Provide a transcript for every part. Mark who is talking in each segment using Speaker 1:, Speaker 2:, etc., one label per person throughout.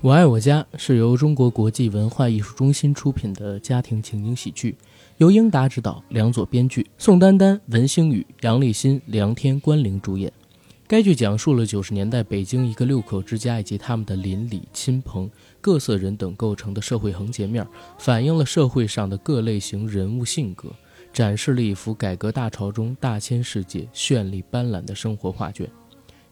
Speaker 1: 我爱我家》是由中国国际文化艺术中心出品的家庭情景喜剧，由英达执导，梁左编剧，宋丹丹、文星宇、杨立新、梁天、关凌主演。该剧讲述了九十年代北京一个六口之家以及他们的邻里、亲朋、各色人等构成的社会横截面，反映了社会上的各类型人物性格，展示了一幅改革大潮中大千世界绚丽斑斓的生活画卷。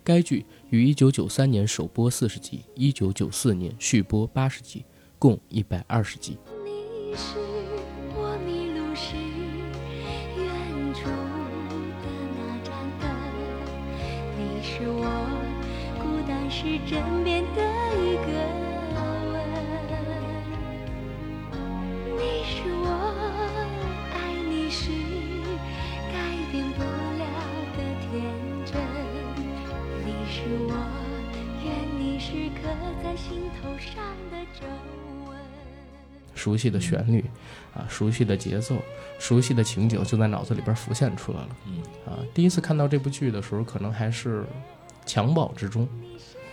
Speaker 1: 该剧于一九九三年首播四十集，一九九四年续播八十集，共一百二十集。
Speaker 2: 你是我迷路时远处的那盏灯，你是我孤单时枕边的一个吻，你是我爱你时改变不了的天真，你是我愿你时刻在心头上的皱纹。
Speaker 1: 熟悉的
Speaker 3: 嗯
Speaker 1: 旋律，啊，熟悉的节奏，熟悉的情景就在脑子里边浮现出来了。
Speaker 4: 嗯，
Speaker 1: 啊，第一次看到这部剧的时候，可能还是襁褓之中。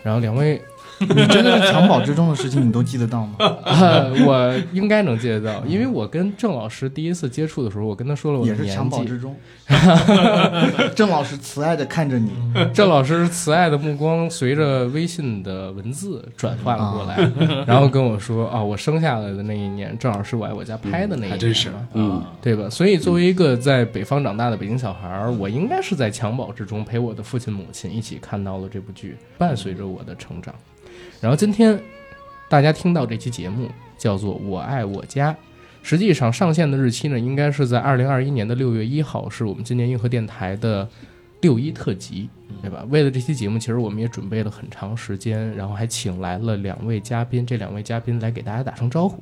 Speaker 1: 然后两 位，
Speaker 3: 你真的是襁褓之中的事情，你都记得到吗？
Speaker 1: 啊，我应该能记得到，因为我跟郑老师第一次接触的时候，我跟他说了我
Speaker 3: 也
Speaker 1: 的
Speaker 3: 是襁
Speaker 1: 年
Speaker 3: 褓
Speaker 1: 纪。
Speaker 3: 之中。 郑老师慈爱的看着你，
Speaker 1: 郑老师慈爱的目光随着微信的文字转换了过来， 然后跟我说啊，我生下来的那一年正好是我爱我家拍的那一年嘛，
Speaker 4: 还真是
Speaker 5: 嗯，
Speaker 1: 对吧？所以作为一个在北方长大的北京小孩儿，我应该是在襁褓之中陪我的父亲母亲一起看到了这部剧，伴随着我的成长。然后今天大家听到这期节目叫做《我爱我家》，实际上上线的日期呢，应该是在二零二一年的六月一号，是我们今年硬核电台的六一特辑，对吧？为了这期节目，其实我们也准备了很长时间，然后还请来了两位嘉宾，这两位嘉宾来给大家打声招呼。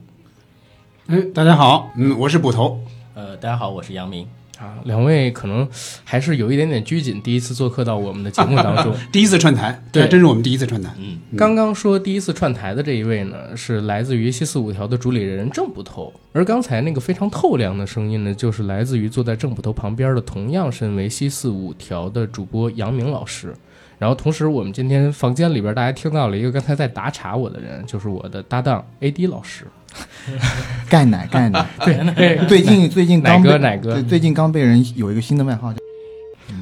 Speaker 5: 哎，大家好，
Speaker 4: 嗯，我是捕头，
Speaker 6: 呃，大家好，我是杨明。
Speaker 1: 啊，两位可能还是有一点点拘谨，第一次做客到我们的节目当中。
Speaker 4: 第一次串台，
Speaker 1: 对
Speaker 4: 还真是我们第一次串台。
Speaker 6: 嗯，
Speaker 1: 刚刚说第一次串台的这一位呢，是来自于西四五条的主理人郑捕头，而刚才那个非常透亮的声音呢，就是来自于坐在郑捕头旁边的同样身为西四五条的主播杨明老师。然后同时，我们今天房间里边大家听到了一个刚才在打岔我的人，就是我的搭档 AD 老师。
Speaker 3: 盖奶 盖奶。
Speaker 1: 对，
Speaker 3: 最近最近刚
Speaker 1: 奶哥
Speaker 3: 被
Speaker 1: 奶哥
Speaker 3: 对，最近刚被人有一个新的外号叫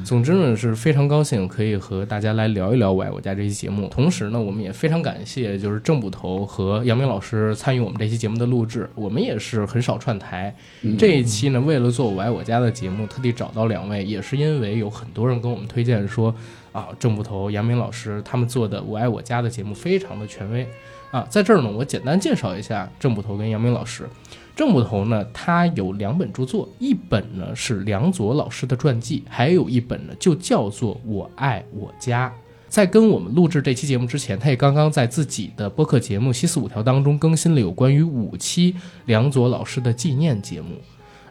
Speaker 1: 总之呢，是非常高兴可以和大家来聊一聊《我爱我家》这期节目。同时呢，我们也非常感谢就是郑捕头和杨明老师参与我们这期节目的录制。我们也是很少串台，这一期呢，为了做《我爱我家》的节目，特地找到两位，也是因为有很多人跟我们推荐说啊，郑捕头、杨明老师他们做的《我爱我家》的节目非常的权威啊。在这儿呢，我简单介绍一下郑捕头跟杨明老师。郑捕头呢，他有两本著作，一本呢是梁左老师的传记，还有一本呢就叫做《我爱我家》。在跟我们录制这期节目之前，他也刚刚在自己的播客节目《西四五条》当中更新了有关于五期梁左老师的纪念节目。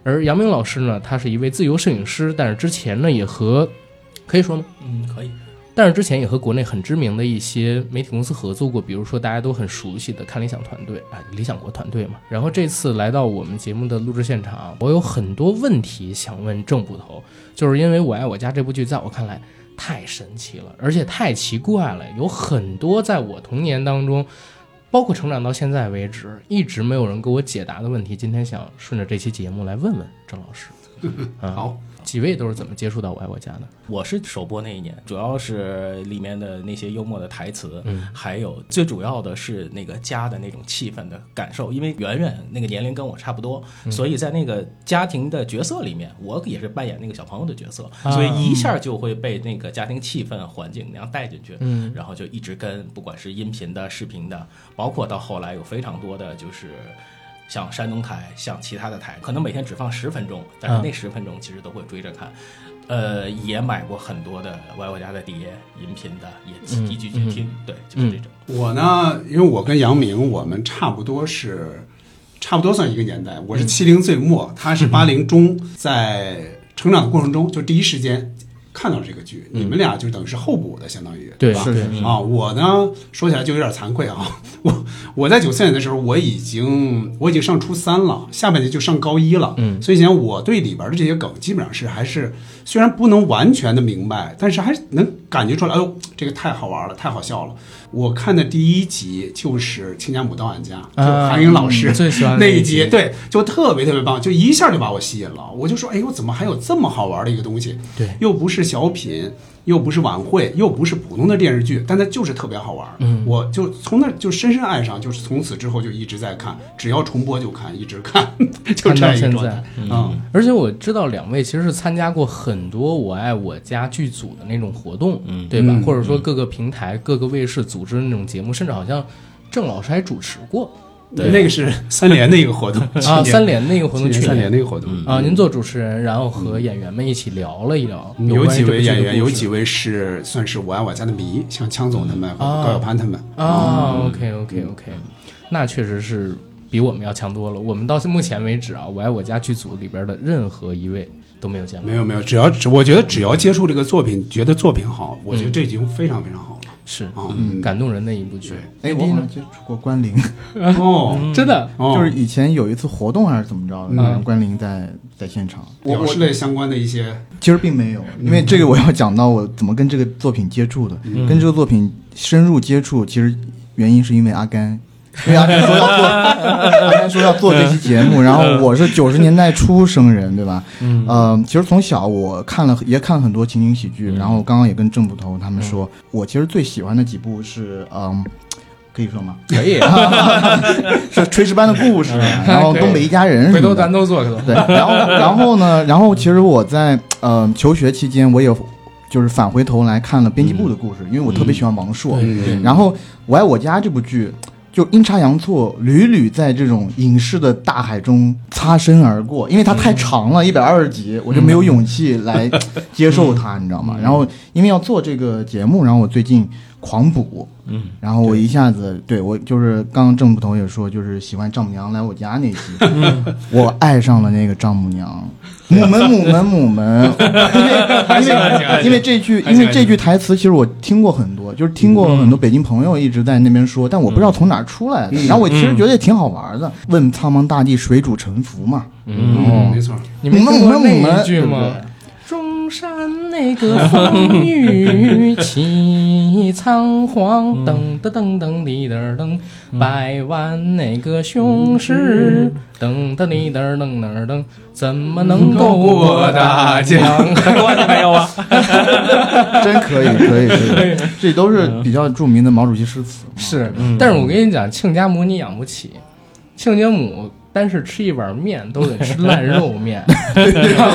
Speaker 1: 而杨明老师呢，他是一位自由摄影师，但是之前呢也和可以说吗？
Speaker 6: 嗯，可以。
Speaker 1: 但是之前也和国内很知名的一些媒体公司合作过，比如说大家都很熟悉的看理想团队啊，理想国团队嘛。然后这次来到我们节目的录制现场，我有很多问题想问郑捕头，就是因为《我爱我家》这部剧，在我看来太神奇了，而且太奇怪了，有很多在我童年当中。包括成长到现在为止，一直没有人给我解答的问题，今天想顺着这期节目来问问郑老师。啊、
Speaker 4: 好，
Speaker 1: 几位都是怎么接触到《我爱我家》的？
Speaker 6: 我是首播那一年，主要是里面的那些幽默的台词，
Speaker 1: 嗯
Speaker 6: 还有最主要的是那个家的那种气氛的感受。因为圆圆那个年龄跟我差不多，
Speaker 1: 嗯
Speaker 6: 所以在那个家庭的角色里面，我也是扮演那个小朋友的角色，
Speaker 1: 啊
Speaker 6: 所以一下就会被那个家庭气氛环境那样带进去。
Speaker 1: 嗯
Speaker 6: 然后就一直跟，不管是音频的、视频的，包括到后来有非常多的就是。像山东台，像其他的台，可能每天只放十分钟，但是
Speaker 1: 嗯
Speaker 6: 那十分钟其实都会追着看。呃，也买过很多的 Y Y 家的碟、音频的，也
Speaker 1: 嗯
Speaker 6: 一句去听，对，就是这种。
Speaker 4: 我呢，因为我跟杨明，我们差不多是，差不多算一个年代。我是七零最末，他是八零中，在成长的过程中，就第一时间看到了这个剧。你们俩就等于是候补的，相当于
Speaker 1: 对
Speaker 4: 吧？
Speaker 3: 是
Speaker 1: 对
Speaker 3: 是是
Speaker 4: 啊，我呢说起来就有点惭愧啊， 我我在九四年的时候，我已经我已经上初三了，下半年就上高一了，
Speaker 1: 嗯
Speaker 4: 所以讲我对里边的这些梗基本上是还是虽然不能完全的明白，但是还是能感觉出来，哎呦，这个太好玩了，太好笑了。我看的第一集就是《亲家母到俺家》，就
Speaker 1: 啊
Speaker 4: 韩英老师、
Speaker 1: 嗯最喜欢
Speaker 4: 那
Speaker 1: 那一
Speaker 4: 一
Speaker 1: 集
Speaker 4: 集，对，就特别特别棒，就一下就把我吸引了。我就说，哎呦，怎么还有这么好玩的一个东西？
Speaker 1: 对
Speaker 4: 又不是小品，又不是晚会，又不是普通的电视剧，但它就是特别好玩。嗯，我就从那儿就深深爱上，就是从此之后就一直在看，只要重播就看，一直看， 就
Speaker 1: 看
Speaker 4: 这
Speaker 1: 到
Speaker 4: 样一个
Speaker 1: 现
Speaker 4: 状
Speaker 1: 在
Speaker 4: 态。。嗯，
Speaker 1: 而且我知道两位其实是参加过很多“我爱我家”剧组的那种活动，嗯，对吧？
Speaker 4: 嗯
Speaker 1: 或者说各个平台、各个卫视组织的那种节目，甚至好像郑老师还主持过
Speaker 6: 对
Speaker 4: 那个是三联的一个活动
Speaker 1: 啊，三联那个活动，去
Speaker 4: 三联
Speaker 1: 年
Speaker 4: 那个嗯活动
Speaker 1: 啊，您做主持人，然后和演员们一起聊了一聊，
Speaker 4: 嗯有
Speaker 1: 关于
Speaker 4: 几
Speaker 1: 这部
Speaker 4: 位
Speaker 1: 剧的
Speaker 4: 演员，
Speaker 1: 故
Speaker 4: 有
Speaker 1: 事
Speaker 4: 几位是算是我爱我家的迷，像枪总他们、和
Speaker 1: 啊
Speaker 4: 高晓攀他们。
Speaker 1: 啊，OK
Speaker 4: 嗯
Speaker 1: OK OK，那确实是比我们要强多了。我们到目前为止啊，我爱我家剧组里边的任何一位都没有见过
Speaker 4: 没。有没有，只要只我觉得只要接触这个作品，觉得作品
Speaker 1: 嗯
Speaker 4: 好，我觉得这已经非常非常好了
Speaker 1: 是
Speaker 4: 啊。
Speaker 1: 感动人的一部剧，嗯
Speaker 3: 哎，我好像接触过关凌，
Speaker 4: 哦，
Speaker 1: 真的
Speaker 4: 哦
Speaker 3: 就是以前有一次活动还是怎么
Speaker 1: 嗯
Speaker 3: 着的，然后关凌在在现场。
Speaker 4: 表示了相关的一些
Speaker 3: 其实并没有，
Speaker 1: 嗯
Speaker 3: 因为这个我要讲到我怎么跟这个作品接触的，跟这个作品深入接触，其实原因是因为阿甘。因为阿甘说要做，阿甘说要做这期节 目，然后我
Speaker 1: 嗯
Speaker 3: 是九十年代初生人，对吧？嗯，呃，其实从小我看了也看了很多情景喜剧，
Speaker 1: 嗯
Speaker 3: 然后刚刚也跟郑捕头他们说，我其实最喜欢的几部是，嗯，可以 说吗？
Speaker 1: 可以。
Speaker 3: 是《炊事班的故事》，啊然后《东北一家人》什么的。
Speaker 1: 嗯回头咱都做，回头
Speaker 3: 对，然后然后呢，然后其实我在呃求学期间，我也就是返回头来看了编辑部的故事，因为我特别喜欢王朔。
Speaker 4: 嗯
Speaker 3: 然后《我爱我家》这部剧。就阴差阳错，屡屡在这种影视的大海中擦身而过，因为它太长了，一百二十集，我就没有勇气来接受它，你知道吗？然后因为要做这个节目，然后我最近狂补，嗯，然后我一下子对我就是刚刚郑捕头也说，就是喜欢丈母娘来我家那集， 我爱上了那个丈母娘，母门母门母 门，因为因为因为这句因为这句台词其实我听过很多，就是听过很多北京朋友一直在那边说，但我不知道从哪儿出来的。然后我其实觉得也挺好玩的，问苍茫大地谁主沉浮嘛，
Speaker 1: 哦
Speaker 4: 嗯，没错，
Speaker 1: 你没听过那一句
Speaker 3: 我们我
Speaker 1: 吗
Speaker 3: 们？
Speaker 1: 中山那个风雨起苍黄，噔噔噔噔滴噔噔，百万那个雄师，噔噔滴噔噔噔噔，怎么能够过大江？
Speaker 6: 过了没有啊？
Speaker 3: 真可以可以可以，这都是比较著名的毛主席诗词嘛。
Speaker 1: 是，但是我跟你讲，亲家母你养不起，亲家母单是吃一碗面都得吃烂肉面，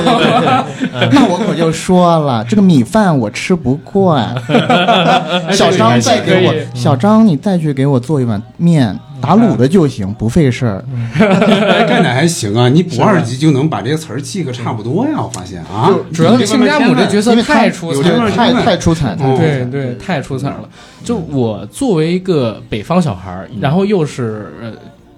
Speaker 3: 那我可就说 了，这个米饭我吃不 惯。小张再给
Speaker 1: 可以
Speaker 3: 我，小张你再去给我做一碗面，打卤的就行，不费事儿。
Speaker 4: 哎，干的还行啊，你补二级就能把这个词儿记个差不多呀，我发现啊，嗯
Speaker 1: 主要是亲家母这角色
Speaker 3: 因为他
Speaker 1: 太出
Speaker 4: 有
Speaker 1: 彩
Speaker 4: 这
Speaker 1: 了
Speaker 4: 味。儿
Speaker 3: 太太出彩了。
Speaker 4: 哦
Speaker 1: 对对，太出彩了。就我作为一个北方小孩儿，
Speaker 3: 嗯
Speaker 1: 然后又是呃，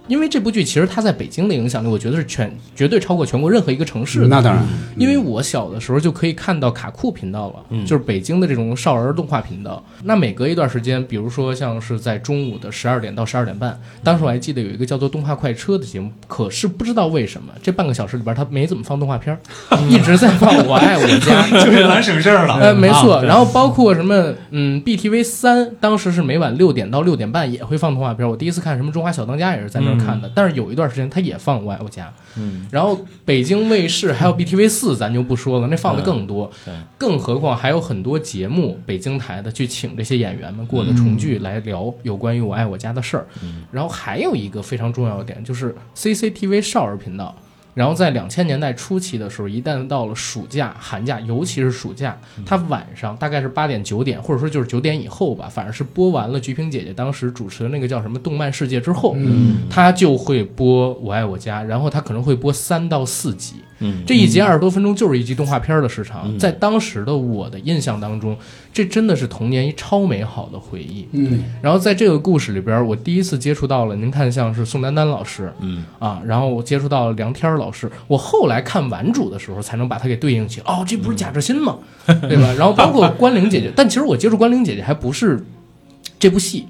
Speaker 1: 因为这部剧其实它在北京的影响力，我觉得是全绝对超过全国任何一个城
Speaker 3: 嗯
Speaker 1: 市的。
Speaker 4: 那当然，
Speaker 1: 嗯因为我小的时候就可以看到卡酷频道了，
Speaker 4: 嗯
Speaker 1: 就是北京的这种少儿动画频道。那每隔一段时间，比如说像是在中午的十二点到十二点半，当时我还记得有一个叫做《动画快车》的节目，可是不知道为什么这半个小时里边它没怎么放动画 片儿，一直在放《我爱我家》。
Speaker 4: 嗯就是咱省事儿了。啊
Speaker 1: 呃，没错。然后包括什么，嗯，BTV 三当时是每晚六点到六点半也会放动画片儿。我第一次看什么《中华小当家》也是在
Speaker 4: 嗯
Speaker 1: 那儿看的，但是有一段时间它也放《我爱我家》。嗯。然后北京卫视还有 BTV 四，咱就不说了，那放的更多。
Speaker 6: 嗯
Speaker 1: 更何况还有很多节目，北京台的去请这些演员们过的重聚来聊有关于《我爱我家》的事儿。然后还有一个非常重要的点就是 CCTV 少儿频道。然后在两千年代初期的时候，一旦到了暑假、寒假，尤其是暑假，它晚上大概是八点、九点，或者说就是九点以后吧，反正是播完了菊萍姐姐当时主持的那个叫什么《动漫世界》之后，它就会播《我爱我家》，然后它可能会播三到四集。
Speaker 6: 嗯，
Speaker 1: 这一集二十多分钟就是一集动画片的时长，在当时的我的印象当中，这真的是童年一超美好的回忆。
Speaker 4: 嗯，
Speaker 1: 然后在这个故事里边，我第一次接触到了，您看像是宋丹丹老师，
Speaker 6: 嗯
Speaker 1: 啊，然后我接触到了梁天儿老师，我后来看《顽主》的时候才能把它给对应起，哦，这不是贾志新 吗？ 对吧？然后包括关凌姐姐，但其实我接触关凌姐姐还不是这部戏，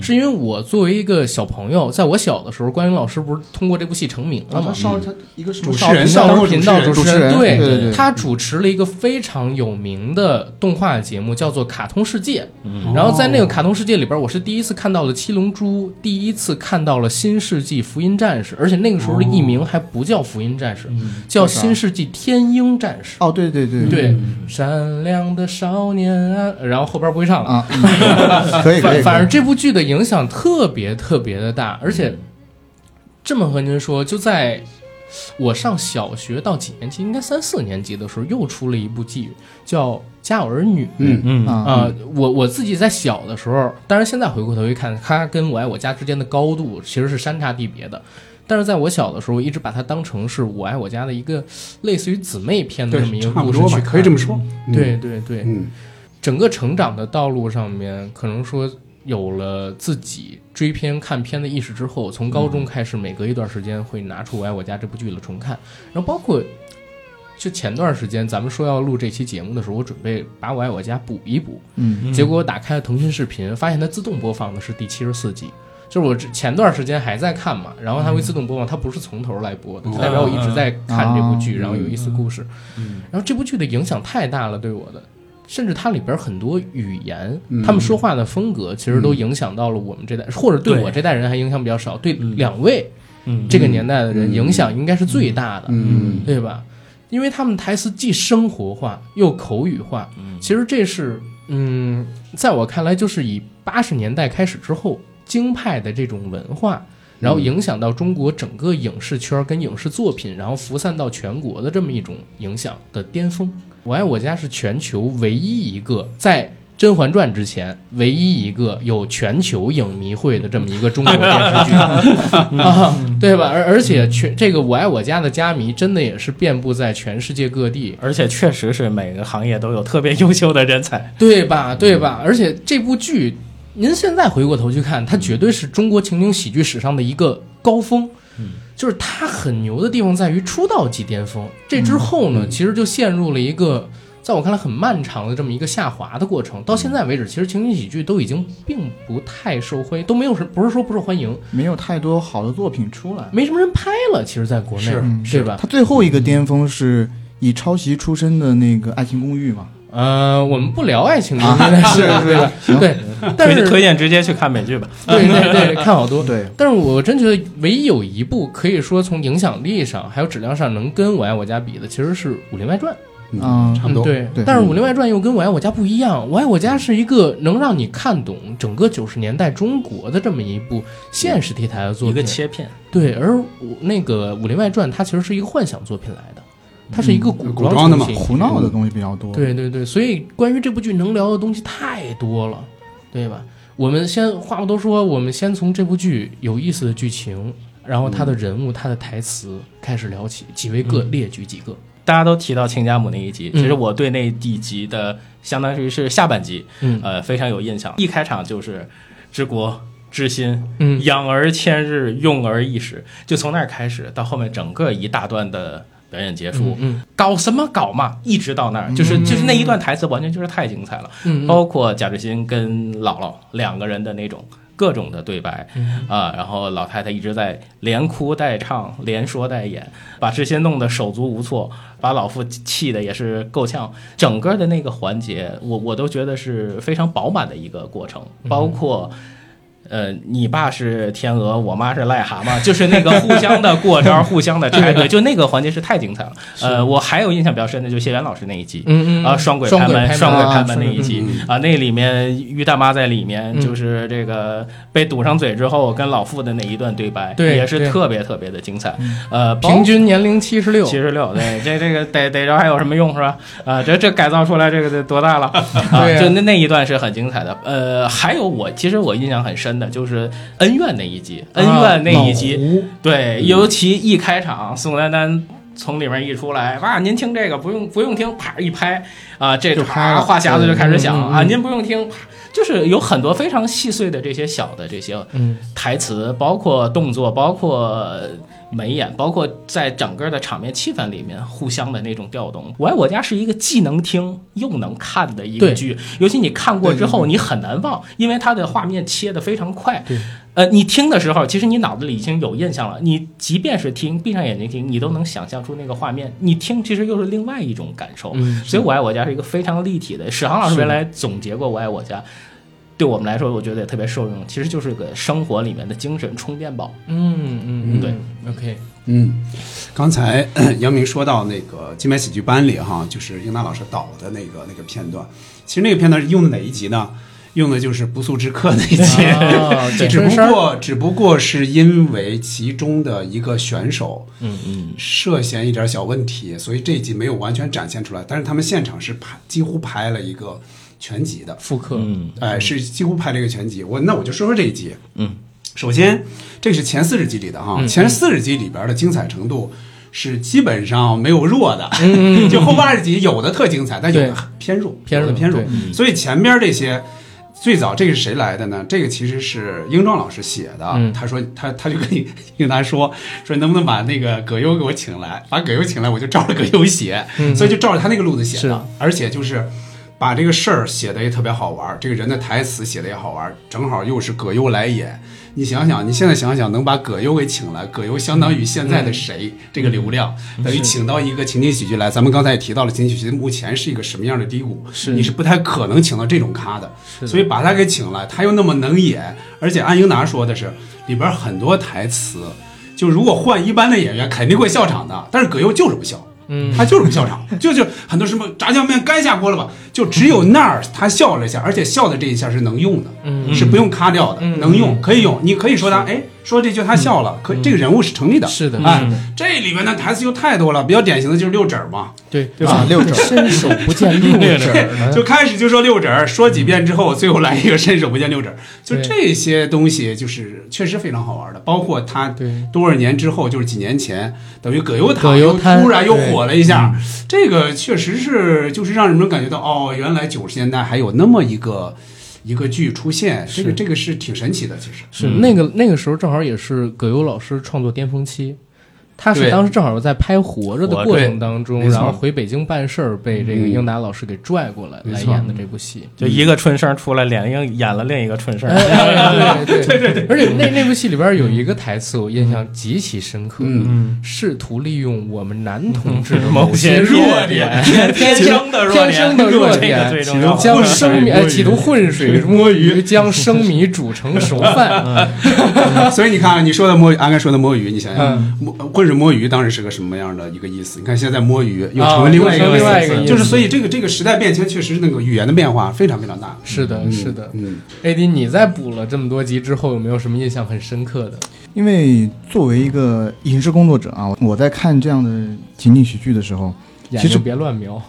Speaker 1: 是因为我作为一个小朋友，在我小的时候，关云老师不是通过这部戏成名了
Speaker 3: 然
Speaker 1: 吗
Speaker 3: 后？少他一个什么
Speaker 4: 主持
Speaker 3: 少
Speaker 4: 人
Speaker 1: 嗯少
Speaker 4: 当
Speaker 1: 儿
Speaker 4: 过
Speaker 1: 频道
Speaker 4: 主
Speaker 3: 持
Speaker 1: 持
Speaker 3: 人
Speaker 1: 对
Speaker 3: 对对对
Speaker 1: 他主持了一个非常有名的动画节目，叫做《卡通世界》。然后在
Speaker 4: 哦
Speaker 1: 那个卡通世界里边，我是第一次看到了《七龙珠》，第一次看到了《新世纪福音战士》，而且那个时候的艺名还不叫福音战士，叫《新世纪天鹰战士》。
Speaker 3: 哦，对对对
Speaker 1: 对，善良的少年啊，然后后边不会唱了。
Speaker 3: 啊，嗯可以可
Speaker 1: 反
Speaker 3: 以，
Speaker 1: 反
Speaker 3: 可
Speaker 1: 正
Speaker 3: 以
Speaker 1: 这部剧的影响特别特别的大，而且这么和您说，就在我上小学到几年级，应该三四年级的时候，又出了一部剧叫《家有儿女》。
Speaker 4: 嗯
Speaker 6: 嗯
Speaker 3: 啊，
Speaker 1: 啊、我我自己在小的时候，当然现在回过头一看，它跟我爱我家之间的高度其实是山差地别的。但是在我小的时候，我一直把它当成是我爱我家的一个类似于姊妹篇的这么一
Speaker 4: 对，
Speaker 1: 个
Speaker 4: 差不
Speaker 1: 故事
Speaker 4: 多
Speaker 1: 去
Speaker 4: 吧，
Speaker 1: 看
Speaker 4: 可以这么说。嗯，
Speaker 1: 对对对，
Speaker 4: 嗯，
Speaker 1: 整个成长的道路上面，可能说有了自己追片看片的意识之后，从高中开始，每隔一段时间会拿出《我爱我家》这部剧了重看。然后包括就前段时间咱们说要录这期节目的时候，我准备把《我爱我家》补一补，
Speaker 3: 嗯，
Speaker 1: 结果我打开了腾讯视频，发现它自动播放的是第七十四集。就是我之前段时间还在看嘛，然后它会
Speaker 3: 嗯
Speaker 1: 自动播放，它不是从头来播的，就代表我一直在看这部剧，
Speaker 3: 嗯
Speaker 1: 然后有意思故事。然后这部剧的影响太大了，对我的，甚至它里边很多语言，他们说话的风格，其实都影响到了我们这代，或者对
Speaker 6: 对
Speaker 1: 我这代人还影响比较少，对
Speaker 6: 嗯
Speaker 1: 两位
Speaker 6: 嗯
Speaker 1: 这个年代的人
Speaker 4: 嗯
Speaker 1: 影响应该是最大的，
Speaker 4: 嗯
Speaker 1: 对吧？因为他们台词既生活化又口语化，其实这是嗯，在我看来，就是以八十年代开始之后，京派的这种文化，然后影响到中国整个影视圈儿跟影视作品，然后辐散到全国的这么一种影响的巅峰。我爱我家是全球唯一一个在。《甄嬛传》之前，唯一一个有全球影迷会的这么一个中国电视剧，啊，对吧？而而且全这个《我爱我家》的家迷真的也是遍布在全世界各地，
Speaker 6: 而且确实是每个行业都有特别优秀的人才。
Speaker 1: 对吧？对吧？而且这部剧，您现在回过头去看，它绝对是中国情景喜剧史上的一个高峰。
Speaker 4: 嗯
Speaker 1: 就是它很牛的地方在于出道即巅峰，这之后
Speaker 4: 嗯
Speaker 1: 呢，其实就陷入了一个在我看来很漫长的这么一个下滑的过程。到现在为止，其实情景喜剧都已经并不太受欢迎，都没有什不是说不受欢迎，
Speaker 3: 没有太多好的作品出来。
Speaker 1: 没什么人拍了。其实，在国内
Speaker 4: 是，
Speaker 1: 对吧？
Speaker 3: 他最后一个巅峰是以抄袭出身的那个《爱情公寓》嘛？
Speaker 1: 呃，我们不聊爱 情故事，是是是，对，但
Speaker 6: 推
Speaker 1: 是
Speaker 6: 推荐直接去看美剧吧。
Speaker 1: 对哦对对，看好多。
Speaker 3: 对，
Speaker 1: 但是我真觉得唯一有一部可以说从影响力上还有质量上能跟《我爱我家》比的，其实是《武林外传》。
Speaker 3: 嗯，
Speaker 4: 差不多。
Speaker 1: 对，
Speaker 3: 对
Speaker 1: 但是《武林外传》又跟《我爱我家》不一样，《我爱我家》是一个能让你看懂整个九十年代中国的这么一部现实题材的作
Speaker 6: 一个
Speaker 1: 品。
Speaker 6: 切片，
Speaker 1: 对，而我那个《武林外传》它其实是一个幻想作品来的，它是一个古
Speaker 4: 嗯古装的嘛
Speaker 1: 作品
Speaker 3: 胡闹的东西比较多。，
Speaker 1: 嗯对对对，所以关于这部剧能聊的东西太多了，对吧？我们先话不多说，我们先从这部剧有意思的剧情，然后
Speaker 6: 嗯
Speaker 1: 他的人物、他的台词开始聊起，几位个列举几个。
Speaker 6: 大家都提到亲家母那一集，
Speaker 1: 嗯
Speaker 6: 其实我对那一集的相当于是下半集，
Speaker 1: 嗯
Speaker 6: 呃，非常有印象。一开场就是治国治心，
Speaker 1: 嗯
Speaker 6: 养儿千日，用儿一时，就从那儿开始到后面整个一大段的表演结束，
Speaker 1: 嗯
Speaker 6: 搞什么搞嘛，一直到那儿，就是就是那一段台词完全就是太精彩了，
Speaker 1: 嗯
Speaker 6: 包括贾志新跟姥姥两个人的那种各种的对白，啊，然后老太太一直在连哭带唱，连说带演，把志新弄得手足无措，把老妇气的也是够呛。整个的那个环节，我我都觉得是非常饱满的一个过程，包括。呃，你爸是天鹅，我妈是癞蛤蟆，就是那个互相的过招，互相的拆对，就那个环节是太精彩了。呃，我还有印象比较深的就是谢元老师那一集，
Speaker 1: 嗯嗯
Speaker 6: 啊，双轨
Speaker 1: 双
Speaker 6: 拍
Speaker 1: 轨拍
Speaker 6: 门，
Speaker 1: 门
Speaker 6: 双轨哦
Speaker 3: 啊
Speaker 6: 拍门那
Speaker 3: 双轨
Speaker 6: 一集啊，那里面于大妈在里面
Speaker 1: 嗯
Speaker 6: 就是这个被堵上嘴之后跟老傅的那一段对白，
Speaker 1: 对
Speaker 6: 也是
Speaker 1: 对嗯
Speaker 6: 特别特别的精彩。呃，
Speaker 1: 平均年龄七十六，
Speaker 6: 七十六，对，这这个逮逮着还有什么用是吧？啊，这这改造出来这个得多大 了啊
Speaker 1: 对？啊
Speaker 6: 就那那一段是很精彩的。呃，还有我其实我印象很深的就是
Speaker 1: 啊嗯
Speaker 6: 恩怨那一集，恩怨那一集，对，尤其一开场宋丹丹从里面一出来，哇，您听这个不用不用听，啪一拍啊，这
Speaker 1: 就开
Speaker 6: 啪
Speaker 1: 了
Speaker 6: 话匣子就开始响
Speaker 1: 嗯嗯嗯
Speaker 6: 啊，您不用听，啪，就是有很多非常细碎的这些小的这些
Speaker 1: 嗯
Speaker 6: 台词，包括动作，包括眉眼，包括在整个的场面气氛里面互相的那种调动。《我爱我家》是一个既能听又能看的一个
Speaker 1: 对
Speaker 6: 剧，尤其你看过之
Speaker 3: 对
Speaker 6: 后，你很难忘，因为它的画面切得非常快
Speaker 1: 对。
Speaker 6: 呃，你听的时候，其实你脑子里已经有印象了。你即便是听，闭上眼睛听，你都能想象出那个画面。你听，其实又是另外一种感受。
Speaker 1: 嗯，
Speaker 6: 所以《我爱我家》是一个非常立体的。史航老师原来总结过《我爱我家》，对我们来说，我觉得也特别受用。其实就是个生活里面的精神充电宝。
Speaker 1: 嗯嗯嗯，
Speaker 6: 对
Speaker 1: ，OK，
Speaker 4: 嗯，刚才 杨明说到那个金牌喜剧班里哈，就是英达老师导的那个那个片段，其实那个片段是用的哪一集呢？用的就是不速之客那一集。
Speaker 1: 啊，对，
Speaker 4: 只
Speaker 1: 春
Speaker 4: 不
Speaker 1: 山儿，
Speaker 4: 过，只不过是因为其中的一个选手
Speaker 6: 嗯嗯。
Speaker 4: 涉嫌一点小问题，所以这一集没有完全展现出来。但是他们现场是拍，几乎拍了一个全集的，
Speaker 1: 复刻，
Speaker 6: 嗯
Speaker 4: 哎，是几乎拍了一个全集。我那我就说说这一集，
Speaker 6: 嗯，
Speaker 4: 首先这是前四十集里的
Speaker 1: 嗯
Speaker 4: 哈，前四十集里边的精彩程度是基本上没有弱的， 就后八十集有的特精彩，但有
Speaker 1: 嗯对
Speaker 4: 的偏弱，
Speaker 1: 偏
Speaker 4: 有
Speaker 1: 弱
Speaker 4: 的偏弱
Speaker 1: 对。嗯
Speaker 4: 所以前边这些。最早这个是谁来的呢？这个其实是英壮老师写的，
Speaker 1: 嗯
Speaker 4: 他说他他就跟你 跟他说说能不能把那个葛优给我请来，把葛优请来我就照着葛优写，所以就照着他那个路子写
Speaker 1: 嗯是
Speaker 4: 的，而且就是把这个事儿写的也特别好玩儿，这个人的台词写的也好玩儿，正好又是葛优来演。你想想，你现在想想，能把葛优给请来，葛优相当于现在的
Speaker 1: 嗯
Speaker 4: 谁？这个流量等于请到一个情景喜剧来。咱们刚才也提到了，情景喜剧目前是一个什么样的低谷？
Speaker 1: 是
Speaker 4: 你是不太可能请到这种咖的。
Speaker 1: 的
Speaker 4: 所以把他给请来，他又那么能演，而且按英达说的是，里边很多台词，就如果换一般的演员，肯定会笑场的，但是葛优就是不笑。
Speaker 1: 嗯，
Speaker 4: 他就是不笑场，就就很多什么炸酱面该下锅了吧，就只有那儿他笑了一下，而且笑的这一下是能用的，
Speaker 1: 嗯
Speaker 4: 是不用咔掉的，
Speaker 1: 嗯
Speaker 4: 能用可以用，你可以说他哎说这句他笑了，可这个人物是成立的，
Speaker 1: 是的嗯
Speaker 4: 哎
Speaker 1: 是的，
Speaker 4: 这里面的台词又太多了，比较典型的就是六指儿嘛，
Speaker 1: 对
Speaker 4: 对
Speaker 3: 啊
Speaker 4: 吧？
Speaker 3: 六种
Speaker 1: 伸手不见六指儿，
Speaker 4: 就开始就说六指儿，说几遍之后，最后来一个伸手不见六指儿，就
Speaker 1: 对
Speaker 4: 这些东西就是确实非常好玩的，包括他
Speaker 1: 对，
Speaker 4: 多少年之后，就是几年前，等于葛优
Speaker 1: 葛
Speaker 4: 躺
Speaker 1: 优
Speaker 4: 又
Speaker 1: 瘫嗯
Speaker 4: 突然又火了一下，这个确实是就是让人们感觉到哦，原来九十年代还有那么一个一个剧出现，这个这个是挺神奇的，其 实
Speaker 1: 是那个那个时候正好也是葛优老师创作巅峰期，他是
Speaker 4: 对
Speaker 1: 当时正好在拍《活着》的
Speaker 6: 活着
Speaker 1: 过程当中，
Speaker 4: 没错
Speaker 1: 然后回北京办事儿，被这个
Speaker 4: 嗯
Speaker 1: 英达老师给拽过来
Speaker 4: 没
Speaker 1: 来
Speaker 4: 错
Speaker 1: 演的这部戏。
Speaker 6: 就一个春生出来，脸硬演了另一个春生
Speaker 1: 哎。哎 对对对对，而且那那部戏里边有一个台词，我印象极其深刻，
Speaker 4: 嗯
Speaker 1: 试图利用我们男同志的
Speaker 6: 某些
Speaker 1: 些
Speaker 6: 弱
Speaker 1: 点，
Speaker 6: 点天生的弱点
Speaker 1: 天生的弱点
Speaker 6: 这个最重要
Speaker 1: 将生米哎企图浑水摸鱼，嗯将生米煮成熟 饭，
Speaker 4: 所以你看啊，你说的摸鱼，阿甘说的摸鱼，你想想
Speaker 1: 嗯，
Speaker 4: 摸混水摸鱼当时是个什么样的一个意思？你看现在摸鱼又
Speaker 1: 啊
Speaker 4: 成了另外一
Speaker 1: 又成另外一个
Speaker 4: 个
Speaker 1: 意思
Speaker 4: 就是所以这个这个时代变迁确实那个语言的变化非常非常大。
Speaker 1: 是的，
Speaker 4: 嗯
Speaker 1: 是的。
Speaker 4: 嗯，
Speaker 1: AD，你在补了这么多集之后，有没有什么印象很深刻的？
Speaker 3: 因为作为一个影视工作者啊，我在看这样的情景喜剧的时候，
Speaker 1: 眼
Speaker 3: 其实
Speaker 1: 睛别乱瞄，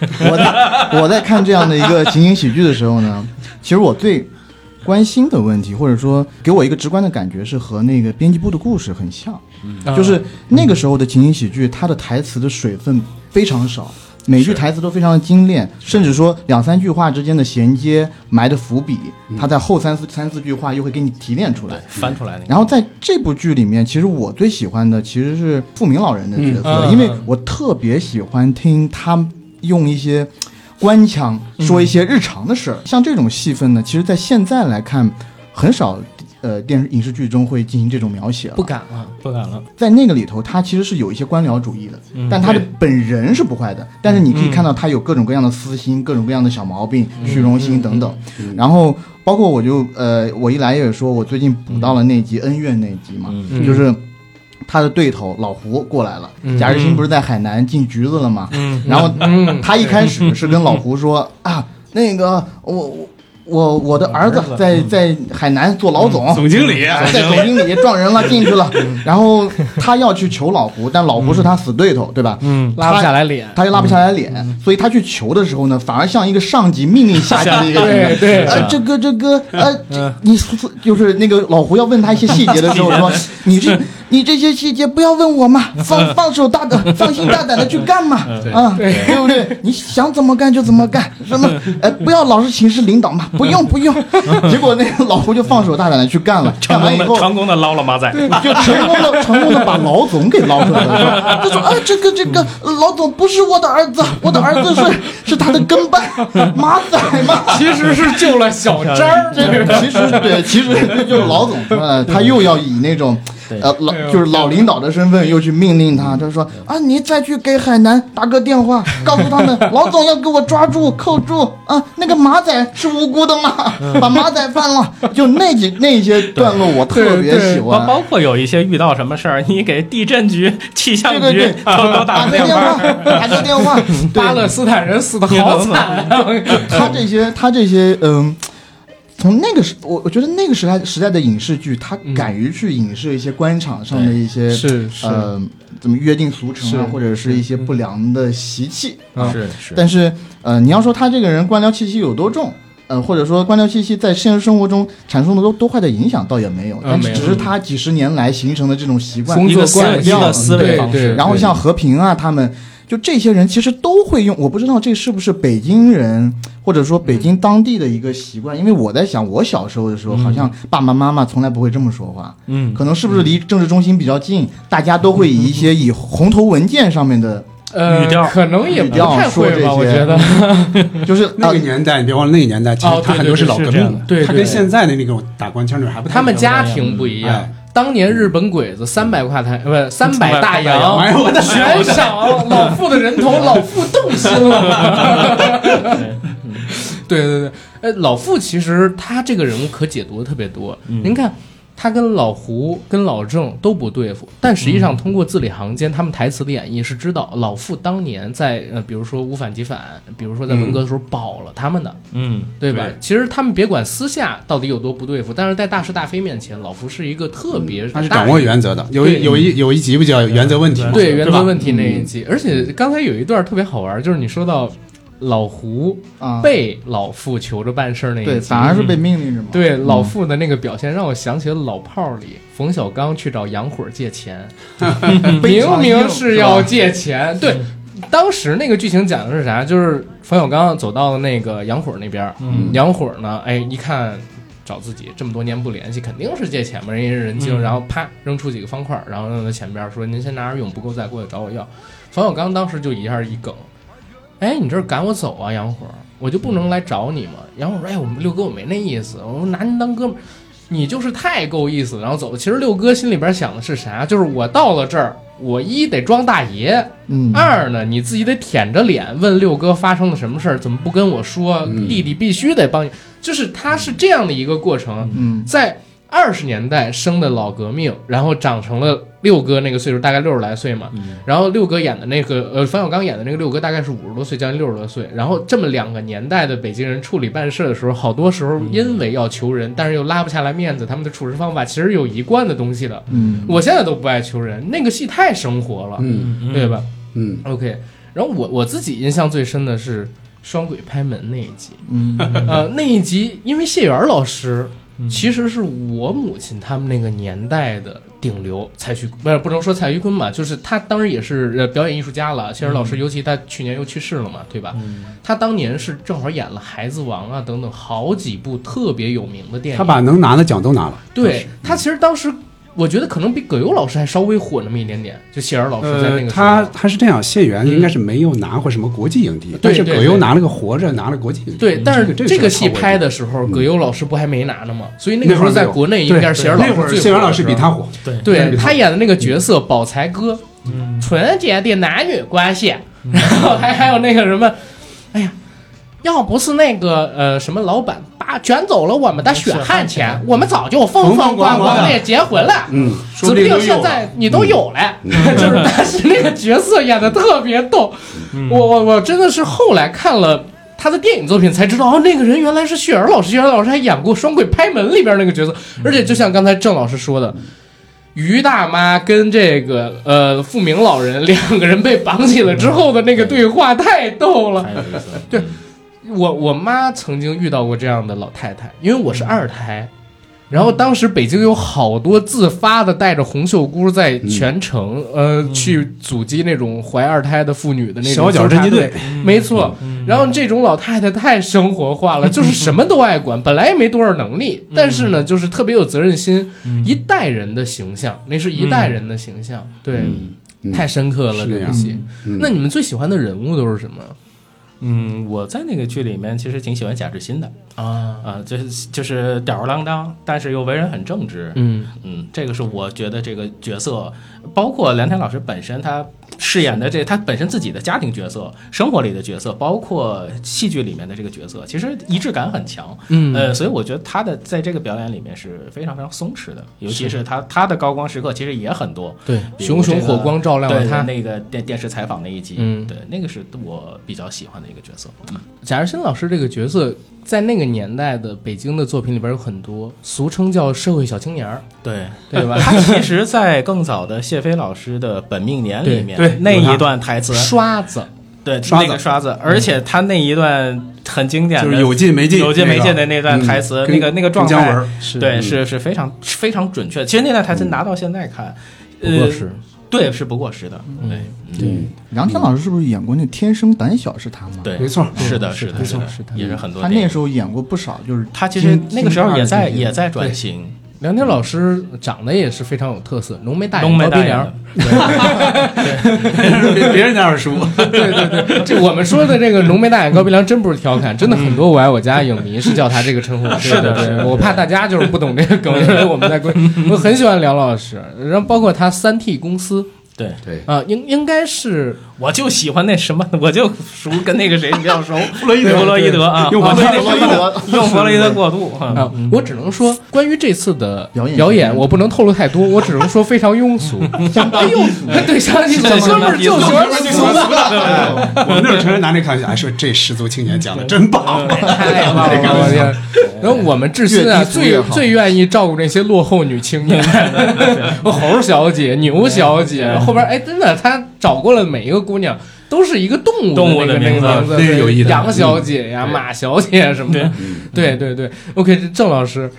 Speaker 3: 我在我在看这样的一个情景喜剧的时候呢，其实我最关心的问题，或者说给我一个直观的感觉，是和那个编辑部的故事很像，
Speaker 6: 嗯
Speaker 1: 啊
Speaker 3: 就是那个时候的情景喜剧，它的台词的水分非常少。每句台词都非常的精炼，甚至说两三句话之间的衔接埋的伏笔，它在后三四三四句话又会给你提炼出来
Speaker 6: 对。，翻出来那个。
Speaker 3: 然后在这部剧里面，其实我最喜欢的其实是付明老人的角色，
Speaker 1: 嗯嗯
Speaker 3: 因为我特别喜欢听他用一些官腔说一些
Speaker 1: 嗯
Speaker 3: 日常的事儿。像这种戏份呢，其实在现在来看，很少呃电视影视剧中会进行这种描写了。
Speaker 1: 不敢啊了。
Speaker 6: 不敢了，
Speaker 3: 在那个里头，他其实是有一些官僚主义的，但他的本人是不坏的。但是你可以看到他有各种各样的私心、各种各样的小毛病、虚荣心等等。然后包括我就呃，我一来也说，我最近补到了那集恩怨那集嘛，
Speaker 1: 嗯
Speaker 3: 就是他的对头老胡过来了。贾日新不是在海南进局子了嘛？然后
Speaker 1: 嗯
Speaker 3: 他一开始是跟老胡说啊，那个我我我我的儿子
Speaker 6: 儿子
Speaker 3: 在在海南做老总，嗯
Speaker 4: 总经理，
Speaker 3: 在总经理撞人了，进去了。然后他要去求老胡，但老胡是他死对头，对吧？
Speaker 1: 嗯，拉不下来脸，
Speaker 3: 他又拉不下来脸，所以他去求的时候呢，反而像一个上级命令下级的一个人。
Speaker 1: 对对
Speaker 3: 呃，这个这个呃，这你就是那个老胡要问他一些细节的时候说，你这你这些细节不要问我嘛，放放手大胆，放心大胆的去干嘛啊，对不对？你想怎么干就怎么干，什么呃，不要老是请示领导嘛，不用不用。结果那个老胡就放手大胆的去干了，干
Speaker 6: 成
Speaker 3: 完
Speaker 6: 功
Speaker 3: 以
Speaker 6: 的
Speaker 3: 后
Speaker 6: 成功的捞了马仔，
Speaker 3: 就成功 的成功的把老总给捞出来了。他说啊，这个这个老总不是我的儿 子，我的儿子是是他的跟班马仔嘛。
Speaker 1: 其实是救了小张儿，
Speaker 3: 这个 其实对，其实 就是老总，呃，他又要以那种
Speaker 6: 对
Speaker 3: 呃老就是老领导的身份又去命令他，他说啊，你再去给海南打个电话，告诉他们老总要给我抓住扣住啊，那个马仔是无辜的嘛，
Speaker 1: 嗯
Speaker 3: 把马仔放了。就那几那些段落我特别喜
Speaker 6: 包
Speaker 1: 啊
Speaker 3: 欢，
Speaker 6: 包括有一些遇到什么事儿，你给地震局、气象
Speaker 3: 对对
Speaker 6: 局
Speaker 3: 对
Speaker 6: 啊偷偷打
Speaker 3: 打
Speaker 6: 个
Speaker 3: 个啊
Speaker 6: 电
Speaker 3: 电
Speaker 6: 话。
Speaker 3: 话，打个电话，
Speaker 6: 嗯
Speaker 1: 巴勒斯坦人死的好惨啊！
Speaker 3: 他这些，他这些，嗯，从那个时，我我觉得那个时代时代的影视剧，他敢于去影射一些官场上的一些，
Speaker 1: 是是
Speaker 3: 呃，怎么约定俗成啊，
Speaker 1: 是
Speaker 3: 或者是一些不良的习气啊。
Speaker 6: 是是
Speaker 3: 但是，呃，你要说他这个人官僚气息有多重，呃，或者说官僚气息在现实生活中产生的多多坏的影响，倒也没有，但
Speaker 1: 没
Speaker 3: 是
Speaker 1: 有
Speaker 3: 只是他几十年来形成的这种习惯，
Speaker 1: 工
Speaker 6: 一个
Speaker 1: 作
Speaker 6: 思
Speaker 1: 惯
Speaker 6: 一个思维
Speaker 1: 对
Speaker 6: 方
Speaker 1: 对
Speaker 6: 式
Speaker 1: 对
Speaker 3: 然后像和平啊，他们就这些人其实都会用，我不知道这是不是北京人或者说北京当地的一个习惯，因为我在想，我小时候的时候，好像爸爸妈妈从来不会这么说话，
Speaker 1: 嗯，
Speaker 3: 可能是不是离政治中心比较近，大家都会以一些以红头文件上面的，
Speaker 1: 呃
Speaker 6: 语调
Speaker 1: 可能也不太会吧，我觉 得嗯
Speaker 3: 就是
Speaker 4: 那
Speaker 3: 啊
Speaker 4: 个。年代，你别忘了那个年代，其
Speaker 1: 哦
Speaker 4: 实
Speaker 1: 对
Speaker 4: 他很多
Speaker 1: 对
Speaker 4: 老
Speaker 1: 是
Speaker 4: 革
Speaker 1: 这样
Speaker 4: 命
Speaker 1: 的，对
Speaker 4: 他
Speaker 1: 对
Speaker 4: 跟现在的那种打官腔儿还不太一样。
Speaker 1: 他们家庭不一样
Speaker 4: 哎。
Speaker 1: 当年日本鬼子三百块台，不三百
Speaker 6: 百
Speaker 1: 大
Speaker 6: 大
Speaker 1: 洋
Speaker 4: 哎，呦我的
Speaker 1: 悬赏老傅的人头，老傅动心了。对对对，呃，老傅其实他这个人物可解读的特别多。您看，他跟老胡、跟老郑都不对付，但实际上通过字里行间，他们台词的演绎是知道老傅当年在呃，比如说乌反即反，比如说在文革的时候保了他们的，
Speaker 6: 嗯，
Speaker 1: 对吧
Speaker 4: 对？
Speaker 1: 其实他们别管私下到底有多不对付，但是在大是大非面前，老傅是一个特别
Speaker 4: 他是
Speaker 1: 大
Speaker 4: 掌握原则的，有
Speaker 1: 对嗯
Speaker 4: 一有一有一集不叫原则问题吗？
Speaker 1: 对原则
Speaker 4: 吧
Speaker 1: 问题那一集，而且刚才有一段特别好玩，就是你说到老胡
Speaker 3: 啊，
Speaker 1: 被老傅求着办事儿那
Speaker 3: 对，
Speaker 1: 一集
Speaker 3: 反，而是被命令着嘛。
Speaker 1: 对老傅的那个表现让我想起了《老炮儿》里冯小刚去找杨虎借钱，
Speaker 3: 非
Speaker 1: 嗯明
Speaker 3: 常硬嗯
Speaker 1: 明是要借钱，对。当时那个剧情讲的是啥？就是冯小刚走到了那个杨虎那边儿，
Speaker 3: 嗯
Speaker 1: 杨虎呢，哎，一看找自己这么多年不联系，肯定是借钱嘛，人家是人
Speaker 3: 嗯
Speaker 1: 精，然后啪扔出几个方块儿，然后扔到前边儿说：“您先拿着用，不够再过来找我要。”冯小刚当时就一下一梗，哎，你这是赶我走啊，杨虎，我就不
Speaker 3: 嗯
Speaker 1: 能来找你吗？杨虎说：“哎，我们六哥我没那意思，我拿您当哥们儿，你就是太够意思了。”然后走。其实六哥心里边想的是啥？就是我到了这儿，我一得装大爷，
Speaker 3: 嗯，
Speaker 1: 二呢，你自己得舔着脸问六哥发生了什么事儿，怎么不跟我说？弟弟必须得帮你，就是他是这样的一个过程，
Speaker 3: 嗯，
Speaker 1: 在二十年代生的老革命，然后长成了六哥那个岁数，大概六十来岁嘛。嗯然后六哥演的那个，呃，冯小刚演的那个六哥大概是五十多岁，将近六十多岁。然后这么两个年代的北京人处理办事的时候，好多时候因为要求人，但是又拉不下来面子，他们的处事方法其实有一贯的东西的。
Speaker 3: 嗯，
Speaker 1: 我现在都不爱求人，那个戏太生活了，
Speaker 4: 嗯
Speaker 1: 对吧？
Speaker 4: 嗯，
Speaker 1: OK，然后我我自己印象最深的是双轨拍门那一集，
Speaker 3: 嗯，
Speaker 1: 呃，那一集因为谢元老师
Speaker 4: 嗯
Speaker 1: 其实是我母亲他们那个年代的顶流蔡徐，不是不能说蔡徐坤嘛，就是他当时也是呃表演艺术家了。谢元老师，
Speaker 4: 嗯
Speaker 1: 尤其他去年又去世了嘛，对吧？他当年是正好演了《孩子王》啊等等好几部特别有名的电影。
Speaker 4: 他把能拿的奖都拿了。
Speaker 1: 嗯对他其实当时。我觉得可能比葛优老师还稍微火那么一点点，就谢元老师在那个时候、嗯
Speaker 4: 呃，他他是这样，谢元应该是没有拿过什么国际影帝，但是
Speaker 1: 对
Speaker 4: 葛优
Speaker 1: 对
Speaker 4: 拿了个活着，拿了国际影帝。
Speaker 1: 对，但是
Speaker 4: 嗯这
Speaker 1: 这个戏拍
Speaker 4: 的
Speaker 1: 的时候，
Speaker 4: 嗯
Speaker 1: 葛优老师不还没拿呢吗？所以那个
Speaker 4: 那
Speaker 1: 时
Speaker 4: 会
Speaker 1: 候
Speaker 4: 儿
Speaker 1: 在
Speaker 4: 没有
Speaker 1: 国内应
Speaker 4: 对
Speaker 1: 该是谢元老师
Speaker 4: 那会儿
Speaker 1: 最
Speaker 4: 谢元
Speaker 1: 火
Speaker 4: 老
Speaker 1: 的
Speaker 4: 师
Speaker 1: 时
Speaker 4: 比
Speaker 1: 候
Speaker 4: 他火，
Speaker 6: 对
Speaker 1: 对嗯
Speaker 4: 比他
Speaker 1: 他演的那个角色宝财哥，纯洁的男女关系， 然后还还有那个什么，哎呀，要不是那个呃什么老板把卷走了我们的嗯血汗钱，我们早就风风光光的结婚了。
Speaker 4: 嗯，
Speaker 1: 指
Speaker 4: 说
Speaker 1: 不
Speaker 4: 不定
Speaker 1: 定
Speaker 4: 都有
Speaker 1: 现
Speaker 4: 了嗯
Speaker 1: 在你都有了， 就是但是那个角色演的特别逗，我我我真的是后来看了。他的电影作品才知道，哦，那个人原来是雪儿老师，雪儿老师还演过《双轨拍门》里边那个角色，而且就像刚才郑老师说的，于大妈跟这个呃富明老人两个人被绑起了之后的那个对话太逗 了。
Speaker 6: 太有意思了。
Speaker 1: 对我我妈曾经遇到过这样的老太太，因为我是二胎，然后当时北京有好多自发的带着红袖箍在全城、呃去阻击那种怀二胎的妇女的那种
Speaker 4: 嗯小脚
Speaker 1: 纠察
Speaker 4: 侦缉队
Speaker 1: 队，
Speaker 6: 嗯
Speaker 1: 没错。然后这种老太太太生活化了， 就是什么都爱管，本来也没多少能力，
Speaker 6: 嗯
Speaker 1: 但是呢，就是特别有责任心，一代人的形象，那是一代人的形象，对。
Speaker 4: 嗯
Speaker 1: 太深刻了，
Speaker 4: 是
Speaker 1: 这
Speaker 4: 这
Speaker 1: 个
Speaker 4: 样
Speaker 1: 戏。
Speaker 4: 嗯
Speaker 1: 那你们最喜欢的人物都是什么
Speaker 6: 嗯，我在那个剧里面其实挺喜欢贾志新的
Speaker 1: 啊？
Speaker 6: 啊，就是就是吊儿郎当，但是又为人很正直。
Speaker 1: 嗯，
Speaker 6: 嗯，这个是我觉得这个角色，包括梁天老师本身他饰演的这他本身自己的家庭角色、生活里的角色，包括戏剧里面的这个角色，其实一致感很强。
Speaker 1: 嗯
Speaker 6: 呃，所以我觉得他的在这个表演里面是非常非常松弛的，尤其是他他的高光时刻其实也很多。
Speaker 1: 对，
Speaker 6: 比如
Speaker 1: 熊熊
Speaker 6: 这个
Speaker 1: 火光照亮了
Speaker 6: 对
Speaker 1: 他。
Speaker 6: 那个电电视采访那一集，
Speaker 1: 嗯
Speaker 6: 对，那个是我比较喜欢的一个角色。嗯
Speaker 1: 贾日新老师这个角色，在那个年代的北京的作品里边有很多，俗称叫社会小青年儿，
Speaker 6: 对，
Speaker 1: 对 吧？
Speaker 6: 他其实，在更早的谢飞老师的《本命年》里面，
Speaker 4: 对对
Speaker 6: 那
Speaker 4: 有他
Speaker 6: 一段台词，
Speaker 1: 刷子，
Speaker 6: 对，
Speaker 4: 刷子
Speaker 6: 那个刷子，而且他那一段很经典
Speaker 4: 就
Speaker 6: 的，
Speaker 4: 是有进没进，
Speaker 6: 有进没进的那段
Speaker 4: 嗯
Speaker 6: 台词
Speaker 4: 跟
Speaker 6: 那个那个状态
Speaker 4: 跟姜文儿是
Speaker 6: 对，
Speaker 4: 嗯
Speaker 6: 是是非常是非常准确的。其实那段台词拿到现在看，
Speaker 1: 不过
Speaker 6: 呃
Speaker 1: 是
Speaker 6: 对，是不过时的，对
Speaker 4: 对，
Speaker 3: 梁天老师是不是演过那《天生胆小》是他吗？，
Speaker 6: 对，
Speaker 4: 没错
Speaker 6: 是的，是的，
Speaker 3: 是
Speaker 6: 是
Speaker 3: 的
Speaker 6: 的
Speaker 3: 是的，
Speaker 6: 也是很多
Speaker 3: 他
Speaker 6: 电影。
Speaker 3: 那时候演过不少，就是
Speaker 6: 他其实
Speaker 3: 京
Speaker 6: 那个时候也在
Speaker 3: 京剧
Speaker 6: 也在转型，
Speaker 1: 梁天老师长得也是非常有特色，浓眉大
Speaker 6: 浓
Speaker 1: 眼，
Speaker 6: 眉
Speaker 1: 高
Speaker 6: 大
Speaker 1: 鼻
Speaker 6: 眼
Speaker 1: 梁
Speaker 6: 的。，
Speaker 4: 别别人家耳熟，
Speaker 1: 对对对，这我们说的这个浓眉大眼高鼻梁真不是调侃，真的很多我爱我家影迷是叫他这个称呼。
Speaker 6: 是的
Speaker 1: 对
Speaker 6: 是
Speaker 1: 对
Speaker 6: 的
Speaker 1: 对，我怕大家就是不懂这个梗，因为我们在 归，我很喜欢梁老师，然后包括他三 T 公司
Speaker 6: 对。
Speaker 4: 对，
Speaker 1: 啊，应应该是
Speaker 6: 我就喜欢那什么，我就熟跟那个谁 比较熟，弗
Speaker 4: 洛伊德
Speaker 6: 弗洛伊德啊，
Speaker 4: 用
Speaker 6: 啊
Speaker 4: 弗洛
Speaker 6: 对
Speaker 3: 伊德
Speaker 6: 用弗洛伊德过渡啊
Speaker 1: 啊，我只能说，关于这次的
Speaker 3: 表演
Speaker 1: 表演，我不能透露太多，我只能说非常庸俗。哎呦， 对，相 当低俗，哥们儿就喜欢低俗的，
Speaker 4: 我们那种成人拿这开玩笑，哎，说这失足青年讲的真棒，
Speaker 1: 嗯太棒了！我天，然后我们至今啊，
Speaker 3: 越低俗越
Speaker 1: 最
Speaker 3: 好
Speaker 1: 最愿意照顾那些落后女青年，猴小姐、牛小姐，后边哎，真的，她找过了每一个姑娘。都是一个动物
Speaker 6: 动物
Speaker 1: 的
Speaker 6: 的
Speaker 1: 那个那
Speaker 6: 名字
Speaker 1: 个名字，
Speaker 4: 这是
Speaker 1: 对
Speaker 4: 有意的
Speaker 1: 羊小姐呀、
Speaker 6: 嗯
Speaker 1: 马小姐什么的，对对对。OK，这郑老师，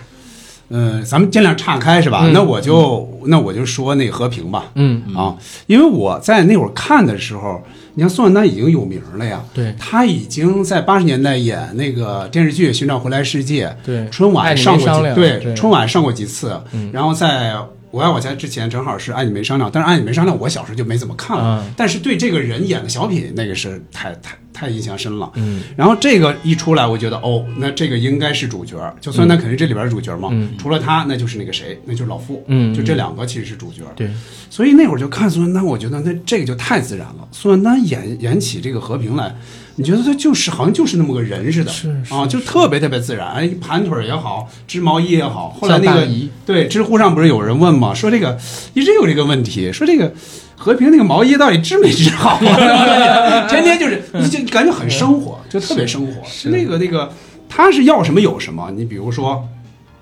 Speaker 4: 嗯，咱们尽量岔开是吧？
Speaker 1: 嗯
Speaker 4: 那我就那我就说那和平吧，
Speaker 1: 嗯，
Speaker 4: 啊，因为我在那会儿看的时候，你看宋丹丹已经有名了呀，
Speaker 1: 对
Speaker 4: 他已经在八十年代演那个电视剧《寻找回来世界》，
Speaker 1: 对
Speaker 4: 春
Speaker 1: 爱
Speaker 4: 晚
Speaker 1: 你
Speaker 4: 上
Speaker 1: 没商
Speaker 4: 过几
Speaker 1: 量对嗯
Speaker 4: 对春晚上过几次，然后在。我爱我家之前正好是《爱你没商量》，但是《爱你没商量》我小时候就没怎么看了，
Speaker 1: 嗯
Speaker 4: 但是对这个人演的小品那个是太太太印象深了。嗯，然后这个一出来，我觉得哦，那这个应该是主角，就孙丹
Speaker 1: 嗯
Speaker 4: 肯定这里边是主角嘛，除了他那就是那个谁，那就是老傅，
Speaker 1: 嗯
Speaker 4: 就这两个其实是主角。
Speaker 1: 对，
Speaker 4: 所以那会儿就看宋丹丹，我觉得那这个就太自然了。宋丹丹演演起这个和平来，你觉得他就是好像就是那么个人似的，
Speaker 1: 是是
Speaker 4: 啊，就特别特别自然。哎，盘腿儿也好，织毛衣也好。后来那
Speaker 1: 像
Speaker 4: 个
Speaker 1: 大姨
Speaker 4: 对知乎上不是有人问吗？说这个一直有这个问题，说这个和平那个毛衣到底织没织好啊？ 天天就是你就感觉很生活，就特别生活。
Speaker 1: 是
Speaker 4: 那个那个，他是要什么有什么。你比如说。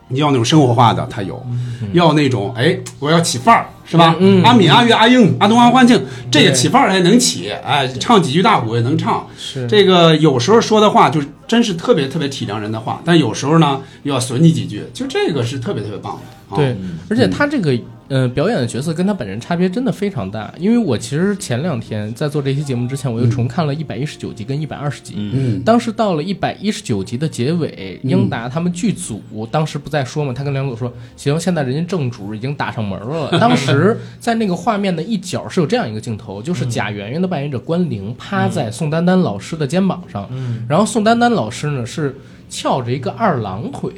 Speaker 4: 你要那种生活化的，他有；要那种哎，我要起范儿，是吧？
Speaker 1: 嗯
Speaker 4: 阿敏、阿月、阿英、阿东、阿欢庆，这也起范儿还能起，哎，唱几句大鼓也能唱。
Speaker 1: 是
Speaker 4: 这个有时候说的话就是真是特别特别体谅人的话，但有时候呢又要损你几句，就这个是特别特别棒的。啊、
Speaker 1: 对，，而且他这个呃表演的角色跟他本人差别真的非常大，因为我其实前两天在做这期节目之前，我又重看了一百一十九集跟一百二十集。
Speaker 4: 嗯，
Speaker 1: 当时到了一百一十九集的结尾，
Speaker 4: 嗯
Speaker 1: 英达他们剧组当时不在说嘛，他跟梁总说：“行，现在人家正主已经打上门了。”当 时在那个画面的一角是有这样一个镜头，就是贾圆圆的扮演者关凌趴在宋丹丹老师的肩膀上，然后宋丹丹老师呢是翘着一个二郎腿。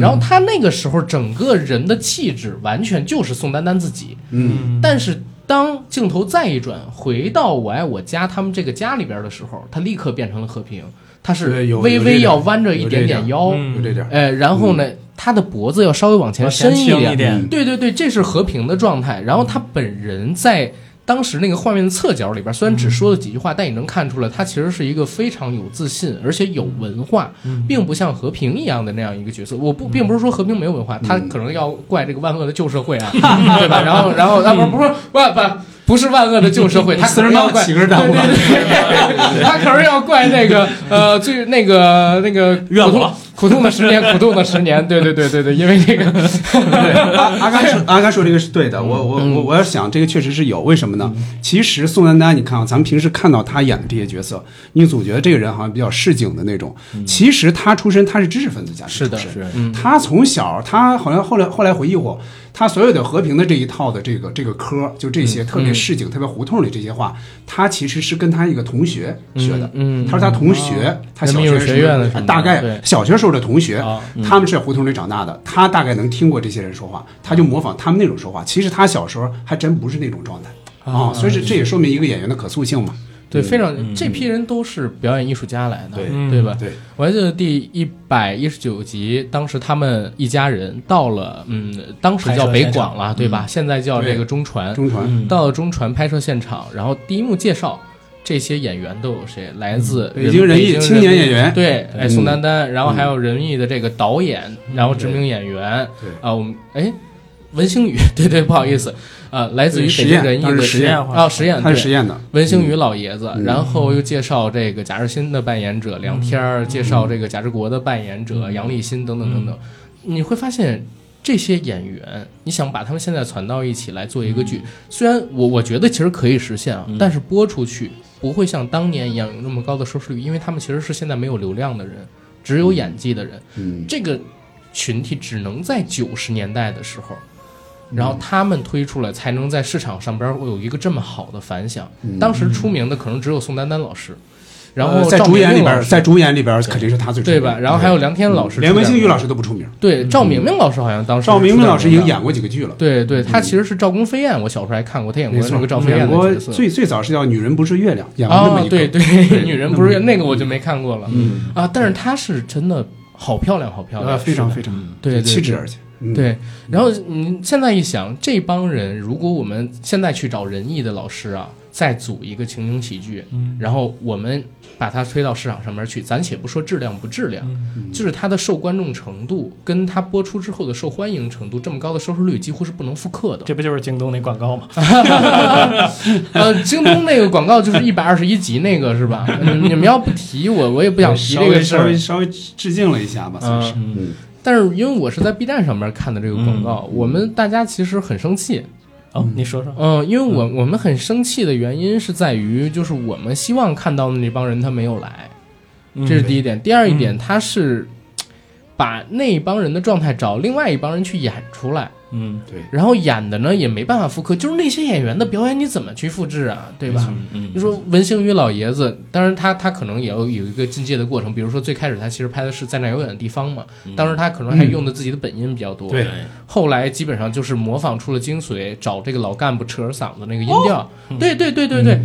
Speaker 1: 然后他那个时候整个人的气质完全就是宋丹丹自己，
Speaker 4: 嗯，
Speaker 1: 但是当镜头再一转回到我爱我家他们这个家里边的时候，他立刻变成了和平，他
Speaker 4: 对
Speaker 1: 是
Speaker 4: 有
Speaker 1: 微
Speaker 4: 有这
Speaker 1: 微
Speaker 4: 点
Speaker 1: 要弯着一
Speaker 4: 有
Speaker 1: 点
Speaker 4: 这
Speaker 1: 点
Speaker 4: 点
Speaker 1: 腰，
Speaker 4: 就这点儿。
Speaker 1: 呃，然后呢，他的脖子要稍微往前
Speaker 6: 嗯往前
Speaker 1: 伸
Speaker 6: 倾一
Speaker 1: 点，
Speaker 6: 点
Speaker 1: 对对对，这是和平的状态。然后他本人在当时那个画面的侧角里边，虽然只说了几句话，但也能看出来，他其实是一个非常有自信，而且有文化，并不像和平一样的那样一个角色。我不，并不是说和平没有文化，他可能要怪这个万恶的旧社会啊，对吧？然后，然后啊，不，不是万万。不是万恶的旧社会，他
Speaker 4: 四
Speaker 1: 可
Speaker 4: 十
Speaker 1: 能要
Speaker 4: 刀
Speaker 1: 怪
Speaker 4: 几个人耽误了，
Speaker 1: 他可是要怪那个呃，最那个那个
Speaker 6: 怨
Speaker 1: 苦痛
Speaker 6: 我
Speaker 1: 苦痛的十年，苦痛的十年，对对对对对，因为这个，
Speaker 4: 对，阿阿甘说阿甘说这个是对的，我
Speaker 1: 嗯
Speaker 4: 我我我要想这个确实是有，为什么呢？其实宋丹丹，你看啊，咱们平时看到她演的这些角色，你总觉得这个人好像比较市井的那种，其实她出身她是知识分子家庭出身，
Speaker 1: 嗯是的
Speaker 4: 她从小她好像后来后来回忆过，她所有的和平的这一套的这个这个科，就这
Speaker 1: 嗯
Speaker 4: 些特别市井、特别胡同里这些话，她其实是跟她一个同学学的，
Speaker 1: 嗯嗯
Speaker 4: 她说她同学，她
Speaker 1: 人
Speaker 4: 小
Speaker 1: 民艺
Speaker 4: 学
Speaker 1: 术学院的
Speaker 4: 时
Speaker 1: 什么
Speaker 4: 候
Speaker 1: 的
Speaker 4: 大
Speaker 1: 对
Speaker 4: 概小学时候的同学
Speaker 1: 啊，
Speaker 4: 他们是在胡同里长大的，他大概能听过这些人说话，他就模仿他们那种说话。其实他小时候还真不是那种状态
Speaker 1: 哦
Speaker 4: 啊，所以这这也说明一个演员的可塑性嘛。
Speaker 1: 对，非常这批人都是表演艺术家来的，
Speaker 4: 嗯对
Speaker 1: 对吧？
Speaker 4: 对，
Speaker 1: 我还记得第一百一十九集，当时他们一家人到了，嗯，当时叫北广了，对吧？
Speaker 4: 嗯
Speaker 1: 现在叫这个中传，
Speaker 4: 中传
Speaker 6: 嗯
Speaker 1: 到了中传拍摄现场，然后第一幕介绍。这些演员都有谁？来自
Speaker 4: 嗯北京人艺
Speaker 1: 北
Speaker 4: 青年演员
Speaker 1: 对，哎，
Speaker 4: 嗯
Speaker 1: 宋丹丹，然后还有人艺的这个导演，然后知名演员，
Speaker 4: 对
Speaker 1: 啊，我们哎，文星宇， 对对，不好意思，啊，来自于
Speaker 4: 嗯对
Speaker 1: 北
Speaker 4: 实
Speaker 1: 京
Speaker 4: 验
Speaker 1: 人艺
Speaker 4: 当
Speaker 1: 的
Speaker 4: 时实验
Speaker 1: 啊，实验，
Speaker 4: 他是
Speaker 1: 对
Speaker 4: 实验的，
Speaker 1: 文星宇老爷子，
Speaker 4: 嗯
Speaker 1: 然后又介绍这个贾志新的扮演者梁天儿，介绍这个贾志国的扮演者杨立新等等等等，你会发现。这些演员，你想把他们现在攒到一起来做一个剧，虽然我我觉得其实可以实现啊，但是播出去不会像当年一样有那么高的收视率，因为他们其实是现在没有流量的人，只有演技的人，
Speaker 4: 嗯，
Speaker 1: 这个群体只能在九十年代的时候，然后他们推出来，才能在市场上边儿有一个这么好的反响。当时出名的可能只有宋丹丹老师，然后
Speaker 4: 嗯呃在
Speaker 1: 赵
Speaker 4: 主
Speaker 1: 明
Speaker 4: 演里
Speaker 1: 明
Speaker 4: 边
Speaker 1: 老
Speaker 4: 儿，
Speaker 1: 师
Speaker 4: 在主演里边儿肯定是他最出
Speaker 1: 对
Speaker 4: 名
Speaker 1: 吧？然后还有梁天老师，
Speaker 4: 嗯连文星宇老
Speaker 1: 师，
Speaker 4: 师都不出名，
Speaker 1: 对赵明明老师好像当时
Speaker 4: 赵明明老师已经
Speaker 1: 出道
Speaker 4: 演过几个剧了。
Speaker 1: 对对，他其实是赵公飞燕，我小时候还看过，他演
Speaker 4: 没
Speaker 1: 过
Speaker 4: 错
Speaker 1: 那个赵，飞
Speaker 4: 演
Speaker 1: 燕
Speaker 4: 过
Speaker 1: 的角色。
Speaker 4: 最最早是叫《女人不是月亮》，演过那么
Speaker 1: 啊
Speaker 4: 一，个嗯
Speaker 1: 对，对， 女人不是那个我就没看过了，啊，但是她是真的好漂亮，好漂
Speaker 4: 呃，
Speaker 1: 亮，
Speaker 4: 非常
Speaker 1: 是的
Speaker 4: 非常
Speaker 1: 对对
Speaker 4: 气
Speaker 1: 对
Speaker 4: 质，而且嗯
Speaker 1: 对，然后嗯，现在一想，这帮人如果我们现在去找仁义的老师啊，再组一个情景喜剧，
Speaker 4: 嗯
Speaker 1: 然后我们把它推到市场上面去，咱且不说质量不质量，
Speaker 4: 嗯
Speaker 1: 嗯就是它的受观众程度跟它播出之后的受欢迎程度，这么高的收视率几乎是不能复刻的。
Speaker 6: 这不就是京东那广告吗？
Speaker 1: 呃，京东那个广告就是一百二十一集那个是吧？你你们要不提我，我也不想提
Speaker 4: 稍
Speaker 1: 这个
Speaker 4: 微
Speaker 1: 事
Speaker 4: 稍
Speaker 1: 儿嗯
Speaker 4: 微。稍微致敬了一下吧，算是嗯
Speaker 1: 但是因为我是在 B 站上面看的这个广告，我们大家其实很生气，
Speaker 6: 哦，你说说，
Speaker 1: 嗯，因为我我们很生气的原因是在于，就是我们希望看到的那帮人他没有来，
Speaker 6: 嗯
Speaker 1: 这是第一点。第二一点，他是把那帮人的状态找另外一帮人去演出来，
Speaker 6: 嗯
Speaker 1: 然后演的呢也没办法复刻，就是那些演员的表演你怎么去复制啊，对吧？
Speaker 6: 嗯
Speaker 1: 你说文星宇老爷子，当然他他可能也要有一个进阶的过程，比如说最开始他其实拍的是在那儿遥远的地方嘛，
Speaker 6: 嗯
Speaker 1: 当时他可能还用的自己的本音比较多，
Speaker 4: 对
Speaker 1: 后来基本上就是模仿出了精髓，找这个老干部扯着嗓子那个音调，对对对对对。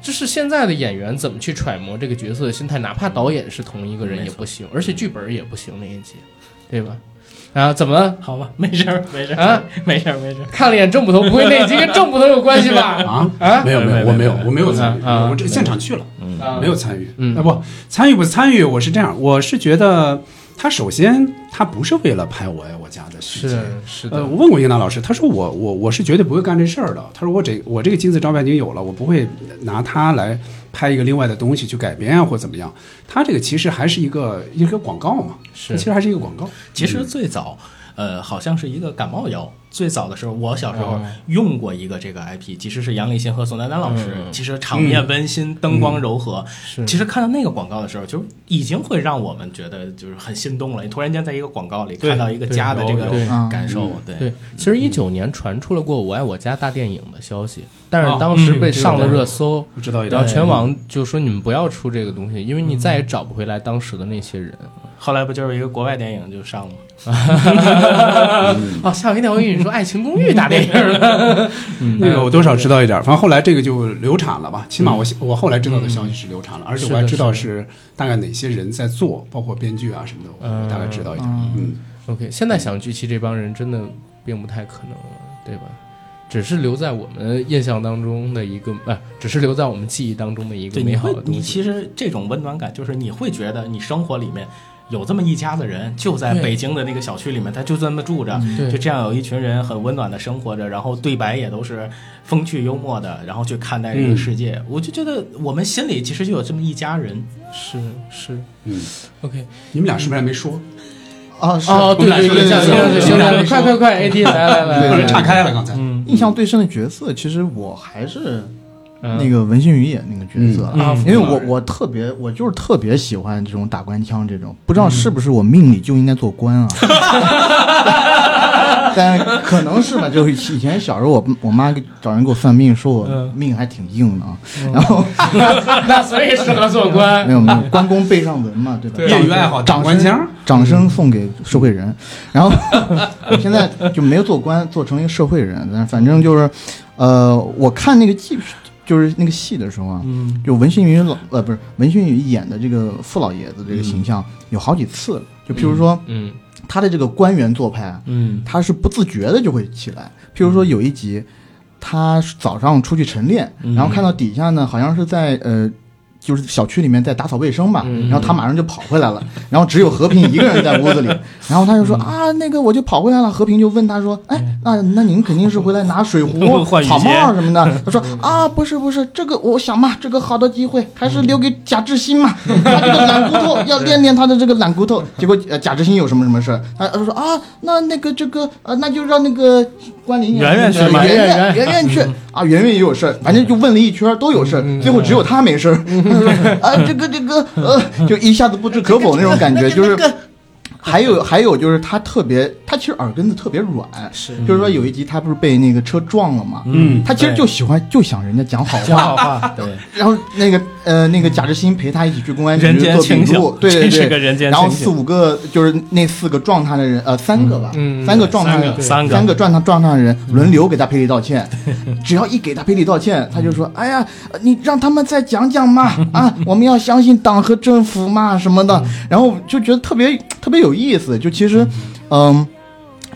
Speaker 1: 就是现在的演员怎么去揣摩这个角色的心态，哪怕导演是同一个人也不行，而且剧本也不行那一集，对吧？啊，怎么了
Speaker 6: 好吧，没事儿，没事儿
Speaker 1: 啊？
Speaker 6: 没事儿，没事儿。
Speaker 1: 看了一眼郑捕头，不会那集跟郑捕头有关系 吧？
Speaker 4: 啊
Speaker 1: 啊
Speaker 4: 没有没
Speaker 6: 没有
Speaker 4: 有，我没有
Speaker 6: 没有
Speaker 4: 我没有参与，
Speaker 1: 啊啊
Speaker 4: 我这现场去了。
Speaker 1: 啊
Speaker 4: 没有参与，
Speaker 1: 嗯
Speaker 4: 啊不参与不参与，我是这样，我是觉得他首先他不是为了拍我爱我家的续集
Speaker 1: 是。是
Speaker 4: 呃，
Speaker 1: 的，
Speaker 4: 我问过英达老师，他说我我我是绝对不会干这事儿的。他说我这我这个金字招牌已经有了，我不会拿它来拍一个另外的东西去改编啊或怎么样。他这个其实还是一个一个广告嘛，
Speaker 1: 是
Speaker 4: 它其实还是一个广告。
Speaker 6: 其实最早，呃，好像是一个感冒药。最早的时候，我小时候用过一个这个 IP，其实是杨立新和宋丹丹老师。其实场面温馨，灯光柔和。其实看到那个广告的时候，就已经会让我们觉得就是很心动了。你突然间在一个广告里看到一个家的这个
Speaker 1: 对
Speaker 3: 嗯
Speaker 6: 感受，对
Speaker 1: 对，其实一九年传出了过《我爱我家》大电影的消息，但是当时被上了热搜，
Speaker 4: 我知道一点
Speaker 1: 然后全网就说你们不要出这个东西，因为你再也找不回来当时的那些人。
Speaker 6: 后来不就是一个国外电影就上了吗？
Speaker 1: 哦，吓我一跳！我以为你说《爱情公寓》大电影呢。
Speaker 4: 那个我多少知道一点儿，反正后来这个就流产了
Speaker 1: 嗯
Speaker 4: 吧，起码我、我后来知道的消息是流产了，而且我还知道是大概哪些人在做，包括编剧啊什么的，
Speaker 1: 嗯
Speaker 4: 我大概知道一点儿。嗯，
Speaker 1: OK，现在想聚齐这帮人真的并不太可能了，对吧？只是留在我们印象当中的一个，呃，只是留在我们记忆当中的一个
Speaker 6: 对，
Speaker 1: 美
Speaker 6: 你
Speaker 1: 好
Speaker 6: 会
Speaker 1: 的，东
Speaker 6: 你
Speaker 1: 西。
Speaker 6: 其实这种温暖感，就是你会觉得你生活里面有这么一家子人，就在
Speaker 1: 对
Speaker 6: 北京的那个小区里面，他就这么住着，
Speaker 1: 对
Speaker 6: 就这样有一群人很温暖的生活着，然后对白也都是风趣幽默的，然后去看待这个世界。我就觉得我们心里其实就有这么一家人，
Speaker 1: 是是
Speaker 4: 嗯，
Speaker 1: ，OK，
Speaker 4: 你们俩是不是还没说？
Speaker 3: 啊，是
Speaker 1: 哦，对
Speaker 4: 我们俩
Speaker 1: 对
Speaker 4: 说
Speaker 1: 对，
Speaker 4: 的
Speaker 1: 行行
Speaker 4: 是我
Speaker 1: 行
Speaker 4: 们俩
Speaker 1: 行，
Speaker 4: 没
Speaker 1: 快快
Speaker 4: 说
Speaker 1: 快，AD 来来来
Speaker 4: 或者
Speaker 1: 来，
Speaker 4: 岔开了刚才。
Speaker 3: 印象最深的角色，其实我还是
Speaker 1: 嗯
Speaker 3: 那个文心宇演那个角色
Speaker 1: 嗯
Speaker 3: 了
Speaker 1: 啊，
Speaker 3: 因为我
Speaker 4: 嗯
Speaker 3: 我特别，我就是特别喜欢这种打官腔这种，不知道是不是我命里就应该做官啊。但可能是吧，就是以前小时候我我妈给找人给我算命，说我命还挺硬的啊， 然后
Speaker 1: 那所以适合做官
Speaker 3: 没，有没有，关公背上文嘛，对吧？
Speaker 4: 啊业余爱好
Speaker 3: 掌
Speaker 4: 长
Speaker 3: 声
Speaker 4: 官腔，
Speaker 3: 掌声送给社会人。然后 我现在就没有做官，做成一个社会人，但反正就是，呃，我看那个剧，就是那个戏的时候啊，
Speaker 4: 嗯
Speaker 3: 就文心宇老呃不是文心宇演的这个傅老爷子这个形象、
Speaker 4: 嗯
Speaker 3: 有好几次，就譬如说、
Speaker 1: 嗯
Speaker 3: 他的这个官员做派，啊
Speaker 1: 嗯
Speaker 3: 他是不自觉的就会起来。譬如说有一集，他早上出去晨练，
Speaker 1: 嗯
Speaker 3: 然后看到底下呢好像是在呃。就是小区里面在打扫卫生嘛，
Speaker 1: 嗯
Speaker 3: 然后他马上就跑回来了，然后只有和平一个人 在屋子里，然后他就说啊，那个我就跑回来了。和平就问他说，哎，
Speaker 1: 嗯
Speaker 3: 那那您肯定是回来拿水壶
Speaker 6: 换、雨鞋
Speaker 3: 草 帽什么的。他说啊，不是不是，这个我想嘛，这个好的机会还是留给贾志新 嘛，他这个懒骨头要练练他的这个懒骨头。结果呃贾志新有什么什么事儿，他他说啊，那那个这个呃，那就让那个关林
Speaker 6: 圆圆去嗯嘛
Speaker 3: 圆
Speaker 1: 圆
Speaker 3: 圆圆圆去啊，圆圆也有事儿，反正就问了一圈儿都有事儿，
Speaker 6: 嗯
Speaker 3: 最后只有他没事儿。 他说啊，这个这个呃，就一下子不置可否那种感觉，就是。还有还有就是他特别，他其实耳根子特别软，是，就是说有一集他不是被那个车撞了嘛，
Speaker 4: 嗯
Speaker 3: 他其实就喜欢就想人家讲好
Speaker 6: 讲
Speaker 3: 话，
Speaker 6: 好话，对，
Speaker 3: 然后那个呃那个贾志新陪他一起去公安局
Speaker 6: 人间
Speaker 3: 做笔
Speaker 6: 清醒
Speaker 3: 录，对对
Speaker 6: 真是
Speaker 3: 对，
Speaker 6: 个人间
Speaker 3: 然后
Speaker 6: 清醒
Speaker 3: 四五个就是那四个撞他的人，呃三个吧，
Speaker 1: 嗯嗯
Speaker 3: 三个撞他
Speaker 6: 三
Speaker 3: 的
Speaker 6: 个三个
Speaker 3: 三个撞他撞他的人轮流给他赔礼道歉，只要一给他赔礼道歉，他就说哎呀呃你让他们再讲讲嘛啊，我们要相信党和政府嘛什么的，然后就觉得特别特别有意思，就其实嗯，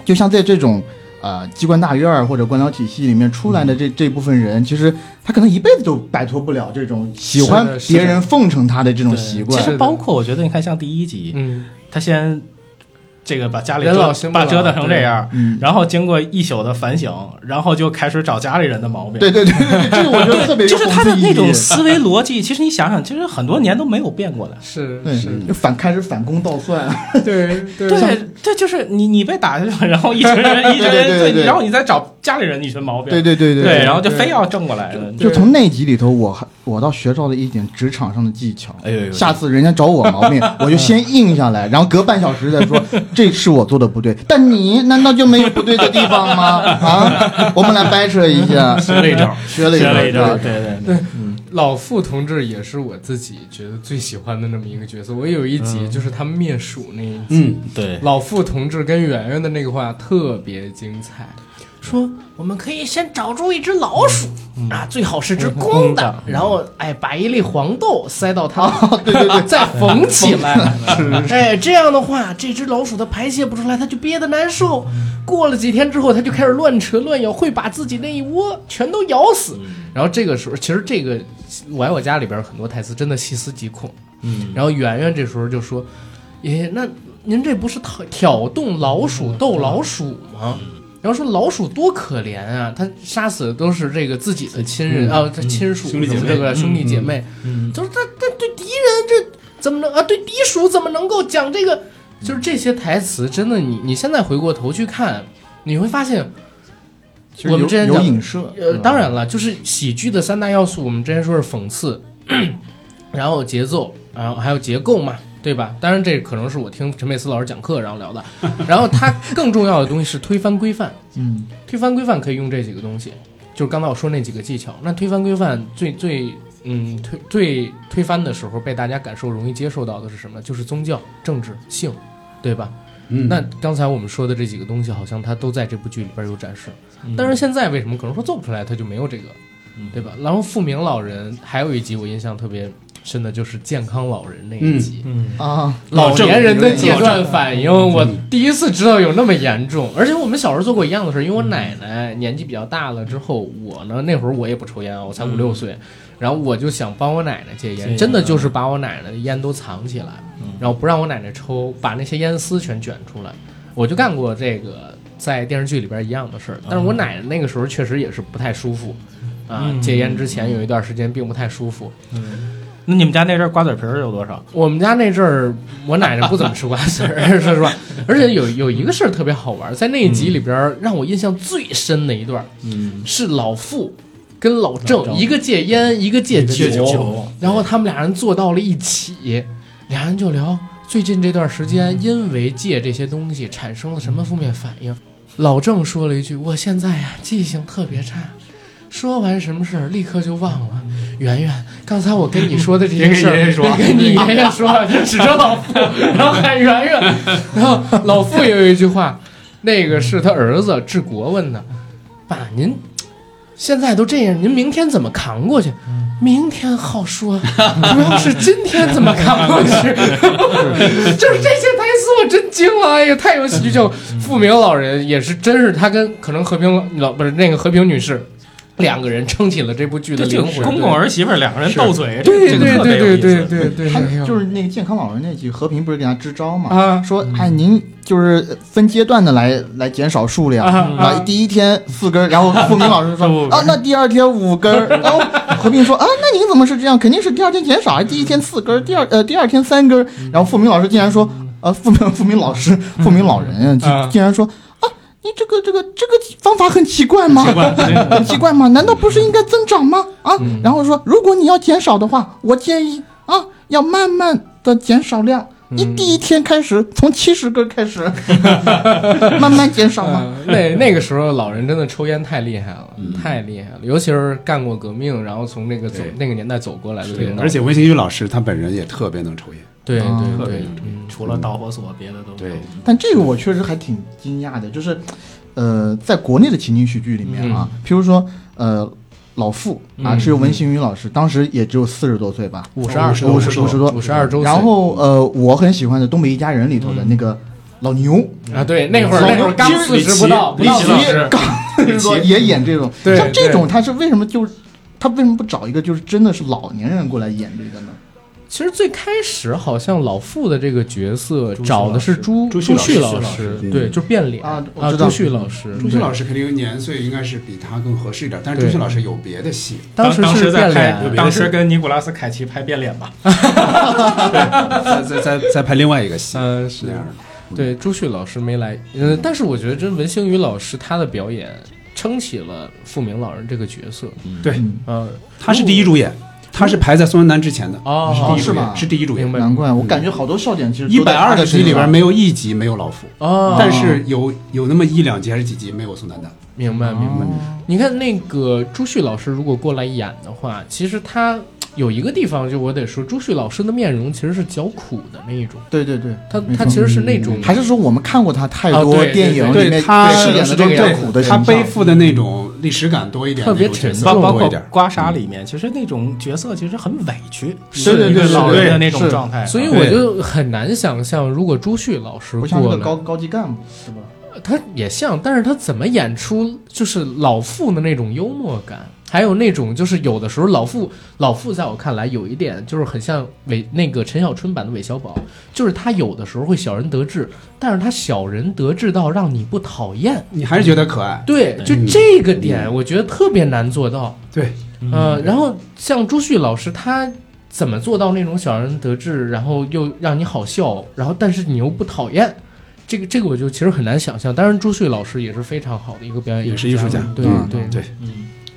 Speaker 3: 就像在这种。呃，机关大院儿或者官僚体系里面出来的这、这部分人，其实他可能一辈子都摆脱不了这种喜欢
Speaker 1: 是的是的
Speaker 3: 别人奉承他的这种
Speaker 6: 对
Speaker 3: 习
Speaker 6: 其
Speaker 3: 惯。
Speaker 6: 实包括我觉得，你看像第一集，
Speaker 1: 嗯，
Speaker 6: 他先这个把家里
Speaker 1: 人老
Speaker 6: 折
Speaker 1: 心不
Speaker 6: 把
Speaker 1: 老
Speaker 6: 折腾成这
Speaker 1: 对
Speaker 6: 样，
Speaker 3: 嗯，
Speaker 6: 然后经过一宿的反省，然后就开始找家里人的毛病。
Speaker 3: 对对对对，对这个我觉得特别有
Speaker 6: 就是
Speaker 3: 讽
Speaker 6: 他
Speaker 3: 刺
Speaker 6: 的
Speaker 3: 意
Speaker 6: 那种
Speaker 3: 义。
Speaker 6: 思维逻辑，其实你想想，其实很多年都没有变过的。
Speaker 1: 是是，
Speaker 3: 对，就嗯反开始反攻倒算，
Speaker 1: 对
Speaker 6: 对，这就是你你被打下 去了，然后一 群人一群
Speaker 3: 对对
Speaker 6: 人
Speaker 3: 对对
Speaker 6: 然后你再找家里人一群毛病，
Speaker 3: 对对对
Speaker 6: 对
Speaker 3: 对，
Speaker 6: 然后就非要正过来了。
Speaker 3: 就从那集里头，我还我倒学到了一点职场上的技巧。
Speaker 6: 哎呦呦
Speaker 3: 下次人家找我毛病，我就先硬下来，然后隔半小时再说，这是我做的不对。但你难道就没有不对的地方吗？啊，我们来掰扯一下，
Speaker 6: 学了一招，
Speaker 3: 学了一
Speaker 6: 学了一招，
Speaker 3: 招，
Speaker 6: 对对对，
Speaker 1: 老傅同志也是我自己觉得最喜欢的那么一个角色。我有一集就是他灭鼠那一集，
Speaker 4: 嗯，
Speaker 6: 对
Speaker 1: 老傅同志跟圆圆的那个话特别精彩，
Speaker 7: 说我们可以先找出一只老鼠、
Speaker 1: 嗯
Speaker 7: 啊，最好是只公的，然后哎，把一粒黄豆塞到它，
Speaker 1: 哦
Speaker 7: 对对对， 再缝起 来。哎，这样的话，这只老鼠它排泄不出来，它就憋得难受。
Speaker 1: 嗯
Speaker 7: 过了几天之后，它就开始乱扯乱咬，会把自己那一窝全都咬死。
Speaker 1: 然后这个时候，其实这个我爱我家里边很多台词真的细思极恐。嗯，然后圆圆这时候就说：“爷爷，哎那您这不是挑挑动老鼠斗老鼠吗？”然后说老鼠多可怜啊，它杀死的都是这个自己的亲人啊，它亲属什
Speaker 4: 嗯兄弟姐妹嗯
Speaker 1: 么这个兄弟姐妹，
Speaker 7: 就是他他对敌人这怎么能啊？对敌鼠怎么能够讲这个？
Speaker 1: 就是这些台词，真的你你现在回过头去看，你会发现
Speaker 3: 其实
Speaker 1: 我们
Speaker 3: 有
Speaker 1: 之前
Speaker 3: 有
Speaker 1: 讲
Speaker 3: 影射，
Speaker 1: 呃，当然了，就是喜剧的三大要素，我们之前说是讽刺， 然后节奏，然后还有结构嘛，对吧？当然，这可能是我听陈佩斯老师讲课然后聊的。然后他更重要的东西是推翻规范，
Speaker 3: 嗯，
Speaker 1: 推翻规范可以用这几个东西，就是刚才我说那几个技巧。那推翻规范最最嗯推最推翻的时候被大家感受容易接受到的是什么？就是宗教、政治、性，对吧？
Speaker 4: 嗯
Speaker 1: 那刚才我们说的这几个东西，好像它都在这部剧里边有展示。但是现在为什么可能说做不出来，它就没有这个，对吧？然后富明老人还有一集我印象特别真的就是健康老人那一集。
Speaker 8: 嗯，
Speaker 3: 啊，
Speaker 1: 老
Speaker 4: 郑
Speaker 1: 年人的嗯
Speaker 4: 有点
Speaker 1: 戒
Speaker 4: 老郑
Speaker 1: 断反应，我第一次知道有那么严重。而且我们小时候做过一样的事，因为我奶奶年纪比较大了之后，我呢那会儿我也不抽烟啊，我才五六
Speaker 4: 嗯
Speaker 1: 岁，然后我就想帮我奶奶戒
Speaker 6: 戒
Speaker 1: 烟，嗯
Speaker 6: 烟
Speaker 1: 真的就是把我奶奶的烟都藏起来，然后不让我奶奶抽，把那些烟丝全卷出来。我就干过这个在电视剧里边一样的事儿，但是我奶奶那个时候确实也是不太舒服，啊，
Speaker 6: 嗯
Speaker 1: 戒烟之前有一段时间并不太舒服，
Speaker 6: 那你们家那阵儿瓜子皮儿有多少？
Speaker 1: 我们家那阵儿，我奶奶不怎么吃瓜子儿，说实 话。而且有有一个事儿特别好玩儿，在那一集里边儿让我印象最深的一段儿，
Speaker 6: 嗯，
Speaker 1: 是老傅跟老郑
Speaker 6: 老郑嗯
Speaker 1: 一个戒烟，一个戒酒，
Speaker 6: 戒酒
Speaker 1: 然后他们俩人坐到了一起，俩人就聊最近这段时
Speaker 6: 嗯
Speaker 1: 间因为戒这些东西产生了什么负面反应。老郑说了一句：“我现在呀、记性特别差。”说完什么事儿，立刻就忘了。圆圆，刚才我跟你说的这些事儿，
Speaker 4: 别跟爷爷 说
Speaker 1: 别跟你爷爷 说，指着老傅，然后喊圆圆。然后老傅也有一句话，那个是他儿子治国问的，爸，您现在都这样，您明天怎么扛过去？明天好说，主要是今天怎么扛过去？ 就是这些台词，我真惊了！哎呀，太有喜剧效果。富明老人也是，真是他跟可能和平老不是那个和平女士，两个人撑起了这部剧的
Speaker 6: 这
Speaker 1: 灵
Speaker 6: 就
Speaker 1: 魂。
Speaker 6: 公公儿媳妇儿两个人斗嘴，
Speaker 1: 对
Speaker 6: 这
Speaker 1: 对
Speaker 6: 个特别
Speaker 1: 对
Speaker 6: 有
Speaker 1: 对
Speaker 6: 意思
Speaker 1: 对对对，
Speaker 3: 他
Speaker 1: 哎呦
Speaker 3: 就是那个健康老人那集，和平不是给他支招嘛？
Speaker 1: 啊
Speaker 3: 说哎，您就是分阶段的来来减少数
Speaker 6: 哎
Speaker 3: 量
Speaker 1: 啊
Speaker 3: 啊，第一天四根儿，然后付明 老师说
Speaker 6: 不不
Speaker 3: 啊，那第二天五根儿，然后和平说啊，那您怎么是这样？肯定是第二天减少，啊，第一天四根儿，第二呃第二天三根儿，然后付明老师竟然说呃付明 付明老师付明老人就
Speaker 1: 啊
Speaker 3: 竟然说啊。你这个这个这个方法很奇怪吗？ 很奇怪吗？难道不是应该增长吗？啊，
Speaker 1: 嗯
Speaker 3: 然后说如果你要减少的话，我建议啊要慢慢的减少量。
Speaker 1: 嗯
Speaker 3: 你第一天开始，从七十根 开始，慢慢减少嘛。
Speaker 1: 嗯那那个时候老人真的抽烟太厉害了，太厉害了，尤其是干过革命，然后从那个走那个年代走过来的领导，
Speaker 4: 而且温新宇老师他本人也特别能抽烟，
Speaker 1: 对
Speaker 3: 啊
Speaker 1: 对
Speaker 6: 特别
Speaker 1: 对
Speaker 6: 有，嗯除了导火索，别的都
Speaker 4: 对
Speaker 3: 但这个我确实还挺惊讶的，就是，呃，在国内的情景喜剧里面啊，譬如说，呃，老傅啊，
Speaker 1: 嗯
Speaker 3: 是由文星宇老师，当时也只有四十多岁吧，
Speaker 1: 五十二
Speaker 3: 五十五十多
Speaker 1: 嗯五十二周岁，嗯
Speaker 3: 然后呃，我很喜欢的《东北一家人》里头的那个老牛，
Speaker 1: 啊，对，那会儿那会儿刚
Speaker 4: 其实
Speaker 1: 四
Speaker 4: 李
Speaker 1: 十
Speaker 4: 琦
Speaker 1: 不到，不
Speaker 4: 李
Speaker 1: 到
Speaker 4: 琦
Speaker 1: 四十，
Speaker 3: 就是说也演这种，
Speaker 1: 对
Speaker 3: 像这
Speaker 1: 对
Speaker 3: 种他是为什么就是他为什么不找一个就是真的是老年人过来演这个呢？
Speaker 1: 其实最开始好像老傅的这个角色找的是朱
Speaker 4: 朱
Speaker 1: 朱
Speaker 4: 旭
Speaker 1: 旭
Speaker 4: 老
Speaker 1: 师
Speaker 4: 师
Speaker 1: 嗯
Speaker 4: 朱旭老师，
Speaker 1: 对，就变脸
Speaker 3: 啊我知道
Speaker 1: 朱旭老师，
Speaker 4: 朱旭老
Speaker 1: 师
Speaker 4: 师肯定年岁应该是比他更合适一点，但是
Speaker 1: 对
Speaker 4: 朱旭老师有别的戏，
Speaker 6: 当
Speaker 1: 时
Speaker 6: 当
Speaker 1: 是
Speaker 6: 在
Speaker 1: 变
Speaker 6: 拍，
Speaker 1: 脸，啊
Speaker 6: 当时跟尼古拉斯凯奇拍变脸吧，
Speaker 4: 再再再再拍另外一个戏，
Speaker 1: 嗯
Speaker 4: 是
Speaker 1: 是
Speaker 4: 那样的。
Speaker 1: 对朱旭老师没来，呃，但是我觉得这文星宇老师他的表演撑起了傅明老人这个角色，
Speaker 4: 对，
Speaker 1: 呃，
Speaker 4: 他是第一主演，他是排在宋丹丹之前的，
Speaker 1: 哦
Speaker 4: 第一主
Speaker 3: 是吗
Speaker 4: 演是第一主演
Speaker 1: 明。白
Speaker 3: 难怪我感觉好多笑点其实
Speaker 4: 一
Speaker 3: 都在
Speaker 4: 百
Speaker 3: 他
Speaker 4: 二
Speaker 3: 的
Speaker 4: 十
Speaker 3: 身
Speaker 4: 集里边
Speaker 3: 上
Speaker 4: 没有一集没有老啊傅，
Speaker 1: 哦，
Speaker 4: 但是有有那么一两集还是几集没有宋丹丹。
Speaker 1: 明
Speaker 3: 嗯
Speaker 1: 白明白。你看那个朱旭老师如果过来演的话，其实他有一个地方，就我得说，朱旭老师的面容其实是较苦的那一种，
Speaker 3: 对对对，
Speaker 1: 他
Speaker 3: 没
Speaker 1: 他
Speaker 3: 错嗯
Speaker 1: 其实是那种
Speaker 3: 还是说我们看过他太
Speaker 1: 啊
Speaker 3: 多
Speaker 1: 对
Speaker 3: 电影
Speaker 1: 对
Speaker 3: 里面
Speaker 4: 他
Speaker 3: 饰演的
Speaker 1: 这个
Speaker 3: 种
Speaker 1: 样
Speaker 3: 较
Speaker 1: 子
Speaker 3: 苦的
Speaker 4: 他
Speaker 3: 形象
Speaker 4: 背负的那种历史感多一点，
Speaker 1: 特别
Speaker 4: 那种角
Speaker 1: 沉
Speaker 4: 色
Speaker 6: 包包
Speaker 4: 多一
Speaker 6: 括
Speaker 4: 点。
Speaker 6: 刮痧里面，其实那种角色其实很委屈，
Speaker 3: 对对
Speaker 6: 一个
Speaker 3: 对
Speaker 6: 老
Speaker 3: 对
Speaker 6: 人的
Speaker 3: 对
Speaker 6: 那种
Speaker 3: 是
Speaker 6: 状态，
Speaker 1: 所以
Speaker 6: 啊
Speaker 1: 我就很难想象，如果朱旭老师
Speaker 3: 不像那
Speaker 1: 过
Speaker 3: 个
Speaker 1: 来
Speaker 3: 高，高级干部是吧？
Speaker 1: 他也像，但是他怎么演出就是老傅的那种幽默感，还有那种就是有的时候老傅老傅在我看来有一点就是很像韦那个陈小春版的韦小宝，就是他有的时候会小人得志，但是他小人得志到让你不讨厌。
Speaker 4: 你还是觉得可爱，
Speaker 1: 对，就
Speaker 4: 嗯
Speaker 1: 这个点，我觉得特别难做到。
Speaker 4: 对，
Speaker 6: 嗯
Speaker 1: 呃，然后像朱旭老师，他怎么做到那种小人得志，然后又让你好笑，然后但是你又不讨厌，这个这个我就其实很难想象。当然，朱旭老师也是非常好的一个表演，
Speaker 4: 也是艺术家
Speaker 1: 对
Speaker 4: 嗯
Speaker 1: 对
Speaker 4: 对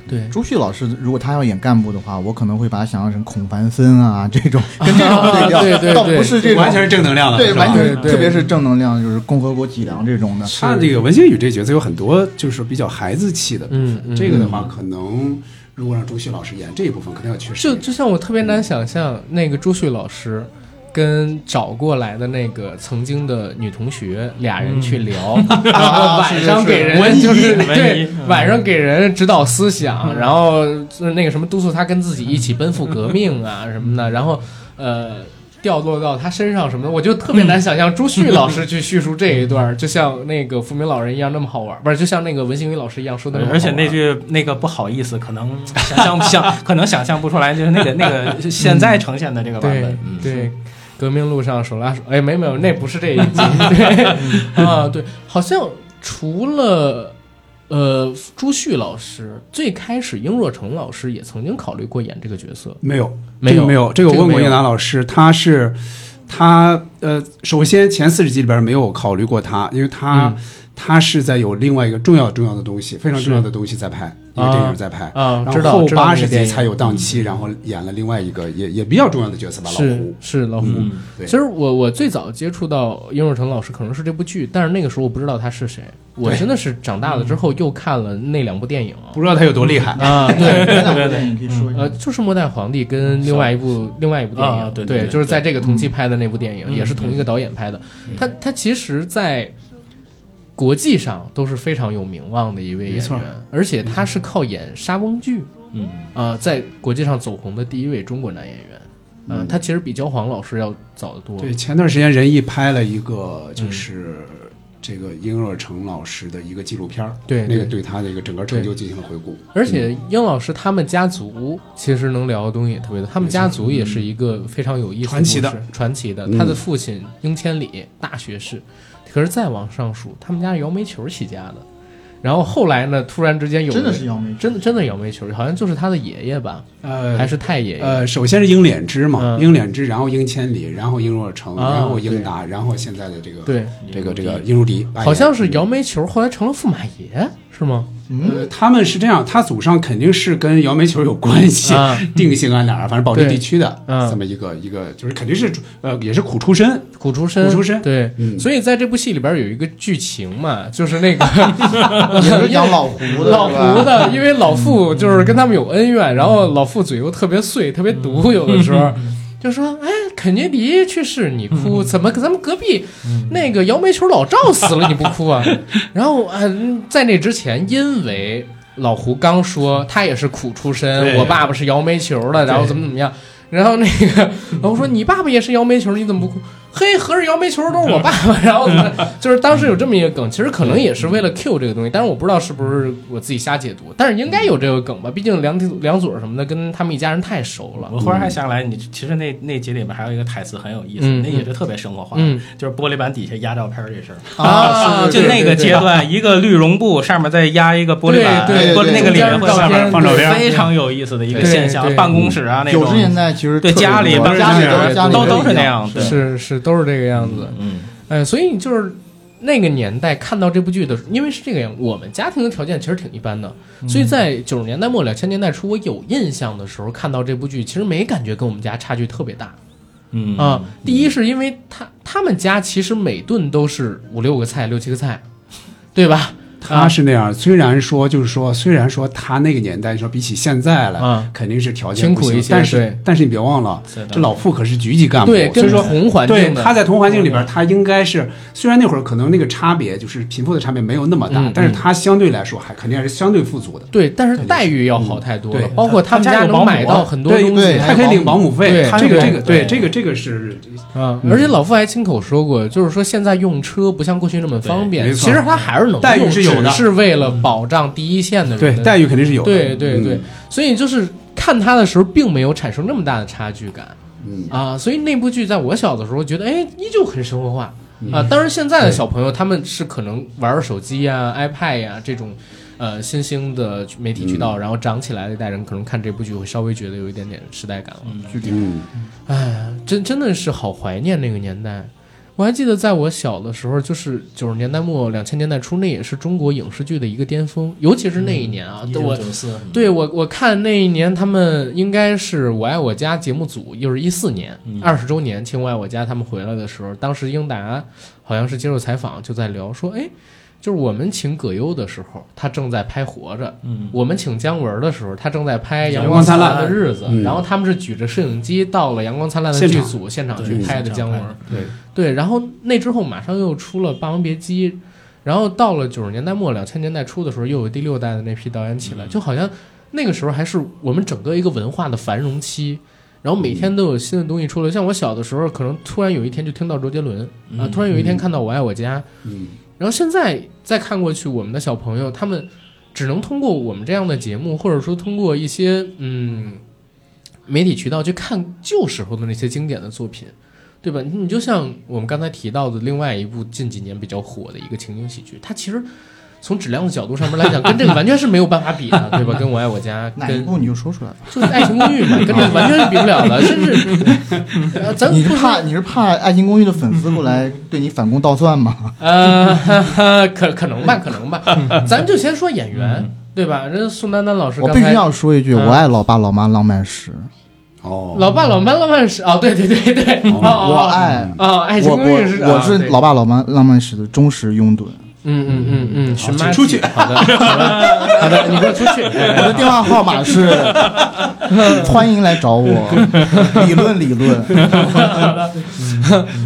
Speaker 1: 对，
Speaker 3: 朱旭老师，如果他要演干部的话，我可能会把他想象成孔繁森啊这 种，跟这种对标，
Speaker 1: 对对对
Speaker 3: 倒不是这种，
Speaker 4: 完全是正能量的，
Speaker 3: 对，
Speaker 4: 是吧
Speaker 3: 完全是
Speaker 1: 对对
Speaker 3: 特别是正能量，就是共和国脊梁这种的。
Speaker 4: 他这个文星宇这角色有很多就是比较孩子气的，
Speaker 1: 嗯嗯
Speaker 4: 这个的话可能如果让朱旭老师演这一部分，可能要缺失一
Speaker 1: 就
Speaker 4: 点。
Speaker 1: 就像我特别难想象那个朱旭老师，跟找过来的那个曾经的女同学俩人去
Speaker 6: 嗯
Speaker 1: 聊，然
Speaker 7: 啊
Speaker 1: 后
Speaker 7: 是
Speaker 1: 晚
Speaker 7: 是
Speaker 1: 上
Speaker 7: 是
Speaker 1: 给
Speaker 6: 文
Speaker 1: 人
Speaker 6: 艺
Speaker 1: 就是
Speaker 6: 文艺
Speaker 1: 对
Speaker 6: 嗯
Speaker 1: 晚上给人指导思想，然后就是那个什么督促他跟自己一起奔赴
Speaker 6: 嗯
Speaker 1: 革命啊什么的，然后呃。掉落到他身上什么的，我就特别
Speaker 6: 嗯
Speaker 1: 难想象朱旭老 师去叙述这一段，就像那个福明老人一样那么好玩，不是就像那个文星宇老师一样说的那么好啊
Speaker 6: 而
Speaker 1: 玩。
Speaker 6: 且那句那个不好意思，可能想象不想， 可能想象不出来，就是那个那 个现在呈现的这个版本
Speaker 1: 对，
Speaker 6: 嗯，
Speaker 1: 对，革命路上手拉手，哎，没没有，那不是这一集， 对 啊，对，好像除了。呃，朱旭老师最开始，英若诚老师也曾经考虑过演这个角色，
Speaker 4: 没有，
Speaker 1: 没
Speaker 4: 这
Speaker 1: 有
Speaker 4: 个没有，这个我问过
Speaker 1: 没有
Speaker 4: 叶楠老师，他是他呃，首先前四十集里边没有考虑过他，因为他、
Speaker 1: 嗯
Speaker 4: 他是在有另外一个重要重要的东西，非常重要的东西在拍，一个电影在拍，
Speaker 1: 啊，知
Speaker 4: 然后
Speaker 1: 道
Speaker 4: 后
Speaker 1: 知道那
Speaker 4: 八
Speaker 1: 个
Speaker 4: 十集
Speaker 1: 电影嗯
Speaker 4: 才有档期，然后演了另外一个也也比较重要的角色吧，老
Speaker 1: 是
Speaker 4: 胡。
Speaker 1: 是老胡。
Speaker 4: 嗯对
Speaker 1: 其实我我最早接触到殷若诚老师可能是这部剧，但是那个时候我不知道他是谁，我
Speaker 4: 对
Speaker 1: 真的是长大了之后又看了那两部电影
Speaker 4: 不知道他有多厉害，
Speaker 1: 啊，对，
Speaker 3: 对对，你可以说
Speaker 6: 嗯
Speaker 3: 一下
Speaker 1: 呃，就是《末代皇帝》跟另外一部另外一部电影，
Speaker 6: 啊对对
Speaker 1: 对
Speaker 6: 对
Speaker 1: 就是在这个同期拍的那部电影，也是同一个导演拍的。
Speaker 6: 嗯
Speaker 1: 他他其实，在国际上都是非常有名望的一位演员，而且他是靠演沙翁剧
Speaker 6: 嗯，
Speaker 1: 啊、呃在国际上走红的第一位中国男演员。嗯、他其实比焦晃老师要早得多。
Speaker 4: 对，前段时间仁义拍了一个
Speaker 1: 嗯
Speaker 4: 就是。这个殷若诚老师的一个纪录片儿
Speaker 1: 对
Speaker 4: 那个
Speaker 1: 对
Speaker 4: 对他的一个整个成就进行了回顾。
Speaker 1: 而且英老师他们家族其实能聊的东西也特别多，他们家族也是一个非常有意思
Speaker 4: 传奇的
Speaker 1: 故事传奇的。
Speaker 4: 嗯
Speaker 1: 他的父亲英千里大学士，可是再往上数，他们家是摇煤球起家的。然后后来呢，突然之间有
Speaker 3: 真的
Speaker 1: 人
Speaker 3: 是要命，
Speaker 1: 真的真的摇煤球，好像就是他的爷爷吧，
Speaker 4: 呃，
Speaker 1: 还是太爷爷。
Speaker 4: 呃，首先是鹰脸之嘛，
Speaker 1: 嗯
Speaker 4: 鹰脸之，然后鹰千里，然后鹰若成，
Speaker 1: 啊
Speaker 4: 然后英达，然后现在的这个
Speaker 1: 对，
Speaker 4: 这个这个英如迪，哎嗯
Speaker 1: 好像是摇煤球后来成了驸马爷，是吗？
Speaker 3: 嗯，
Speaker 4: 呃，他们是这样，他祖上肯定是跟姚煤球有关系，
Speaker 1: 啊
Speaker 4: 定兴安俩人，反正保定
Speaker 1: 对啊
Speaker 4: 地区的
Speaker 1: 嗯
Speaker 4: 这么一个一个，就是肯定是呃也是苦出身，
Speaker 1: 苦出身，
Speaker 4: 苦出身
Speaker 1: 对，
Speaker 4: 嗯
Speaker 1: 所以在这部戏里边有一个剧情嘛，就是那个
Speaker 3: 也是讲老胡的，
Speaker 1: 老
Speaker 3: 是吧
Speaker 1: 胡的，因为老傅就是跟他们有恩怨，然后老傅嘴又特别碎，特别
Speaker 3: 嗯
Speaker 1: 毒，有的时 候。就说，哎，肯尼迪去世你
Speaker 3: 嗯
Speaker 1: 哭，怎么咱们隔壁那个摇煤球老赵死了你不哭 啊？然后，嗯、在那之前，因为老胡刚说他也是苦出身，
Speaker 6: 对
Speaker 1: 我爸爸是摇煤球的，然后怎么怎么样，然后那个老胡说你爸爸也是摇煤球，你怎么不哭？嘿，合着摇煤球都是我爸 爸，然后怎么就是当时有这么一个梗，其实可能也是为了 Q 这个东西，但是我不知道是不是我自己瞎解读，但是应该有这个梗吧，毕竟梁梁左什么的跟他们一家人太熟了。
Speaker 6: 我忽然还想起来，你其实那那集里面还有一个台词很有意思，
Speaker 1: 嗯
Speaker 6: 那也是特别生活化，
Speaker 1: 嗯
Speaker 6: 就是玻璃板底下压照片这事儿。
Speaker 1: 啊
Speaker 6: 哦就那个阶段，一个绿绒布上面再压一个玻璃板，
Speaker 1: 对
Speaker 3: 对
Speaker 6: 玻璃那个里面会
Speaker 1: 中间
Speaker 6: 上面
Speaker 1: 是照片
Speaker 4: 对
Speaker 6: 非常有意思的一个
Speaker 1: 对
Speaker 6: 现象
Speaker 1: 对。
Speaker 6: 办公室啊，那种
Speaker 3: 九十年代其实
Speaker 6: 对
Speaker 3: 特别
Speaker 6: 家里
Speaker 3: 多
Speaker 6: 办公
Speaker 3: 家里
Speaker 6: 室
Speaker 3: 都家里
Speaker 6: 都
Speaker 3: 都
Speaker 6: 都是那
Speaker 3: 样
Speaker 6: 样，对，
Speaker 1: 是是都是这个样子，
Speaker 6: 嗯，
Speaker 1: 哎，所以就是那个年代看到这部剧的时候，因为是这个样，我们家庭的条件其实挺一般的，
Speaker 6: 嗯
Speaker 1: 所以在九十年代末两千年代初，我有印象的时候看到这部剧，其实没感觉跟我们家差距特别大。
Speaker 6: 嗯
Speaker 1: 啊，第一是因为他他们家其实每顿都是五六个菜，六七个菜，对吧？
Speaker 4: 他是那样。虽然说就是说，虽然说他那个年代说比起现在来，
Speaker 1: 啊
Speaker 4: 肯定是条件
Speaker 1: 清
Speaker 4: 不
Speaker 1: 苦
Speaker 4: 行
Speaker 1: 一些
Speaker 4: 但
Speaker 1: 对
Speaker 4: 是但是你别忘了
Speaker 6: 是的，
Speaker 4: 这老傅可是局级干部，
Speaker 1: 对，
Speaker 4: 所以
Speaker 1: 跟
Speaker 4: 说
Speaker 1: 同环
Speaker 4: 对，
Speaker 1: 境
Speaker 4: 他
Speaker 1: 的，嗯
Speaker 4: 在同环境里边，他应该是虽然那会儿可能那个差别就是贫富的差别没有那么大，
Speaker 1: 嗯
Speaker 4: 但是他相对来说还肯定还是相对富足的。
Speaker 1: 对，但是待遇要好太多了，
Speaker 4: 对
Speaker 1: 包括他们家能买到很多
Speaker 4: 啊对
Speaker 1: 东西啊
Speaker 3: 对，
Speaker 4: 他可以领保姆费
Speaker 1: 对，
Speaker 4: 这个
Speaker 1: 对
Speaker 4: 这个
Speaker 6: 对
Speaker 4: 对这个这个是
Speaker 1: 啊，
Speaker 4: 嗯
Speaker 1: 而且老傅还亲口说过，就是说现在用车不像过去那么方便，
Speaker 4: 对没错
Speaker 1: 其实他还是能用
Speaker 4: 待遇是有的
Speaker 1: 只是为了保障第一线的
Speaker 4: 对
Speaker 1: 人的
Speaker 4: 待遇肯定是有的，
Speaker 1: 对对
Speaker 4: 嗯
Speaker 1: 对，，所以就是看他的时候，并没有产生那么大的差距感，
Speaker 4: 嗯
Speaker 1: 啊，所以那部剧在我小的时候觉得，哎，依旧很生活化
Speaker 4: 嗯
Speaker 1: 啊。当然，现在的小朋友他们是可能玩儿手机呀、iPad 呀这种。呃，新兴的媒体渠
Speaker 4: 嗯
Speaker 1: 道，然后长起来的一代人，可能看这部剧会稍微觉得有一点点时代感了。
Speaker 4: 嗯，
Speaker 1: 哎，真真的是好怀念那个年代。我还记得在我小的时候，就是九十年代末、两千年代初，那也是中国影视剧的一个巅峰，尤其是那
Speaker 4: 嗯
Speaker 1: 一年啊，对我
Speaker 6: 九四，
Speaker 1: 对我，我看那一年他们应该是《我爱我家》节目组，又是一四年二十、20周年庆《我爱我家》，他们回来的时候，当时英达好像是接受采访，就在聊说，哎，就是我们请葛优的时候，他正在拍《活着》；
Speaker 8: 嗯
Speaker 1: 我们请姜文的时候，他正在拍《
Speaker 4: 阳
Speaker 1: 阳
Speaker 4: 光
Speaker 1: 灿
Speaker 4: 灿
Speaker 1: 的
Speaker 4: 烂
Speaker 1: 日子》
Speaker 4: 嗯
Speaker 1: 然后他们是举着摄影机到了《阳光灿烂》的
Speaker 4: 现
Speaker 1: 剧
Speaker 4: 场
Speaker 1: 组现场
Speaker 6: 对
Speaker 1: 去拍的
Speaker 6: 现场
Speaker 1: 姜文
Speaker 6: 拍的。
Speaker 4: 对
Speaker 1: 对，然后那之后马上又出了《霸王别姬》，然后到了九十年代末、两千年代初的时候，又有第六代的那批导演起来，就好像那个时候还是我们整个一个文化的繁荣期。然后每天都有新的东西出来，像我小的时候，可能突然有一天就听到周杰伦啊，突然有一天看到《我爱我家》，
Speaker 4: 嗯，
Speaker 1: 然后现在再看过去，我们的小朋友他们只能通过我们这样的节目，或者说通过一些嗯媒体渠道去看旧时候的那些经典的作品，对吧？你就像我们刚才提到的另外一部近几年比较火的一个情景喜剧，它其实从质量的角度上面来讲，跟这个完全是没有办法比的，对 吧？跟《我爱我家》
Speaker 3: 哪一
Speaker 1: 跟
Speaker 3: 部你就说出来吧。
Speaker 1: 就是《爱情公寓》嘛，跟这个完全是比不了的，甚至呃咱
Speaker 3: 你
Speaker 1: 不
Speaker 3: 是
Speaker 1: 说
Speaker 3: 怕你是怕《爱情公寓》的粉丝过来对你反攻倒算吗？
Speaker 1: 呃，哈哈可可能吧，可能 吧，咱们就先说演员，对吧？人家宋丹丹老师
Speaker 3: 我
Speaker 1: 刚
Speaker 3: 必须
Speaker 1: 才。
Speaker 3: 要说一句，
Speaker 1: 嗯
Speaker 3: 我爱老爸老妈浪漫史，
Speaker 4: 哦，
Speaker 1: 老爸老妈浪漫史哦，对对对对，哦
Speaker 3: 我
Speaker 1: 哦
Speaker 3: 爱
Speaker 1: 哦哦，爱情
Speaker 3: 我
Speaker 1: 公寓是哦
Speaker 3: 我我是
Speaker 1: 对
Speaker 3: 老爸老妈浪漫史的忠实拥趸。
Speaker 1: 嗯嗯嗯嗯，寻妈
Speaker 4: 请出去
Speaker 1: 好的好的好的，你给我出去，
Speaker 3: 我的电话号码是，欢迎来找我，理论理论。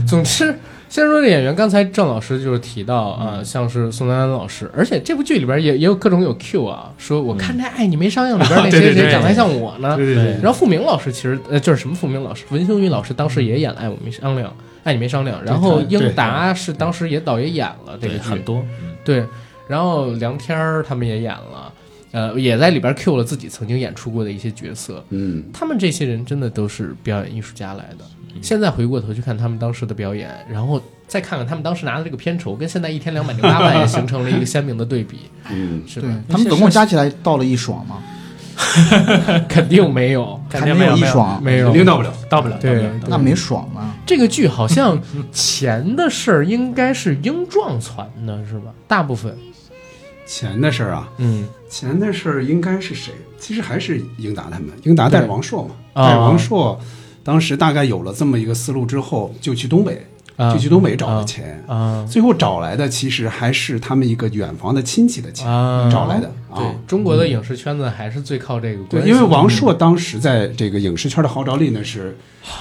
Speaker 1: 总之，先说这演员，刚才郑老师就是提到啊、像是宋丹丹老师，而且这部剧里边也也有各种有 Q 啊，说我看这《爱你没商量》里边那
Speaker 8: 对对
Speaker 1: 谁
Speaker 8: 对
Speaker 1: 谁长得还像我呢。
Speaker 4: 对对对，
Speaker 1: 然后付明老师其实呃就是什么付明老师，文星宇老师当时也演了《爱我没商量》，《爱你没商量》，然后
Speaker 4: 对对
Speaker 1: 英达是当时也导也演了这个
Speaker 6: 对，
Speaker 1: 剧，
Speaker 6: 很多，嗯
Speaker 1: 对，然后梁天儿他们也演了，呃，也在里边 Q 了自己曾经演出过的一些角色。
Speaker 4: 嗯，
Speaker 1: 他们这些人真的都是表演艺术家来的。现在回过头去看他们当时的表演，然后再看看他们当时拿的这个片酬，跟现在一天两百零八万也形成了一个鲜明的对比，
Speaker 4: 嗯，
Speaker 1: 是吧
Speaker 3: 对？他们总共加起来到了一爽吗？
Speaker 1: 肯定没有，
Speaker 3: 还
Speaker 6: 肯定
Speaker 3: 没
Speaker 6: 有
Speaker 3: 一
Speaker 6: 没有
Speaker 3: 爽，
Speaker 1: 没有嗯
Speaker 4: 肯定到不了。
Speaker 6: 到不了，
Speaker 1: 对
Speaker 6: 到不了
Speaker 3: 那没爽啊呢。
Speaker 1: 这个剧好像钱的事儿应该是英壮传的，是吧？大部分，
Speaker 4: 钱的事儿啊，
Speaker 1: 嗯，
Speaker 4: 钱的事儿应该是谁？其实还是英达他们，英达带着王朔嘛，
Speaker 1: 对
Speaker 4: 带着王朔，当时大概有了这么一个思路之后，就去东北，
Speaker 1: 啊
Speaker 4: 就去东北找了钱。
Speaker 1: 啊
Speaker 4: 最后找来的其实还是他们一个远房的亲戚的钱
Speaker 1: 啊
Speaker 4: 找来的啊
Speaker 1: 对。，中国的影视圈子还是最靠这个关
Speaker 4: 对，
Speaker 1: 系。
Speaker 4: 因为王朔当时在这个影视圈的号召力 呢是，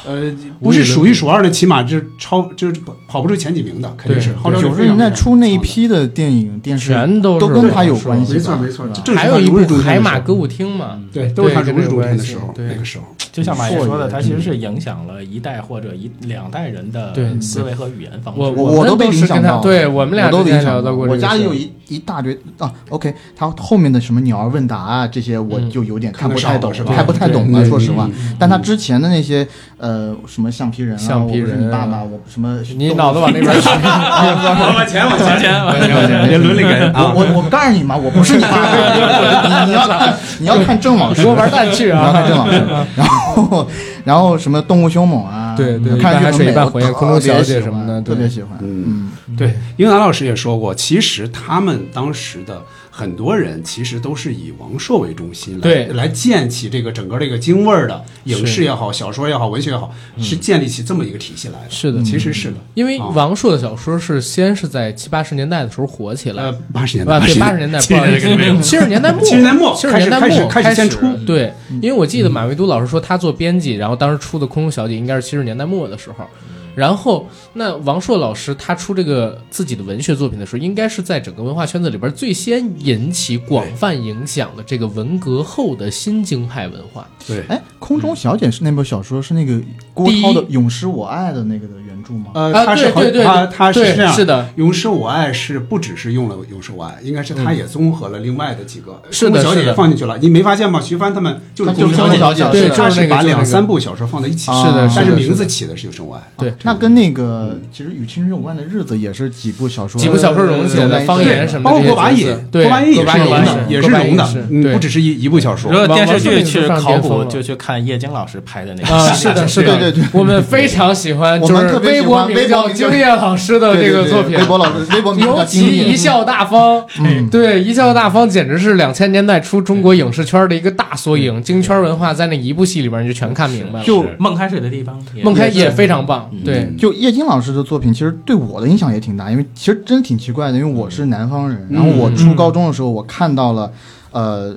Speaker 4: 呃，
Speaker 1: 无
Speaker 4: 不
Speaker 1: 与
Speaker 4: 是
Speaker 1: 伦
Speaker 4: 数一数二的，起码就是超就是跑不出前几名的，肯定是
Speaker 1: 对
Speaker 4: 号召力
Speaker 3: 九十
Speaker 4: 非常
Speaker 3: 年代
Speaker 4: 非常
Speaker 3: 初那一
Speaker 4: 强的
Speaker 3: 批的电影电视
Speaker 1: 全都是
Speaker 3: 都跟他有
Speaker 1: 啊
Speaker 3: 关
Speaker 4: 没
Speaker 3: 系
Speaker 4: 错
Speaker 3: 吧？
Speaker 4: 没错，这正是
Speaker 1: 还
Speaker 4: 他
Speaker 1: 有一
Speaker 4: 如日
Speaker 1: 部
Speaker 4: 中天的
Speaker 1: 海
Speaker 4: 时
Speaker 1: 马
Speaker 4: 候嗯
Speaker 1: 歌舞厅嘛，
Speaker 4: 对，都是他
Speaker 1: 对
Speaker 4: 如日中天的
Speaker 1: 跟这个
Speaker 4: 时
Speaker 1: 有
Speaker 4: 候，
Speaker 1: 关系
Speaker 4: 那个时候，
Speaker 6: 就像马爷说的，
Speaker 3: 嗯
Speaker 6: 它其实是影响了一代或者一两代人
Speaker 1: 对
Speaker 6: 的思维和语言方式。
Speaker 1: 我
Speaker 3: 我
Speaker 1: 我
Speaker 3: 都
Speaker 1: 们
Speaker 3: 被
Speaker 1: 都是
Speaker 3: 影响
Speaker 1: 跟他
Speaker 3: 到了，
Speaker 1: 对我们俩
Speaker 3: 都
Speaker 1: 之
Speaker 3: 被
Speaker 1: 前
Speaker 3: 影响
Speaker 1: 聊到过这
Speaker 3: 我
Speaker 1: 个
Speaker 3: 家里
Speaker 1: 事儿
Speaker 3: 有一一大堆啊，OK，他后面的什么鸟儿问答啊这些我
Speaker 1: 嗯
Speaker 3: 就有点看不太懂，
Speaker 4: 看得少了是吧
Speaker 3: 看不太懂了，啊
Speaker 4: 对
Speaker 3: 说实话
Speaker 4: 嗯。
Speaker 3: 但他之前的那些呃什么橡皮人啊，
Speaker 1: 橡皮人
Speaker 3: 我不是你爸爸，我什么
Speaker 1: 你脑子往那边去。
Speaker 4: 往前往前
Speaker 6: 前
Speaker 4: 往前，伦理 根
Speaker 3: 我
Speaker 4: 啊，
Speaker 3: 我我告诉你嘛，我不是你爸 爸，你你要看你要看郑老师，
Speaker 1: 说玩蛋去啊
Speaker 3: 你要看郑老师，然后然后什么动物凶猛啊，
Speaker 1: 对对
Speaker 3: 看上去
Speaker 1: 一半海水
Speaker 3: 很美
Speaker 1: 一半
Speaker 3: 我
Speaker 1: 火焰
Speaker 3: 特
Speaker 1: 空中
Speaker 3: 别
Speaker 1: 小
Speaker 3: 喜
Speaker 1: 姐什么
Speaker 3: 欢
Speaker 1: 的
Speaker 3: 特
Speaker 1: 对
Speaker 3: 别喜欢，嗯，
Speaker 1: 对，
Speaker 4: 英达老师也说过，其实他们当时的很多人其实都是以王朔为中心来
Speaker 1: 对
Speaker 4: 来建起这个整个这个京味儿的影
Speaker 1: 是嗯
Speaker 4: 视也好，小说也好，文学也好，是建立起这么一个体系来的。
Speaker 1: 是的嗯
Speaker 4: 其实是的，
Speaker 1: 因为
Speaker 4: 啊
Speaker 1: 王朔的小说是先是在七八十年代的时候火起来
Speaker 4: 呃，，八十年代
Speaker 1: 啊，对，八十年代，不好意思，七十年代末，
Speaker 4: 70年代末
Speaker 1: 七十年代
Speaker 4: 开始
Speaker 1: 末开
Speaker 4: 开始开始先出
Speaker 1: 对，因为我记得马未都老师说他做编辑，然后当时出的《空中小姐》应该是七十年代末的时候。
Speaker 4: 嗯
Speaker 1: 然后，那王朔老师他出这个自己的文学作品的时候，应该是在整个文化圈子里边最先引起广泛影响的这个文革后的新京派文化。
Speaker 4: 对，
Speaker 3: 哎，空中小姐是那部小说是那个郭
Speaker 1: 第一
Speaker 3: 涛的《勇士我爱》的那个的原著吗？
Speaker 4: 呃，
Speaker 1: 啊，
Speaker 4: 他是
Speaker 1: 对
Speaker 4: 和
Speaker 1: 对对，
Speaker 4: 他他
Speaker 1: 对
Speaker 4: 是这样啊
Speaker 1: 是的，
Speaker 4: 《勇士我爱》是不只是用了《勇士我爱》，应该是他也综合了另外的几个，
Speaker 1: 嗯是的
Speaker 4: 宫小姐
Speaker 1: 是
Speaker 4: 也
Speaker 1: 的
Speaker 4: 放进去了。你没发现吗？徐帆他们就是
Speaker 3: 他就是
Speaker 4: 宫
Speaker 3: 宫小姐
Speaker 1: 对
Speaker 4: 对，他
Speaker 1: 就是那
Speaker 4: 是
Speaker 1: 个
Speaker 4: 把
Speaker 1: 就是那
Speaker 4: 两
Speaker 1: 个啊
Speaker 4: 三部小说放在一起，
Speaker 3: 是的是的
Speaker 4: 但
Speaker 1: 是的
Speaker 4: 是名字起的是《勇士我爱》。
Speaker 1: 对
Speaker 3: 那跟那个其实与青春有关的日子也是几部小说，
Speaker 1: 几部小说融写
Speaker 3: 有关
Speaker 1: 的
Speaker 3: 系
Speaker 1: 方言什么
Speaker 4: 包
Speaker 1: 的
Speaker 4: 括
Speaker 1: 这些角色，
Speaker 4: 过把瘾，
Speaker 1: 对，
Speaker 4: 过把瘾也
Speaker 1: 把
Speaker 4: 是
Speaker 1: 瘾
Speaker 4: 龙的，也是龙的，嗯，
Speaker 1: 对
Speaker 4: 不只是一一部小说
Speaker 6: 如。果
Speaker 1: 王
Speaker 6: 电视
Speaker 1: 王朔
Speaker 6: 剧
Speaker 1: 那个时
Speaker 6: 去
Speaker 1: 候上
Speaker 6: 考
Speaker 1: 巅峰
Speaker 6: 古，
Speaker 1: 了
Speaker 6: 就去看叶京老师拍的那个
Speaker 1: 啊，
Speaker 6: 系列
Speaker 1: 是的，
Speaker 6: 小
Speaker 1: 是
Speaker 6: 说
Speaker 1: 的，
Speaker 3: 对对对
Speaker 1: 我们非常喜欢，
Speaker 3: 我
Speaker 1: 就
Speaker 3: 们
Speaker 1: 是
Speaker 3: 特别微
Speaker 1: 微博
Speaker 3: 微
Speaker 1: 名叫
Speaker 3: 经
Speaker 1: 京叶老师的这个作品
Speaker 3: 微，博老师，微博名叫
Speaker 1: 尤
Speaker 3: 经
Speaker 1: 其
Speaker 3: 验
Speaker 1: 一笑大方，
Speaker 3: 嗯
Speaker 1: 对一笑大方简直是两千年代初中国影视圈的一个大缩影，京圈文化在那一部戏里边你就全看明白了。
Speaker 3: 嗯就是嗯
Speaker 6: 梦开水的地方，
Speaker 1: 孟开
Speaker 3: 也
Speaker 1: 也
Speaker 3: 是
Speaker 1: 非常棒，
Speaker 4: 嗯
Speaker 1: 对，
Speaker 3: 就叶金老师的作品，其实对我的影响也挺大，因为其实真挺奇怪的，因为我是南方人，然后我初高中的时候，我看到了，呃，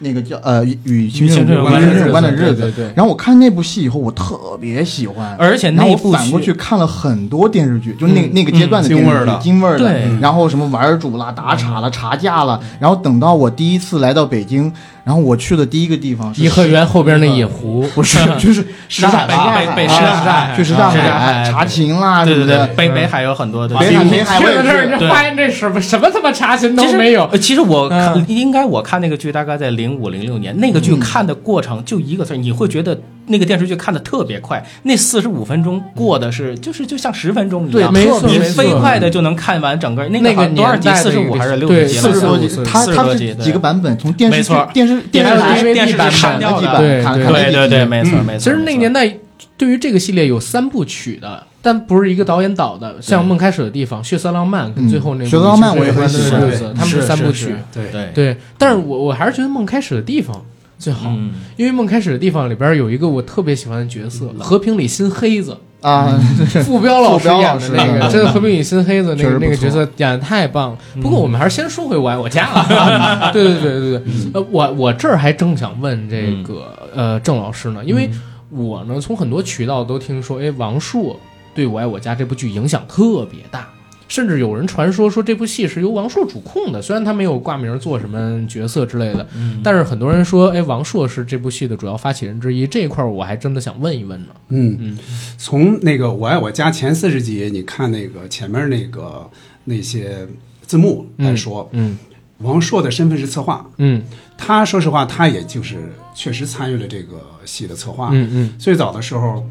Speaker 3: 那个叫呃与青春有关有关的日
Speaker 1: 对对
Speaker 3: 子，
Speaker 1: 对。
Speaker 3: 然后我看那部戏以后，我特别喜欢，
Speaker 6: 而且
Speaker 3: 然
Speaker 6: 那
Speaker 3: 后
Speaker 6: 一
Speaker 3: 我
Speaker 6: 部
Speaker 3: 反过去看了很多电视剧，就那那个阶段的电视
Speaker 4: 京味儿
Speaker 3: 剧
Speaker 4: 的，
Speaker 3: 京味儿的
Speaker 6: 对，
Speaker 3: 然后什么玩儿主啦、打岔啦、查架啦，然后等到我第一次来到北京，然后我去的第一个地方是
Speaker 1: 颐和园后边那野湖，
Speaker 3: 不是， 就是什刹海，哎
Speaker 6: 北北
Speaker 3: 啊
Speaker 6: 什刹海
Speaker 3: 去什刹
Speaker 6: 什刹海
Speaker 3: 查琴啦，
Speaker 6: 对
Speaker 3: 什
Speaker 6: 对
Speaker 3: 么
Speaker 6: 对
Speaker 3: 的，，
Speaker 6: 北北海有很多的。
Speaker 3: 北海北海
Speaker 1: 去
Speaker 3: 哎 我
Speaker 1: 了
Speaker 3: 也
Speaker 1: 这儿
Speaker 3: 是。
Speaker 1: 你
Speaker 6: 对
Speaker 1: 发现这什么什么他妈查询都
Speaker 6: 其实
Speaker 1: 没有，
Speaker 6: 呃其实我看、
Speaker 1: 嗯
Speaker 6: 应该我看那个剧大概在零五零六年，那个剧看的过程就一个字儿，你会觉得那个电视剧看的特别快，那四十五分钟过的是就是就像十分钟一
Speaker 3: 对
Speaker 6: 样，
Speaker 1: 没错
Speaker 6: 你
Speaker 1: 没错
Speaker 6: 飞快的就能看完整个那
Speaker 1: 那个
Speaker 6: 好像多少集？
Speaker 1: 年代
Speaker 6: 四
Speaker 1: 的
Speaker 6: 十
Speaker 1: 一
Speaker 6: 五
Speaker 1: 个
Speaker 6: 还是六
Speaker 1: 对
Speaker 6: 集
Speaker 3: 四
Speaker 6: 了
Speaker 3: 十
Speaker 1: 45
Speaker 3: 多集，它
Speaker 6: 40
Speaker 3: 它
Speaker 6: 多
Speaker 3: 是
Speaker 6: 集
Speaker 3: 几个
Speaker 6: 对
Speaker 3: 版本，从电视
Speaker 6: 没
Speaker 3: 剧
Speaker 6: 错、
Speaker 3: 电视电视
Speaker 1: 还有
Speaker 3: 台、
Speaker 1: DVD
Speaker 6: 电视
Speaker 1: 版
Speaker 6: 剧删
Speaker 3: 砍
Speaker 6: 掉
Speaker 3: 了几
Speaker 6: 的，
Speaker 3: 版，
Speaker 1: 对
Speaker 3: 砍
Speaker 1: 对
Speaker 3: 砍了
Speaker 6: 对
Speaker 3: 几
Speaker 6: 对对，
Speaker 3: 集
Speaker 6: 没错没错。
Speaker 1: 其实那个
Speaker 6: 没错
Speaker 1: 年代，对于这个系列有三部曲的，但不是一个导演导的，像《梦开始的地方》《血色浪漫》跟最后那部《
Speaker 3: 嗯血色浪漫我也很
Speaker 1: 很
Speaker 3: 喜
Speaker 4: 欢
Speaker 1: 日子
Speaker 4: 对，
Speaker 1: 他们
Speaker 6: 是
Speaker 1: 三部
Speaker 6: 是
Speaker 1: 曲
Speaker 6: 是。
Speaker 4: 对
Speaker 6: 对
Speaker 1: 对，但是我我还是觉得《梦开始的地方》最好，
Speaker 6: 嗯，
Speaker 1: 因为《梦开始的地方》里边有一个我特别喜欢的角色，和平里新黑子，
Speaker 3: 啊，
Speaker 1: 傅彪老师
Speaker 3: 傅彪
Speaker 1: 演
Speaker 3: 老
Speaker 1: 的
Speaker 3: 师
Speaker 1: 那个，
Speaker 3: 嗯
Speaker 1: 真的《和平里新黑子》那
Speaker 3: 确
Speaker 1: 个
Speaker 3: 实不
Speaker 1: 那个角
Speaker 3: 错
Speaker 1: 色演的太棒了。不过我们还是先说回我爱我家 了。对对对对对，
Speaker 3: 嗯
Speaker 1: 呃，我我这儿还正想问这个呃郑老师呢，因
Speaker 3: 嗯
Speaker 1: 为我呢从很多渠道都听说，哎，王朔对我爱我家这部剧影响特别大。甚至有人传说说这部戏是由王朔主控的，虽然他没有挂名做什么角色之类的，
Speaker 3: 嗯
Speaker 1: 但是很多人说，哎，王朔是这部戏的主要发起人之一。这一块儿我还真的想问一问呢。
Speaker 4: 嗯， 从那个《我爱我家》前四十集，你看那个前面那个那些字幕来说，
Speaker 1: 嗯
Speaker 4: 王朔的身份是策划，
Speaker 1: 嗯
Speaker 4: 他说实话，他也就是确实参与了这个戏的策划。
Speaker 1: 嗯嗯
Speaker 4: 最早的时候，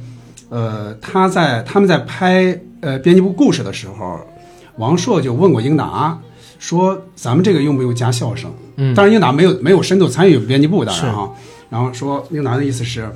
Speaker 4: 呃，他在他们在拍呃编辑部故事的时候，王朔就问过英达说：“咱们这个用不用加笑声？”
Speaker 1: 嗯，
Speaker 4: 当然英达没有没有深度参与编辑部，当然哈。然后说英达的意思是，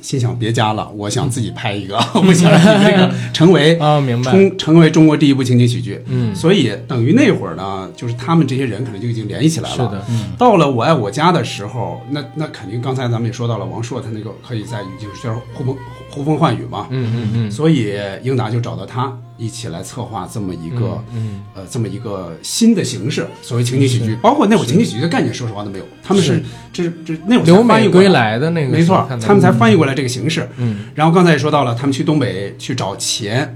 Speaker 4: 心想别加了，我想自己拍 一个，我想以这个成为
Speaker 1: 啊、明白。
Speaker 4: 成成为中国第一部情景喜剧。
Speaker 1: 嗯
Speaker 4: 所以等于那会儿呢，就是他们这些人可能就已经联系起来了。
Speaker 1: 是的，
Speaker 4: 到了我爱我家的时候，那那肯定刚才咱们也说到了，王朔他那个可以在语境圈呼风呼风唤雨嘛，
Speaker 1: 嗯嗯嗯，
Speaker 4: 所以英达就找到他一起来策划这么一个、
Speaker 1: 嗯
Speaker 4: 呃这么一个新的形式，所谓情景喜剧，包括那会儿情景喜剧的概念，说实话都没有，他们是这是这那会儿才
Speaker 1: 留
Speaker 4: 翻
Speaker 1: 美
Speaker 4: 译过
Speaker 1: 归。来的那个
Speaker 4: 没
Speaker 1: 时候
Speaker 4: 错
Speaker 1: 看，到的，
Speaker 4: 他们才翻译过来这个形式。
Speaker 1: 嗯
Speaker 4: 然后刚才也说到了，他们去东北去找钱，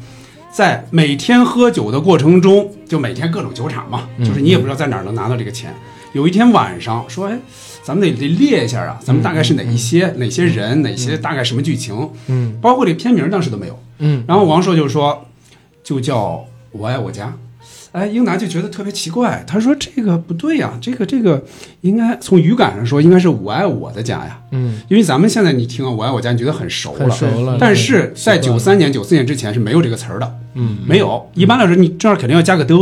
Speaker 4: 在每天喝酒的过程中，就每天各种酒场嘛，就是你也不知道在哪儿能拿到这个钱。有一天晚上说，哎，咱们得得列一下啊，咱们大概是哪一些、哪些人、哪些大概什么剧情，
Speaker 1: 嗯
Speaker 4: 包括这片名当时都没有。
Speaker 1: 嗯
Speaker 4: 然后王朔就说，就叫我爱我家。哎，英达就觉得特别奇怪，他说这个不对呀、这个这个应该从语感上说，应该是我爱我的家呀。
Speaker 1: 嗯，
Speaker 4: 因为咱们现在你听啊，我爱我家，你觉得很熟了，
Speaker 1: 很熟了
Speaker 4: 但是
Speaker 1: 习惯
Speaker 4: 在九
Speaker 1: 了
Speaker 4: 三年、九四年之前是没有这个词儿的，
Speaker 1: 嗯，
Speaker 4: 没有。一般来说，你这儿肯定要加个的，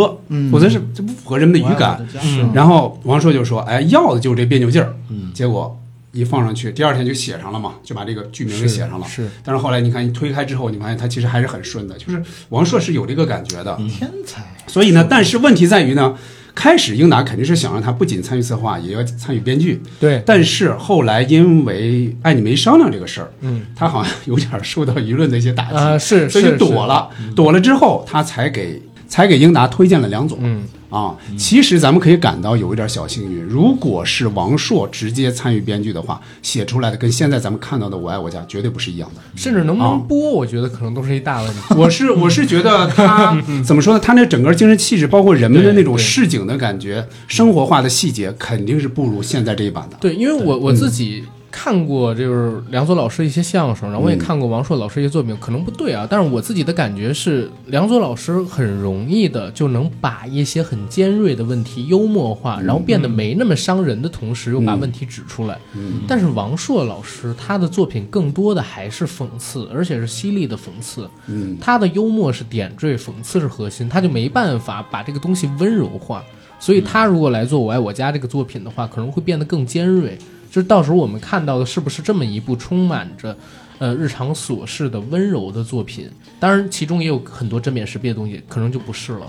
Speaker 4: 否则是这不符合人们的语感。
Speaker 3: 嗯
Speaker 4: 然后王朔就说：“哎，要的就是这别扭劲儿。”嗯，结果一放上去，第二天就写上了嘛，就把这个剧名给写上了。
Speaker 1: 是
Speaker 4: 但是后来你看，你推开之后，你发现它其实还是很顺的，就是王朔是有这个感觉的。
Speaker 1: 嗯
Speaker 3: 天才，
Speaker 4: 所以呢，但是问题在于呢，开始英达肯定是想让他不仅参与策划，也要参与编剧。
Speaker 1: 对，
Speaker 4: 但是后来因为爱你没商量这个事儿，
Speaker 1: 嗯
Speaker 4: 他好像有点受到舆论的一些打击，
Speaker 1: 啊是，嗯
Speaker 4: 所以就是躲，了。躲了之后，他才给才给英达推荐了梁
Speaker 1: 是
Speaker 4: 总
Speaker 1: 嗯
Speaker 4: 啊。其实咱们可以感到有一点小幸运，如果是王朔直接参与编剧的话，写出来的跟现在咱们看到的《我爱我家》绝对不是一样 的。
Speaker 1: 甚至能不能
Speaker 4: 啊
Speaker 1: 播，我觉得可能都是一大问题。
Speaker 4: 我是我是觉得他怎么说呢？他那整个精神气质，包括人们的那
Speaker 1: 嗯
Speaker 4: 种
Speaker 1: 对对
Speaker 4: 市井的感觉、生活化的细节，肯定是不如现在这一版的。
Speaker 1: 对，因为我我自己看过就是梁左老师一些相声，然后我也
Speaker 4: 嗯
Speaker 1: 看过王朔老师一些作品，可能不对啊，但是我自己的感觉是，梁左老师很容易的就能把一些很尖锐的问题幽默化，然后变得没那么伤人的同时，又把问题指出来。
Speaker 4: 嗯
Speaker 1: 但是王朔老师他的作品更多的还是讽刺，而且是犀利的讽刺。
Speaker 4: 嗯，
Speaker 1: 他的幽默是点缀，讽刺是核心，他就没办法把这个东西温柔化。所以他如果来做《我爱我家》这个作品的话，可能会变得更尖锐，就是到时候我们看到的是不是这么一部充满着。呃，日常琐事的温柔的作品，当然其中也有很多针砭时弊的东西，可能就不是了，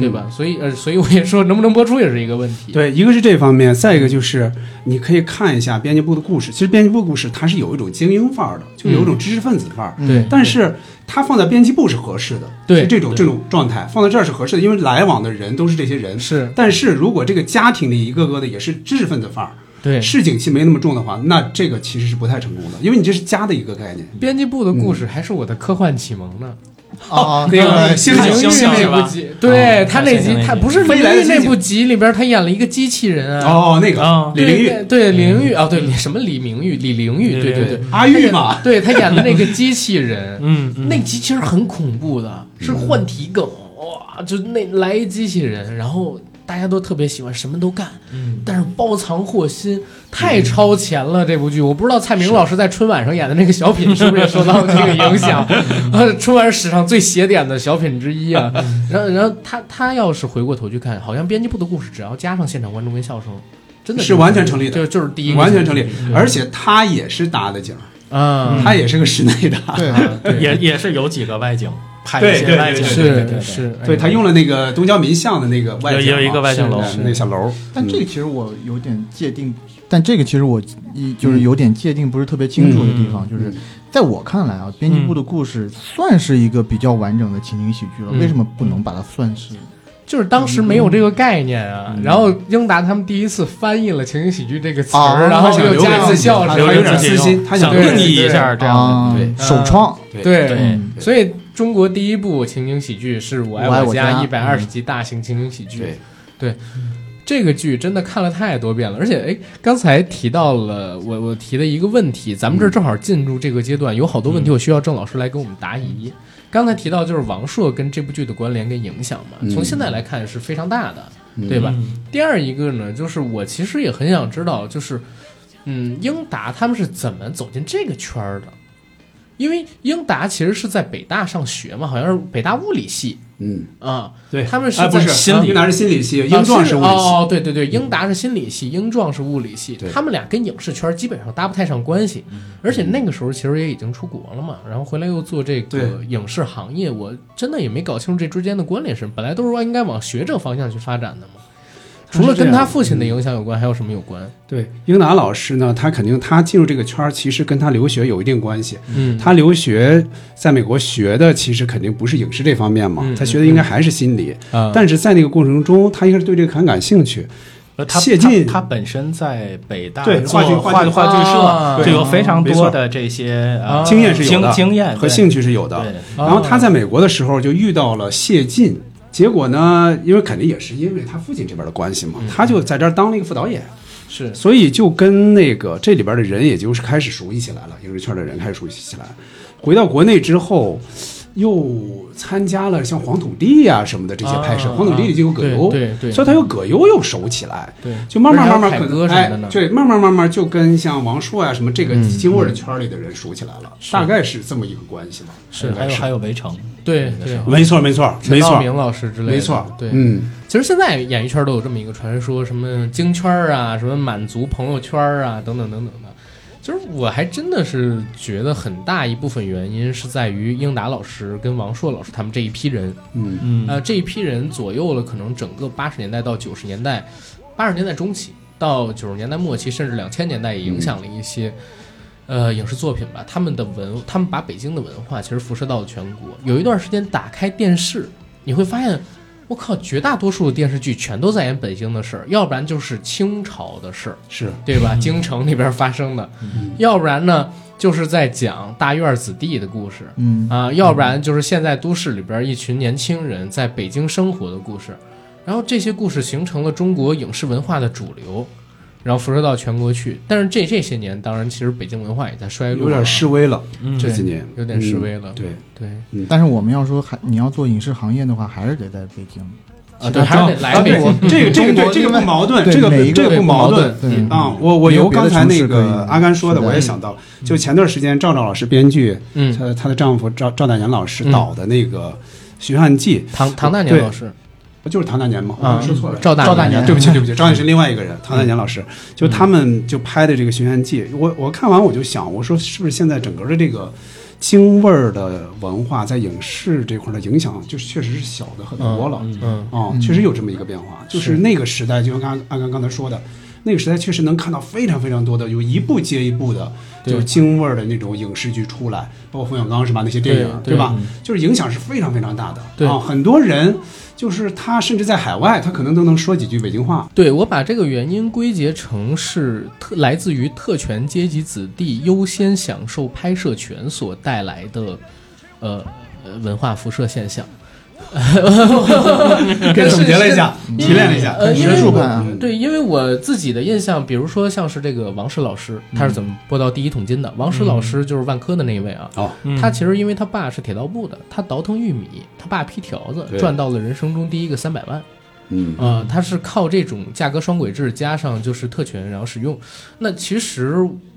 Speaker 1: 对吧？所以，呃，所以我也说，能不能播出也是一个问题。
Speaker 4: 对，一个是这方面，再一个就是你可以看一下编辑部的故事。其实编辑部故事它是有一种精英范儿的，就有一种知识分子范儿。
Speaker 1: 对
Speaker 4: 但是它放在编辑部是合适的，
Speaker 1: 嗯对
Speaker 4: 是这种
Speaker 1: 对
Speaker 4: 这种状态放在这儿是合适的，因为来往的人都是这些人。
Speaker 1: 是
Speaker 4: 但是如果这个家庭里一个个的也是知识分子范儿，
Speaker 1: 对，
Speaker 4: 市井气没那么重的话，那这个其实是不太成功的，因为你这是家的一个概念。
Speaker 1: 编辑部的故事还是我的科幻启蒙呢。
Speaker 3: 啊，
Speaker 4: 那个星
Speaker 1: 星
Speaker 4: 星
Speaker 1: 域
Speaker 4: 星
Speaker 1: 那部集，对哦他那集，他不是
Speaker 4: 飞
Speaker 1: 飞
Speaker 4: 来的
Speaker 1: 来
Speaker 4: 星
Speaker 1: 那
Speaker 4: 星
Speaker 1: 部集里边，他演了一个机器人啊。
Speaker 4: 哦，那个
Speaker 6: 啊
Speaker 4: 李
Speaker 1: 对
Speaker 4: 玲玉、
Speaker 1: 对对李玲玉啊，对李什么李明玉、李玲玉，对对对，
Speaker 4: 阿玉嘛，
Speaker 1: 对他演的那个机器 人，
Speaker 6: 嗯
Speaker 1: 那集其实很恐怖的，
Speaker 4: 嗯
Speaker 1: 是换体梗，哇，就那来一机器人，然后大家都特别喜欢，什么都干，
Speaker 4: 嗯
Speaker 1: 但是包藏祸心，太超前了。这部
Speaker 4: 嗯
Speaker 1: 剧，我不知道蔡明老师在春晚上演的那个小品是不是也受到这个影响，呃， 春晚史上最邪典的小品之 一啊。然后，然后他他要是回过头去看，好像编辑部的故事，只要加上现场观众跟笑声，真的
Speaker 4: 是完全成立的
Speaker 1: 就就是第一个
Speaker 4: 完全成立，嗯
Speaker 1: 对
Speaker 4: 而且他也是搭的景儿，
Speaker 1: 啊，
Speaker 4: 他也是个室内的。
Speaker 3: 对，
Speaker 6: 也也是有几个外景，拍
Speaker 4: 对
Speaker 6: 一些
Speaker 4: 对
Speaker 6: 外景，
Speaker 4: 对
Speaker 6: 对对
Speaker 1: 是
Speaker 6: 对
Speaker 1: 是，哎
Speaker 4: 对他用了那个东郊民巷的那个外景啊，
Speaker 6: 有有一个外景楼
Speaker 4: 是的那小楼。嗯
Speaker 3: 但这个其实我有点界定，嗯但这个其实我一就是有点界定不是特别清楚的地方，就是在我看来啊，编辑部的故事算是一个比较完整的情景喜剧了，
Speaker 1: 嗯
Speaker 3: 为什么不能把它算是？
Speaker 1: 就是当时没有这个概念啊，然后英达他们第一次翻译了情景喜剧这个词儿，
Speaker 3: 哦
Speaker 1: 然后又加上笑
Speaker 4: 他
Speaker 1: 声，
Speaker 4: 留
Speaker 6: 留
Speaker 4: 有
Speaker 6: 有
Speaker 4: 点
Speaker 6: 点
Speaker 4: 私
Speaker 6: 私
Speaker 4: 心
Speaker 6: 心，
Speaker 4: 他
Speaker 6: 想
Speaker 4: 想
Speaker 6: 定义一下这样
Speaker 3: 啊
Speaker 6: 的，对，
Speaker 3: 首创，嗯
Speaker 1: 对
Speaker 6: 对
Speaker 1: 所以中国第一部情景喜剧是《我
Speaker 3: 我爱
Speaker 1: 爱
Speaker 3: 我
Speaker 1: 家
Speaker 3: 家》
Speaker 1: 一百二十集大型情景喜剧。
Speaker 4: 嗯对
Speaker 1: 这个剧真的看了太多遍了，而且哎，刚才提到了我我提的一个问题，咱们这儿正好进入这个阶段，有好多问题我需要郑老师来给我们答疑。刚才提到就是王朔跟这部剧的关联跟影响嘛，从现在来看是非常大的，对吧？第二一个呢，就是我其实也很想知道，就是嗯，英达他们是怎么走进这个圈儿的？因为英达其实是在北大上学嘛，好像是北大物理系
Speaker 4: 嗯，
Speaker 1: 啊，
Speaker 4: 对，
Speaker 1: 他们是
Speaker 4: 哎不
Speaker 1: 在
Speaker 4: 是
Speaker 6: 心理
Speaker 4: 英达是心理系，
Speaker 1: 啊
Speaker 4: 英壮是物理系，嗯
Speaker 1: 哦，对对对，英达是心理系，英壮是物理系
Speaker 4: 对，嗯
Speaker 1: 他们俩跟影视圈基本上搭不太上关系。而且那个时候其实也已经出国了嘛，然后回来又做这个
Speaker 4: 对
Speaker 1: 影视行业，我真的也没搞清楚这之间的关联是什么。本来都是应该往学者方向去发展的嘛。除了跟他父
Speaker 4: 嗯
Speaker 1: 亲的影响有关，还有什么有关？
Speaker 4: 对，英达老师呢，他肯定他进入这个圈儿，其实跟他留学有一定关系。
Speaker 1: 嗯
Speaker 4: 他留学在美国学的，其实肯定不是影视这方面嘛，
Speaker 1: 嗯
Speaker 4: 他学的应该还是心理。
Speaker 1: 啊
Speaker 4: 但是在那个过程中，他应该是对这个很感兴趣。
Speaker 6: 呃他
Speaker 4: 谢晋
Speaker 6: 他他本身在北大
Speaker 4: 对
Speaker 6: 做
Speaker 4: 话剧话
Speaker 6: 话
Speaker 4: 剧
Speaker 6: 话剧
Speaker 1: 啊
Speaker 6: 社，
Speaker 4: 对嗯
Speaker 6: 就有非常
Speaker 4: 没错
Speaker 6: 多的这些
Speaker 1: 啊
Speaker 6: 呃
Speaker 4: 经验是有的，
Speaker 6: 经经验
Speaker 4: 和
Speaker 6: 对
Speaker 4: 兴趣是有的。
Speaker 6: 对
Speaker 4: 然后
Speaker 1: 哦
Speaker 4: 他在美国的时候就遇到了谢晋，结果呢，因为肯定也是因为他父亲这边的关系嘛，他就在这儿当了一个副导演，
Speaker 1: 嗯是
Speaker 4: 所以就跟那个这里边的人，也就是开始熟悉起来了，影视圈的人开始熟悉起来。回到国内之后，又参加了像《黄土地、呀什么的这些拍摄，
Speaker 1: 啊
Speaker 4: 黄土地》里就有葛优，
Speaker 1: 对对对
Speaker 4: 所以他又葛优又熟起来，
Speaker 1: 对
Speaker 4: 就慢慢
Speaker 1: 而且还有
Speaker 4: 慢慢
Speaker 1: 凯
Speaker 4: 可能
Speaker 1: 歌什么的呢嗯
Speaker 4: 哎，对，慢慢慢慢就跟像王朔呀、啊什么这个京味儿的圈里的人熟起来了，大概是这么一个关系吧。
Speaker 6: 是还有还有围城，
Speaker 1: 对对，
Speaker 4: 没错，没错，
Speaker 1: 陈道明老师之类的，
Speaker 4: 没错，
Speaker 1: 对，
Speaker 4: 嗯，
Speaker 1: 其实现在演艺圈都有这么一个传说，什么京圈儿啊，什么满族朋友圈儿啊，等等等等的。就是我还真的是觉得很大一部分原因是在于英达老师跟王朔老师他们这一批人，
Speaker 6: 嗯
Speaker 1: 呃，这一批人左右了可能整个八十年代到九十年代，八十年代中期到九十年代末期，甚至两千年代也影响了一些、呃影视作品吧。他们的文，他们把北京的文化其实辐射到了全国。有一段时间打开电视，你会发现，我靠，绝大多数的电视剧全都在演北京的事儿，要不然就是清朝的事儿，
Speaker 4: 是
Speaker 1: 对吧？京城那边发生的，要不然呢就是在讲大院子弟的故事，
Speaker 3: 嗯，
Speaker 1: 啊，要不然就是现在都市里边一群年轻人在北京生活的故事，然后这些故事形成了中国影视文化的主流，然后辐射到全国去。但是这这些年，当然其实北京文化也在衰落，
Speaker 4: 有点示，威了，这
Speaker 1: 对
Speaker 4: 几年
Speaker 1: 有点示威了
Speaker 4: 嗯对，
Speaker 1: 对
Speaker 3: 但是我们要说还你要做影视行业的话，还是得在北京。
Speaker 1: 啊，对，还是得来
Speaker 4: 啊
Speaker 1: 北京。
Speaker 4: 对这个这个
Speaker 3: 中
Speaker 4: 对
Speaker 3: 国
Speaker 4: 这个不矛盾，
Speaker 3: 对
Speaker 4: 这
Speaker 3: 每一个
Speaker 4: 个这个不矛盾。
Speaker 3: 对
Speaker 1: 嗯
Speaker 4: 啊，我我由
Speaker 3: 没有别的
Speaker 4: 刚才
Speaker 3: 城
Speaker 4: 那
Speaker 3: 市可
Speaker 4: 个
Speaker 3: 以
Speaker 4: 阿甘说的，
Speaker 3: 是的嗯
Speaker 4: 我也想到了，就前段时间赵赵老师编剧，
Speaker 1: 嗯
Speaker 4: 她她的丈夫赵赵大年老师导的那个《寻汉记》，
Speaker 1: 唐唐大年老师，
Speaker 4: 不就是唐大年吗？
Speaker 3: 啊
Speaker 4: 我说错了，
Speaker 3: 赵大
Speaker 4: 赵
Speaker 3: 年嗯
Speaker 4: 大年，对不起，对不起，赵大年是另外一个人，唐大年老师，就他们就拍的这个《寻汉记》，我我看完我就想，我说是不是现在整个的这个京味儿的文化在影视这块儿的影响，就是确实是小的很多了，
Speaker 6: 啊
Speaker 1: 嗯，
Speaker 4: 哦
Speaker 3: 嗯，
Speaker 4: 确实有这么一个变化，就是那个时代，就像刚阿刚刚才说的，那个时代确实能看到非常非常多的，有一部接一部的，
Speaker 1: 对
Speaker 4: 就是京味儿的那种影视剧出来，包括冯小刚是吧？那些电影，
Speaker 1: 对对嗯
Speaker 4: 吧？就是影响是非常非常大的。
Speaker 1: 对
Speaker 4: 啊，很多人就是他，甚至在海外，他可能都能说几句北京 话。
Speaker 1: 对我把这个原因归结成是特来自于特权阶级子弟优先享受拍摄权所带来的，呃，呃文化辐射现象。
Speaker 4: 给总结了一下，
Speaker 1: 是
Speaker 4: 提炼了一下，
Speaker 1: 呃因
Speaker 3: 学
Speaker 1: 为
Speaker 3: 术
Speaker 1: 我
Speaker 3: 派啊，
Speaker 4: 嗯
Speaker 1: 对，因为我自己的印象，比如说像是这个王石老师，他是怎么播到第一桶金的？王石老师就是万科的那一位啊。
Speaker 4: 嗯哦，
Speaker 1: 他其实因为他爸是铁道部的，他倒腾玉米，他爸批条子
Speaker 4: 对
Speaker 1: 赚到了人生中第一个三百万。
Speaker 4: 嗯，
Speaker 1: 呃，它是靠这种价格双轨制加上就是特权，然后使用。那其实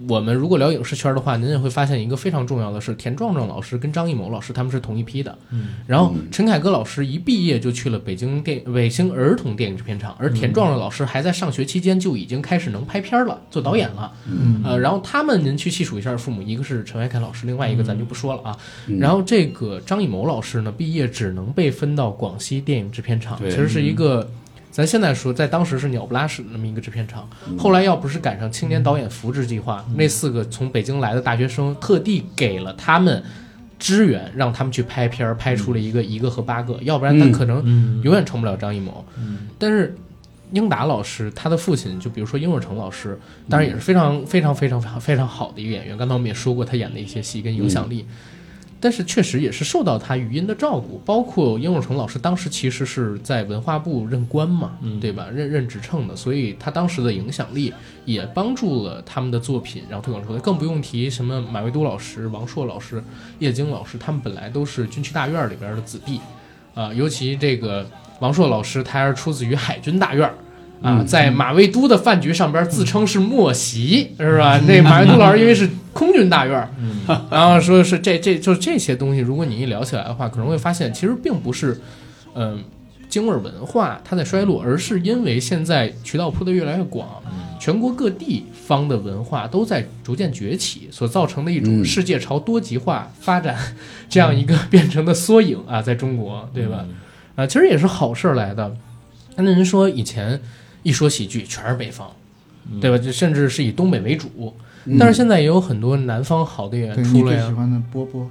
Speaker 1: 我们如果聊影视圈的话，您也会发现一个非常重要的是，田壮壮老师跟张艺谋老师他们是同一批的。嗯，然后陈凯歌老师一毕业就去了北京电北京儿童电影制片厂，而田壮壮老师还在上学期间就已经开始能拍片儿了，做导演了。嗯，呃，然后他们您去细数一下父母，一个是陈怀凯老师，另外一个咱就不说了啊。然后这个张艺谋老师呢，毕业只能被分到广西电影制片厂，
Speaker 4: 对
Speaker 1: 其实是一个。咱现在说，在当时是鸟不拉屎的那么一个制片厂，后来要不是赶上青年导演扶植计划，那四个从北京来的大学生特地给了他们支援，让他们去拍片儿，拍出了一个一个和八个，要不然他
Speaker 4: 嗯
Speaker 1: 可能永远成不了张艺谋。但是英达老师，他的父亲就比如说英若诚老师，当然也是非常非常非常非常非常好的一个演员。刚才我们也说过，他演的一些戏跟影响力，但是确实也是受到他余音的照顾。包括英若诚老师当时其实是在文化部任官嘛，对吧？任任职称的，所以他当时的影响力也帮助了他们的作品，然后推广出来。更不用提什么马未都老师、王朔老师、叶京老师，他们本来都是军区大院里边的子弟，啊、尤其这个王朔老师，他是出自于海军大院儿。啊，在马未都的饭局上边自称是莫席，是吧？那马未都老师因为是空军大院儿，然后说是这这就这些东西，如果你一聊起来的话，可能会发现其实并不是，嗯、京味儿文化它在衰落，而是因为现在渠道铺得越来越广，
Speaker 3: 嗯
Speaker 1: 全国各地方的文化都在逐渐崛起，所造成的一种
Speaker 4: 嗯
Speaker 1: 世界朝多极化发展、这样一个变成的缩影啊，在中国，对吧？
Speaker 3: 嗯
Speaker 1: 啊，其实也是好事儿来的。那您说以前一说喜剧全是北方，
Speaker 3: 嗯
Speaker 1: 对吧？就甚至是以东北为主，但是现在也有很多南方好的演员
Speaker 3: 对
Speaker 1: 出
Speaker 3: 你
Speaker 1: 来
Speaker 3: 最
Speaker 1: 呀、
Speaker 3: 喜欢的波波，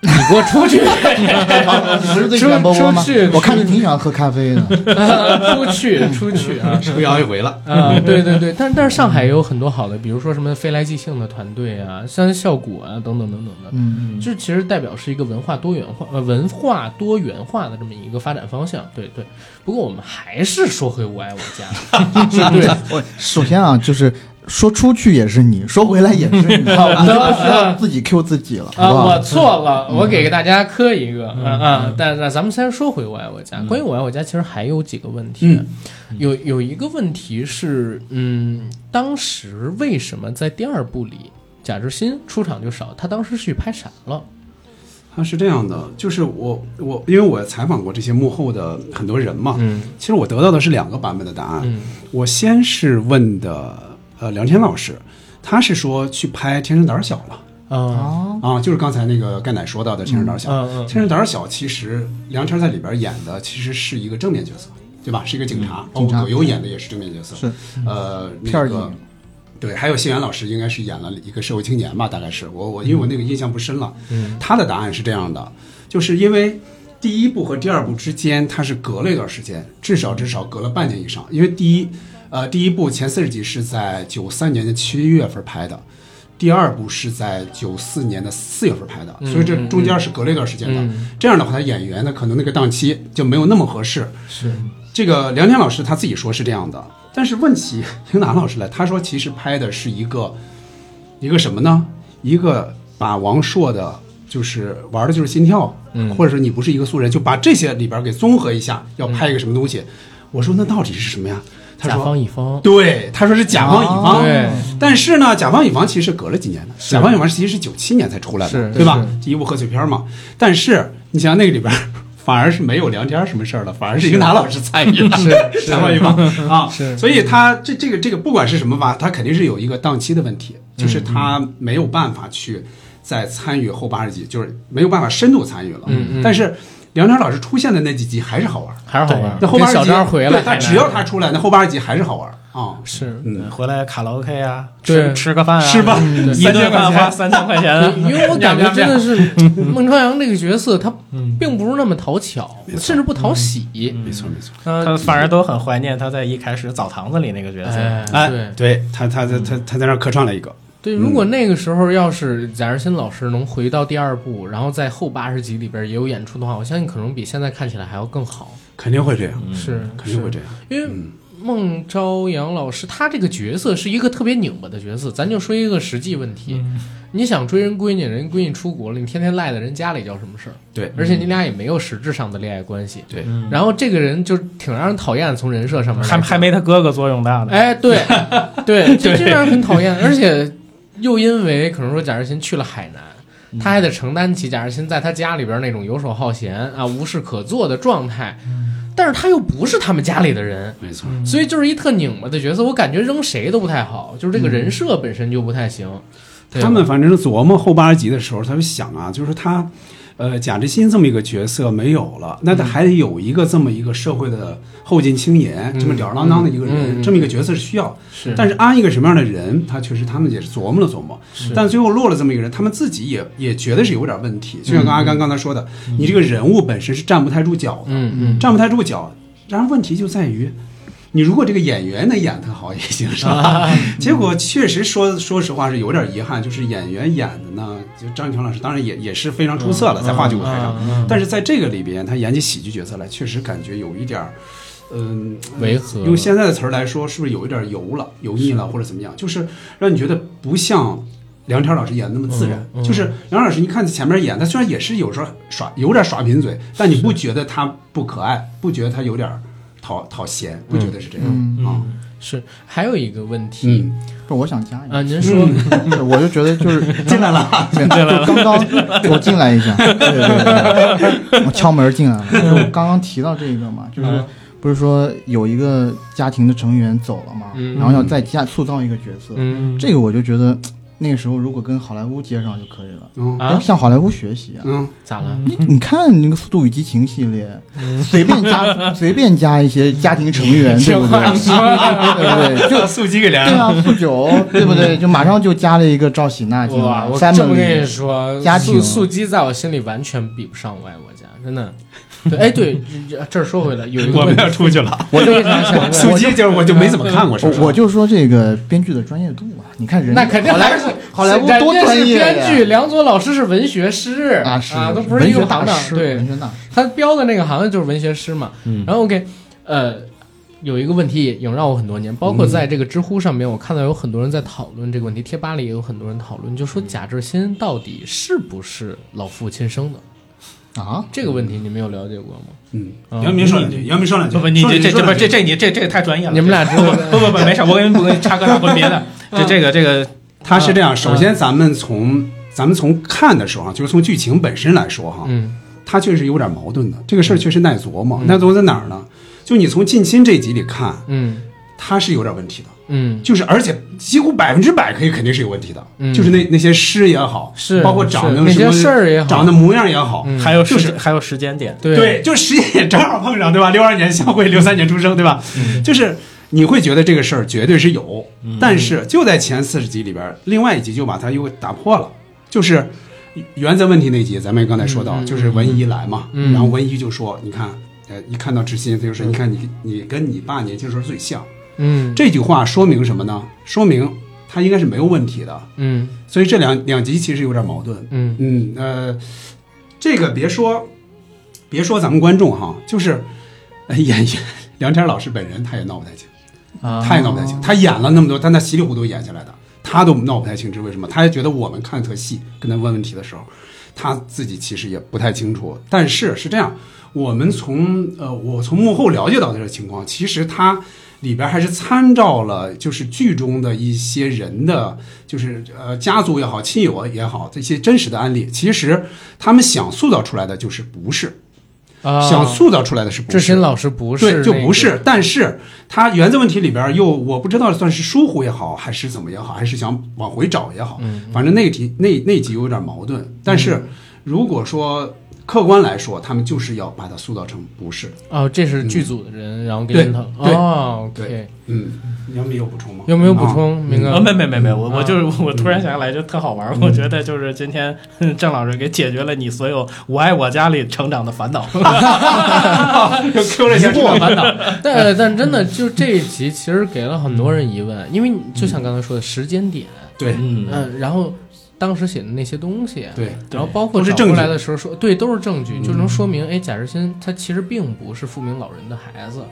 Speaker 1: 你给我出去！
Speaker 3: 啊你不是最喜欢波波吗
Speaker 1: 出去？
Speaker 3: 我看你挺想喝咖 啡的，
Speaker 1: 啊出去，出去啊！
Speaker 4: 是不是摇一回了？
Speaker 1: 啊，对对对，但但是上海也有很多好的，比如说什么飞来即兴的团队啊，像效果啊等等等等的，
Speaker 3: 嗯，
Speaker 1: 这其实代表是一个文化多元化呃文化多元化的这么一个发展方向。对对，不过我们还是说回我爱我家， 是对
Speaker 3: 我首先啊，就是说出去也是你，说回来也是你，好 吧？
Speaker 4: 啊
Speaker 3: 不需要自己 Q 自己了，
Speaker 1: 啊，
Speaker 3: 好不
Speaker 1: 我
Speaker 3: 好？
Speaker 1: 错了，
Speaker 4: 嗯
Speaker 1: 我给大家磕一个啊啊！但那咱们先说回我爱我家。
Speaker 4: 嗯
Speaker 1: 关于我爱我家，其实还有几个问题，啊有有一个问题是，嗯，当时为什么在第二部里贾志新出场就少？他当时是去拍啥了？
Speaker 4: 他啊是这样的，就是我我因为我采访过这些幕后的很多人嘛，
Speaker 1: 嗯
Speaker 4: 其实我得到的是两个版本的答案，
Speaker 1: 嗯
Speaker 4: 我先是问的呃梁天老师，他是说去拍《天生胆儿小》了
Speaker 1: 啊
Speaker 3: 哦，
Speaker 4: 啊，就是刚才那个盖奶说到的《天生胆儿小》
Speaker 1: 嗯嗯嗯
Speaker 4: 天生胆儿小》其实梁天在里边演的其实是一个正面角色，对吧？是一个警察，
Speaker 3: 嗯
Speaker 4: 包
Speaker 3: 警察
Speaker 4: 括葛优演的也是正面角色，
Speaker 3: 是
Speaker 4: 呃
Speaker 3: 片
Speaker 4: 那
Speaker 3: 儿
Speaker 4: 个
Speaker 3: 警。
Speaker 4: 对，还有谢元老师应该是演了一个社会青年吧，大概是我我因为我那个印象不深了。
Speaker 1: 嗯，
Speaker 4: 他的答案是这样的，就是因为第一部和第二部之间，它是隔了一段时间，至少至少隔了半年以上。因为第一，呃，第一部前四十集是在九三年的七月份拍的，第二部是在九四年的四月份拍的，所以这中间是隔了一段时间的。这样的话，他演员呢可能那个档期就没有那么合适。
Speaker 1: 是
Speaker 4: 这个梁天老师他自己说是这样的，但是问起 英达老师来，他说其实拍的是一个一个什么呢？一个把王朔的，就是玩的就是心跳，嗯，或者说你不是一个素人，就把这些里边给综合一下，要拍一个什么东西？我说那到底是什么呀？他
Speaker 1: 甲
Speaker 4: 说
Speaker 1: 方乙方，
Speaker 4: 对，他说是甲方乙方，
Speaker 1: 对，
Speaker 4: 但是呢，甲方乙方其实隔了几年的，甲方乙方其实是九七年才出来
Speaker 1: 是
Speaker 4: 的，对吧？第一部贺岁片嘛。但是你想想那个里边儿，反而是没有梁家什么事儿了，反而是英达老师参与了，是相当于吧啊，
Speaker 1: 是
Speaker 4: 所以他这这个这个不管是什么吧，他肯定是有一个档期的问题，
Speaker 1: 嗯
Speaker 4: 就是他没有办法去再参与后八十集，就是没有办法深度参与了。
Speaker 1: 嗯嗯
Speaker 4: 但是梁家老师出现的那几集还是好玩儿，
Speaker 1: 还是好玩。
Speaker 4: 那后八
Speaker 1: 跟
Speaker 4: 十集
Speaker 1: 小张回来
Speaker 4: 对，他只要他出来，那后八十集还是好玩儿啊。
Speaker 1: 是
Speaker 4: 嗯，
Speaker 6: 回来卡拉 OK 啊，
Speaker 1: 对
Speaker 6: 吃吃个饭啊，
Speaker 4: 是吧？
Speaker 6: 一顿饭花三千块钱啊，
Speaker 1: 因
Speaker 4: 嗯
Speaker 1: 为我感觉真的 是孟朝阳这个角色，他
Speaker 4: 嗯
Speaker 1: 并不是那么讨巧，甚至不讨喜。
Speaker 4: 没错没错，
Speaker 1: 嗯
Speaker 6: 他反而都很怀念他在一开始澡堂子里那个角色。
Speaker 1: 哎，对
Speaker 4: 哎，对他他他他他在那儿客串了一个，
Speaker 1: 对，如
Speaker 4: 嗯
Speaker 1: 果那个时候要是贾日新老师能回到第二部，然后在后八十集里边也有演出的话，我相信可能比现在看起来还要更好。
Speaker 4: 肯定会这样，
Speaker 1: 嗯是，
Speaker 4: 嗯肯定会嗯这样。
Speaker 1: 因为孟朝阳老师他这个角色是一个特别拧巴的角色，咱就说一个实际问题。
Speaker 6: 嗯
Speaker 1: 你想追人闺女，人闺女出国了，你天天赖在人家里叫什么事儿？
Speaker 4: 对
Speaker 1: 而且你俩也没有实质上的恋爱关系。
Speaker 4: 嗯对，
Speaker 1: 然后这个人就挺让人讨厌，从人设上面来
Speaker 6: 嗯还
Speaker 4: 嗯
Speaker 1: 讲
Speaker 6: 还没他哥哥作用大呢。
Speaker 1: 哎，对，对，这这让人很讨厌，而且又因为可能说贾日新去了海南。他还得承担起贾日新在他家里边那种游手好闲啊、无事可做的状态，但是他又不是他们家里的人，
Speaker 4: 没错。
Speaker 1: 所以就是一特拧巴的角色。我感觉扔谁都不太好，就是这个人设本身就不太行。对吧
Speaker 4: 他们反正琢磨后八十集的时候，他就想啊，就是他，呃，贾志新这么一个角色没有了，那他还得有一个这么一个社会的后进青年，这么吊儿郎当的一个人，
Speaker 1: 嗯嗯
Speaker 4: 这么一个角色是需要。
Speaker 1: 是
Speaker 4: 但是安一个什么样的人，他确实他们也是琢磨了琢磨，但最后落了这么一个人，他们自己也也觉得是有点问题。就像刚阿甘刚才说的，你这个人物本身是站不太住脚的，
Speaker 1: 嗯嗯，
Speaker 4: 站不太住脚。然而问题就在于，你如果这个演员能演得好也行，是吧？结果确实说说实话是有点遗憾，就是演员演的呢，就张一平老师当然也也是非常出色了，在话剧舞台
Speaker 1: 嗯
Speaker 4: 上，但是在这个里边，他演起喜剧角色来，确实感觉有一点儿，嗯、
Speaker 1: 违和
Speaker 4: 用现在的词儿来说，是不是有一点油了、油腻了，或者怎么样？就是让你觉得不像梁天老师演的那么自然。就是梁老师，你看前面演，他虽然也是有时候耍有点耍贫嘴，但你不觉得他不可爱，不觉得他有点儿讨讨嫌，不觉得是
Speaker 3: 嗯
Speaker 4: 这样啊？
Speaker 1: 是还有一个问题
Speaker 4: 嗯，
Speaker 3: 不是，我想加一
Speaker 1: 啊，
Speaker 3: 个，
Speaker 1: 您说，
Speaker 3: 是我就觉得 就是
Speaker 4: 进来了，
Speaker 3: 对，就刚刚我进来 一下，对对对对我敲门进来了。
Speaker 1: 嗯
Speaker 3: 就是我刚刚提到这个嘛，就是不是说有一个家庭的成员走了嘛，
Speaker 1: 嗯
Speaker 3: 然后要再加塑造一个角色，
Speaker 1: 嗯，
Speaker 3: 这个我就觉得那个时候如果跟好莱坞接上就可以了，
Speaker 4: 嗯
Speaker 1: 啊
Speaker 3: 要向好莱坞学习啊。
Speaker 4: 嗯，
Speaker 1: 咋了？
Speaker 3: 你看那个《速度与激情》系列，
Speaker 1: 嗯
Speaker 3: 随便 加随便加一些家庭成员，对不对？对不对？就
Speaker 4: 速激给梁
Speaker 3: 对啊，速九，对不对？就马上就加了一个赵喜娜进
Speaker 1: 哇，
Speaker 3: 来
Speaker 1: 我这么跟你
Speaker 3: ，family，
Speaker 1: 说，
Speaker 3: 家庭
Speaker 1: 素素鸡在我心里完全比不上外国家，真的。对，哎，对，这这儿说回来，有一个
Speaker 4: 我
Speaker 1: 问
Speaker 4: 们
Speaker 1: 题
Speaker 4: 要，出去了。
Speaker 1: 我非常想问，
Speaker 4: 速激就是我就没怎么看过，是
Speaker 3: 我
Speaker 4: 不是？
Speaker 3: 我就说这个编剧的专业度嘛，你看人
Speaker 1: 那肯定还是
Speaker 3: 好莱坞
Speaker 1: 人
Speaker 3: 多
Speaker 1: 家
Speaker 3: 专
Speaker 1: 是
Speaker 3: 业呀
Speaker 1: 编剧，梁左老师是文学师
Speaker 3: 啊是
Speaker 1: 都不是一个行
Speaker 3: 文学大
Speaker 1: 当。
Speaker 3: 师
Speaker 1: 对
Speaker 3: 文，学大师，
Speaker 1: 他标的那个行当就是文学师嘛。
Speaker 6: 嗯
Speaker 1: 然后 OK，呃，有一个问题也萦绕我很多年，包
Speaker 3: 嗯
Speaker 1: 括在这个知乎上面，我看到有很多人在讨论这个问题，贴吧里也有很多人讨论，就
Speaker 3: 嗯
Speaker 1: 说贾志新到底是不是老父亲生的？
Speaker 3: 啊，
Speaker 1: 这个问题你们有了解过吗？
Speaker 4: 嗯，杨明说两句，杨明说两句，
Speaker 6: 不不，你
Speaker 4: 说
Speaker 6: 这
Speaker 4: 两句
Speaker 6: 这这
Speaker 4: 说
Speaker 6: 不
Speaker 4: 两句
Speaker 6: 这这你这这个太专业了。
Speaker 1: 你们俩知
Speaker 6: 不
Speaker 1: 道
Speaker 6: 不 不 不不没事，我给你我给你插科打诨别的。
Speaker 4: 嗯
Speaker 6: 这这个这个
Speaker 4: 他是这样，首先咱们从咱们从看的时候啊，就是从剧情本身来说哈，
Speaker 1: 嗯，
Speaker 4: 他确实有点矛盾的，这个事儿确实耐琢磨。耐琢磨在哪儿呢？就你从近亲这集里看，
Speaker 1: 嗯
Speaker 4: 他是有点问题的，
Speaker 1: 嗯，
Speaker 4: 就是而且几乎百分之百可以肯定是有问题的，
Speaker 1: 嗯
Speaker 4: 就是那那些诗也好，
Speaker 1: 是
Speaker 4: 包括长得
Speaker 1: 是
Speaker 4: 什么
Speaker 1: 那些事儿也好
Speaker 4: 长得模样也好，
Speaker 1: 嗯
Speaker 6: 还有
Speaker 4: 就
Speaker 6: 时
Speaker 4: 是
Speaker 6: 间还有时间点，
Speaker 1: 对
Speaker 4: 对，就时间也正好碰上，对吧？六二年相会，六三年出生，对吧？就是你会觉得这个事儿绝对是有，但是就在前四十集里边儿，另外一集就把它又打破了，就是原则问题那集，咱们也刚才说到，就是文姨来嘛，
Speaker 1: 嗯
Speaker 4: 然后文姨就说，你看。呃，一看到知心，他就说：“你看你，你跟你爸年轻时候最像。
Speaker 1: 嗯”
Speaker 4: 这句话说明什么呢？说明他应该是没有问题的。
Speaker 1: 嗯
Speaker 4: 所以这两两集其实有点矛盾。
Speaker 1: 嗯
Speaker 4: 嗯，呃，这个别说，别说咱们观众哈，就是、呃演员 梁天老师本人他也闹不太清，
Speaker 1: 啊
Speaker 4: 他也闹不太清。他演了那么多，但他稀里糊涂演下来的，他都闹不太清，是为什么？他也觉得我们看特细，跟他问问题的时候，他自己其实也不太清楚。但是是这样，我们从呃，我从幕后了解到的这个情况，其实他里边还是参照了就是剧中的一些人的，就是呃家族也好，亲友也好，这些真实的案例。其实他们想塑造出来的就是不是，
Speaker 1: 啊
Speaker 4: 想塑造出来的是不
Speaker 1: 志
Speaker 4: 是
Speaker 1: 新老师不是、
Speaker 4: 对，就不是。但是他原则问题里边又我不知道算是疏忽也好，还是怎么也好，还是想往回找也好，
Speaker 1: 嗯
Speaker 4: 反正那题那那集有点矛盾。但是如果说客观来说，他们就是要把它塑造成不是。
Speaker 1: 哦，这是剧组的人，然后给您讨
Speaker 4: 对对
Speaker 1: 哦，OK，
Speaker 4: 对嗯，你要没有补充吗？嗯
Speaker 1: 有没有补？充，明
Speaker 6: 啊，
Speaker 1: 哥？
Speaker 6: 没没没没，我我就是我突然想起来，就特好玩儿。我觉得就是今天哼郑老师给解决了你所有“我爱我家”里成长的烦恼。
Speaker 4: 又 Q 了一下
Speaker 1: 我烦恼，但但真的就这一集，其实给了很多人疑问，因为你就像刚才说的时间点，
Speaker 4: 对
Speaker 6: 嗯
Speaker 1: 嗯，然后当时写的那些东西，
Speaker 4: 对，
Speaker 1: 然后包括
Speaker 4: 都是
Speaker 1: 找
Speaker 4: 证
Speaker 1: 回
Speaker 4: 据嗯
Speaker 1: 来的时候说，对，都是证据，就能说明，哎，贾志新他其实并不是富明老人的孩子，
Speaker 4: 嗯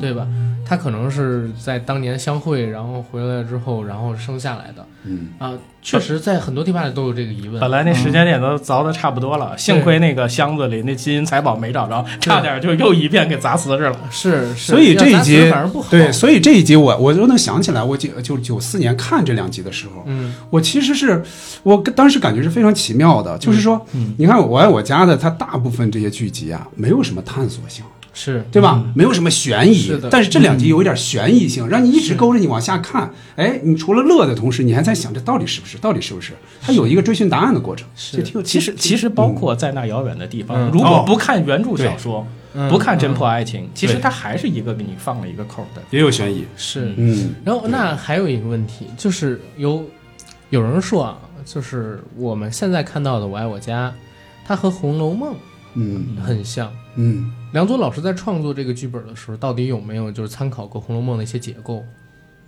Speaker 1: 对吧？他可能是在当年相会，然后回来之后，然后生下来的
Speaker 4: 嗯，
Speaker 1: 啊。确实，在很多地方里都有这个疑问
Speaker 4: 呃
Speaker 6: 本。来那时间点都凿的差不多了，幸亏那个箱子里那金银财宝没找着，差点就又一遍给砸瓷实了。
Speaker 1: 是，是
Speaker 4: 所以这一
Speaker 1: 要砸死
Speaker 4: 集
Speaker 1: 人反而不好。
Speaker 4: 对，所以这一集我我就能想起来，我九就九四年看这两集的时候，
Speaker 1: 嗯
Speaker 4: 我其实是我跟当时感觉是非常奇妙的，就是说，你看《我爱我家》的，它大部分这些剧集啊，没有什么探索性，
Speaker 1: 是
Speaker 4: 对吧？没有什么悬疑，
Speaker 1: 是的
Speaker 4: 但是这两集有一点悬疑性，让你一直勾着你往下看。哎，你除了乐的同时，你还在想这到底是不是？到底是不是？它有一个追寻答案的过程，
Speaker 1: 是
Speaker 4: 这挺有
Speaker 6: 其实其实包括在那遥远的地方，
Speaker 1: 嗯
Speaker 6: 如果
Speaker 4: 哦
Speaker 6: 不看原著小说，不看《
Speaker 1: 真
Speaker 6: 侦破爱情》，其实
Speaker 4: 对
Speaker 6: 它还是一个给你放了一个扣儿的。
Speaker 4: 也有悬疑，
Speaker 1: 是。
Speaker 4: 嗯，
Speaker 1: 然后那还有一个问题，就是有有人说啊，就是我们现在看到的《我爱我家》，它和《红楼梦
Speaker 4: 嗯》
Speaker 1: 很像。
Speaker 4: 嗯，
Speaker 1: 梁左老师在创作这个剧本的时候，到底有没有就是参考过《红楼梦》的一些结构？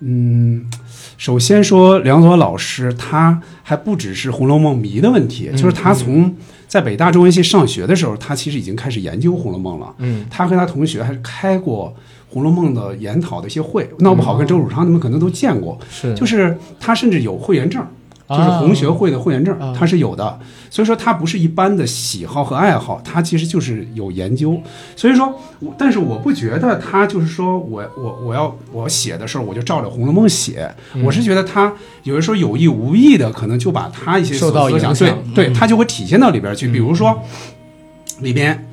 Speaker 4: 嗯，首先说梁左老师，他还不只是《红楼梦》迷的问题，
Speaker 1: 嗯
Speaker 4: 就是他从在北大中文系上学的时候，他其实已经开始研究《红楼梦》了。
Speaker 1: 嗯，
Speaker 4: 他和他同学还开过《红楼梦》的研讨的一些会，闹不好
Speaker 1: 嗯
Speaker 4: 跟周汝昌他们可能都见过。
Speaker 1: 是
Speaker 4: 就是是他甚至有会员证，就
Speaker 1: 啊
Speaker 4: 是红学会的会员证
Speaker 1: 啊，
Speaker 4: 他是有的。所以说他不是一般的喜好和爱好，他其实就是有研究。所以说，我但是我不觉得他就是说我我我要我写的时候我就照着《红楼梦》写，
Speaker 1: 嗯
Speaker 4: 我是觉得他有的时候有意无意的，可能就把他一些
Speaker 1: 受到
Speaker 4: 所思
Speaker 1: 影
Speaker 4: 想，
Speaker 1: 响嗯
Speaker 4: 对对，他就会体现到里边去。比如说里边。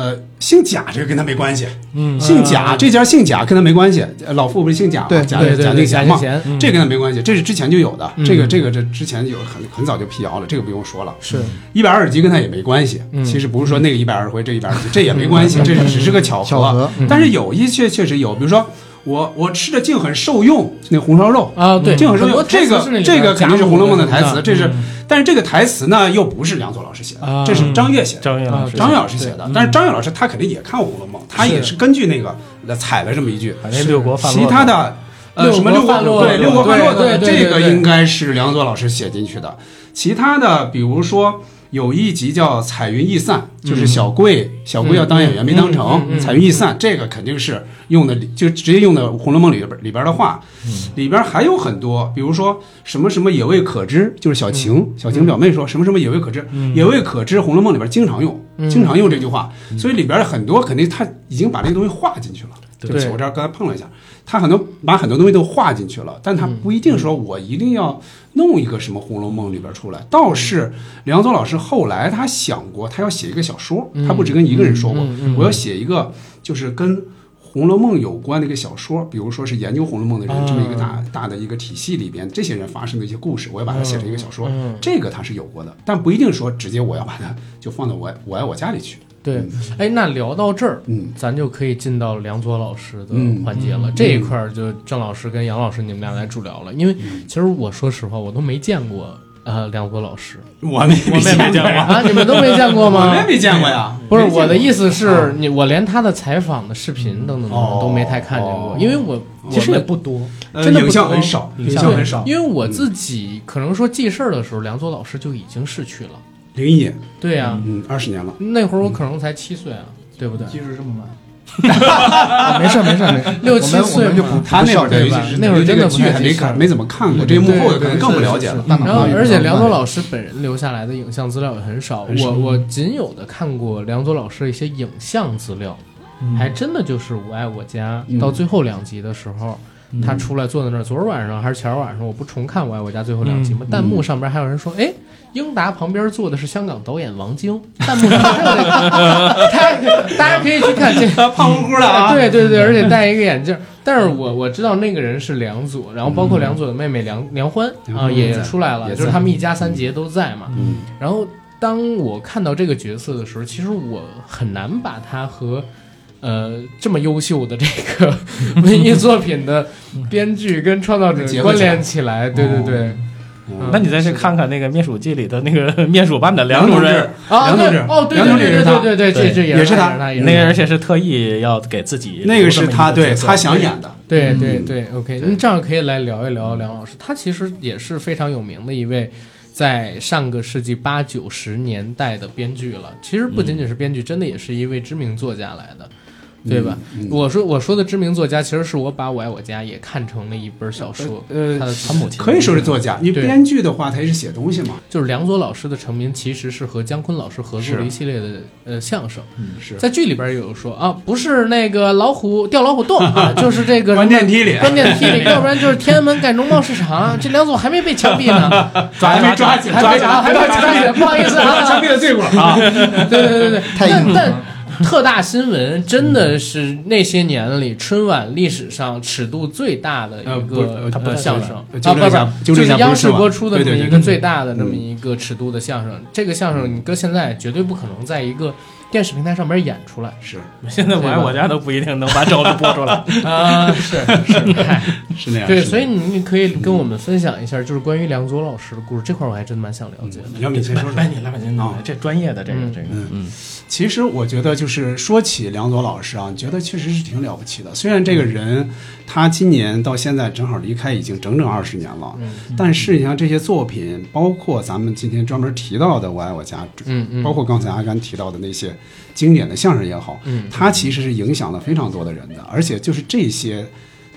Speaker 4: 呃，姓贾这个跟他没关系，嗯，姓贾这家姓贾跟他没关系，呃老傅不是姓贾吗？
Speaker 3: 对
Speaker 4: 贾
Speaker 1: 对对
Speaker 4: 贾
Speaker 1: 对
Speaker 4: 敬
Speaker 1: 贾
Speaker 4: 贤
Speaker 1: 敬
Speaker 4: 嘛，
Speaker 1: 贤嗯
Speaker 4: 这跟他没关系，这是之前就有的，
Speaker 1: 嗯
Speaker 4: 这个这个这之前有很很早就辟谣了，这个不用说了。
Speaker 1: 是
Speaker 4: 一百二十集跟他也没关系，
Speaker 1: 嗯
Speaker 4: 其实不是说那个一百二十回，这一百二十集这也没关系，这是只是个巧合。
Speaker 3: 巧合
Speaker 1: 嗯
Speaker 4: 但是有一些确实有，比如说我我吃的竟很受用，那红烧肉。
Speaker 1: 啊，对，
Speaker 4: 这个
Speaker 1: 很多台
Speaker 4: 这
Speaker 1: 词是那
Speaker 4: 个
Speaker 1: 里边
Speaker 4: 这个肯定是《红楼梦》的台词，这是
Speaker 6: 嗯，
Speaker 4: 但是这个台词呢又不是梁左老师写
Speaker 1: 啊
Speaker 4: 的，这是张悦写的。
Speaker 6: 啊张悦老师，
Speaker 4: 张悦老师写
Speaker 1: 嗯
Speaker 4: 的，但是张悦老师他肯定也看《红楼梦》，他也是根据那个来采了这么一句。
Speaker 6: 把那六国泛
Speaker 4: 其
Speaker 6: 落
Speaker 4: 他的呃
Speaker 1: 六
Speaker 4: 什么
Speaker 1: 国
Speaker 4: 六
Speaker 1: 泛落
Speaker 4: 国对
Speaker 1: 的
Speaker 4: 六国泛落
Speaker 1: 对
Speaker 4: 的
Speaker 1: 对对
Speaker 4: 这个
Speaker 1: 对对
Speaker 4: 应该是梁左老师写进去的。其他的比如说有一集叫《彩云易散》，就是
Speaker 1: 嗯
Speaker 4: 小桂小桂要当演员没当成，彩云易散这个肯定是用的就直接用的《红楼梦》里边里边的话，
Speaker 1: 嗯
Speaker 4: 里边还有很多，比如说什么什么也未可知，就是小
Speaker 1: 嗯
Speaker 4: 晴小晴表妹说什么什么也未可知，也未可知，《红楼梦》里边经常用。
Speaker 1: 嗯
Speaker 4: 经常用这句话，所以里边很多肯定他已经把这个东西画进去了。对不起，
Speaker 1: 对
Speaker 4: 我这儿刚才碰了一下，他很多把很多东西都画进去了，但他不一定说我一定要弄一个什么《红楼梦》里边出来。倒是梁左老师后来他想过，他要写一个小说，他不止跟一个人说过，我要写一个就是跟《红楼梦》有关的一个小说，比如说是研究《红楼梦》的人这么一个大大的一个体系里边，这些人发生的一些故事，我要把它写成一个小说，这个他是有过的，但不一定说直接我要把它就放到我我爱我家里去。
Speaker 1: 对，哎，那聊到这儿，
Speaker 4: 嗯
Speaker 1: 咱就可以进到梁左老师的
Speaker 4: 嗯
Speaker 1: 环节了。这一块儿就郑老师跟杨老师你们俩来主聊了，因为
Speaker 4: 嗯
Speaker 1: 其实我说实话，我都没见过呃梁左老 师
Speaker 4: 我们也没
Speaker 6: 也没见过
Speaker 1: 啊，你们都没见过
Speaker 4: 我
Speaker 1: 吗
Speaker 4: 们也？没见过呀。
Speaker 1: 不是我的
Speaker 4: 思。
Speaker 1: 意思是你，我连他的采访的视频等等等等都没太看见过
Speaker 4: 哦，
Speaker 1: 因为我
Speaker 6: 其实也
Speaker 1: 我们
Speaker 6: 不多，
Speaker 4: 呃
Speaker 1: 真的不
Speaker 4: 影像
Speaker 1: 多
Speaker 4: 很少，
Speaker 6: 影
Speaker 4: 影
Speaker 6: 像
Speaker 4: 像很少。嗯
Speaker 1: 因为我自己可能说记事儿的时候，梁左老师就已经逝去了。
Speaker 4: 零一年，
Speaker 1: 对呀、
Speaker 4: 嗯，二十年了。
Speaker 1: 那会儿我可能才七岁啊，对不对？
Speaker 3: 技术这么慢。啊没事儿没事儿没事儿，
Speaker 1: 六七
Speaker 3: 我们我
Speaker 1: 岁
Speaker 3: 们就
Speaker 1: 嘛
Speaker 3: 不
Speaker 4: 他那会儿
Speaker 3: 对
Speaker 4: 等于
Speaker 1: 吧
Speaker 4: 是
Speaker 1: 那会儿真的
Speaker 4: 对这
Speaker 1: 不太
Speaker 4: 个剧还没
Speaker 1: 记事儿
Speaker 4: 看，没怎么看过，这些幕后的可能更不了解了。
Speaker 3: 大脑
Speaker 1: 嗯然后，
Speaker 3: 发育
Speaker 1: 而且
Speaker 3: 比较
Speaker 1: 梁
Speaker 3: 慢
Speaker 1: 左老师本人留下来的影像资料也很少，我
Speaker 3: 嗯
Speaker 1: 我仅有的看过梁左老师的一些
Speaker 3: 嗯
Speaker 1: 影像资料，还真的就是《我爱我家》到最后两集的时候，
Speaker 3: 嗯
Speaker 1: 他出来坐在那儿，昨儿晚上还是前儿晚上，我不重看《我爱我家》最后两集
Speaker 3: 嗯
Speaker 1: 吗？弹幕上边还有人说，哎。英达旁边坐的是香港导演王晶，弹幕上还有那个， 他大家可以去看这
Speaker 4: 他胖乎乎的啊，
Speaker 1: 对对 对，而且戴一个眼镜。但是我我知道那个人是梁左，然后包
Speaker 4: 嗯
Speaker 1: 括梁左的妹妹梁梁欢啊、也出来了，就是他们一家三杰都在嘛。
Speaker 4: 嗯
Speaker 1: 然后当我看到这个角色的时候，其实我很难把他和。呃，这么优秀的这个 文艺作品的编剧跟创造者
Speaker 4: 嗯结合
Speaker 1: 关
Speaker 4: 起来哦
Speaker 1: 联起来，对对对，嗯
Speaker 6: 那你再去看看那个《灭鼠记》里的那个 灭鼠班的梁
Speaker 4: 梁
Speaker 6: 主
Speaker 4: 同
Speaker 6: 任
Speaker 4: 志，，
Speaker 1: 啊，
Speaker 4: 梁同
Speaker 1: 对
Speaker 4: 志
Speaker 1: 哦，对对
Speaker 4: 梁同志
Speaker 1: 对对
Speaker 4: 是他
Speaker 1: 对对，这
Speaker 6: 对
Speaker 1: 这
Speaker 4: 也
Speaker 1: 是
Speaker 4: 是他
Speaker 1: 他，也
Speaker 6: 那个
Speaker 1: 他
Speaker 6: 而且是特意要给自己
Speaker 4: 那个是
Speaker 6: 留这
Speaker 4: 他
Speaker 6: 么一
Speaker 4: 对
Speaker 6: 角色
Speaker 4: 他想演的，
Speaker 1: 对对对，OK，那这样可以来聊一聊梁老师，他其实也是非常有名的一位，在上个世纪八九十年代的编剧了。其实不
Speaker 4: 嗯
Speaker 1: 仅仅是编剧，真的也是一位知名作家来的，
Speaker 4: 嗯
Speaker 1: 对吧？我说我说的知名作家，其实是我把《我爱我家》也看成了一本小说，
Speaker 4: 呃
Speaker 1: 他的他母亲
Speaker 4: 可以说是作家。你
Speaker 1: 对
Speaker 4: 编剧的话，他也是写东西嘛，
Speaker 1: 就是梁左老师的成名，其实是和姜昆老师合作的一系列的呃相声。
Speaker 4: 是
Speaker 1: 在剧里边有说啊，不是那个老虎掉老虎洞啊，就是这 个什么
Speaker 4: 关键题里
Speaker 1: 关键 梯里，要不然就是天安门盖农贸市场啊。这梁总还没被枪毙 呢，
Speaker 4: 抓还没抓起来，
Speaker 1: 还没
Speaker 4: 起
Speaker 1: 啊，还没枪毙，不好意思 啊，
Speaker 4: 枪毙的罪过了啊！
Speaker 1: 对对对对，
Speaker 3: 太硬
Speaker 1: 但
Speaker 3: 了
Speaker 1: 但特大新闻真的是那些年里春晚历史上尺度最大的
Speaker 4: 呃
Speaker 1: 一
Speaker 4: 不是
Speaker 1: 个
Speaker 4: 呃它不
Speaker 1: 呃
Speaker 4: 是
Speaker 1: 相
Speaker 4: 春
Speaker 1: 声啊，不
Speaker 4: 晚纠正一下
Speaker 1: 不，就
Speaker 4: 纠正一
Speaker 1: 是
Speaker 4: 下
Speaker 1: 央
Speaker 4: 不是
Speaker 1: 视
Speaker 4: 春晚
Speaker 1: 播出的这
Speaker 4: 对
Speaker 1: 么
Speaker 4: 对对
Speaker 1: 一个最大的那么一个尺度的相声。这个相声你搁现在绝对不可能在一个电视平台上面演出来
Speaker 4: 是
Speaker 6: 现在我爱我家都不一定能把肘子播出来。
Speaker 1: 啊， 是是，嗨。
Speaker 4: 是那样，
Speaker 1: 对，
Speaker 4: 哎是那样
Speaker 1: 所以你可以跟我们分享一下，就是关于梁左老师的故事，这块儿我还真蛮想了解的。
Speaker 4: 要不你嗯先说说哦
Speaker 6: 来，哎你来吧，你来，这专业的这个
Speaker 1: 嗯
Speaker 6: 这个，
Speaker 4: 嗯，其实我觉得就是说起梁左老师啊，觉得确实是挺了不起的。虽然这个人他今年到现在正好离开已经整整二十年了，但是你像这些作品，包括咱们今天专门提到的《我爱我家》，
Speaker 1: 嗯嗯
Speaker 4: 包括刚才阿甘提到的那些经典的相声也好，
Speaker 1: 嗯
Speaker 4: 他其实是影响了非常多的人的，而且就是这些。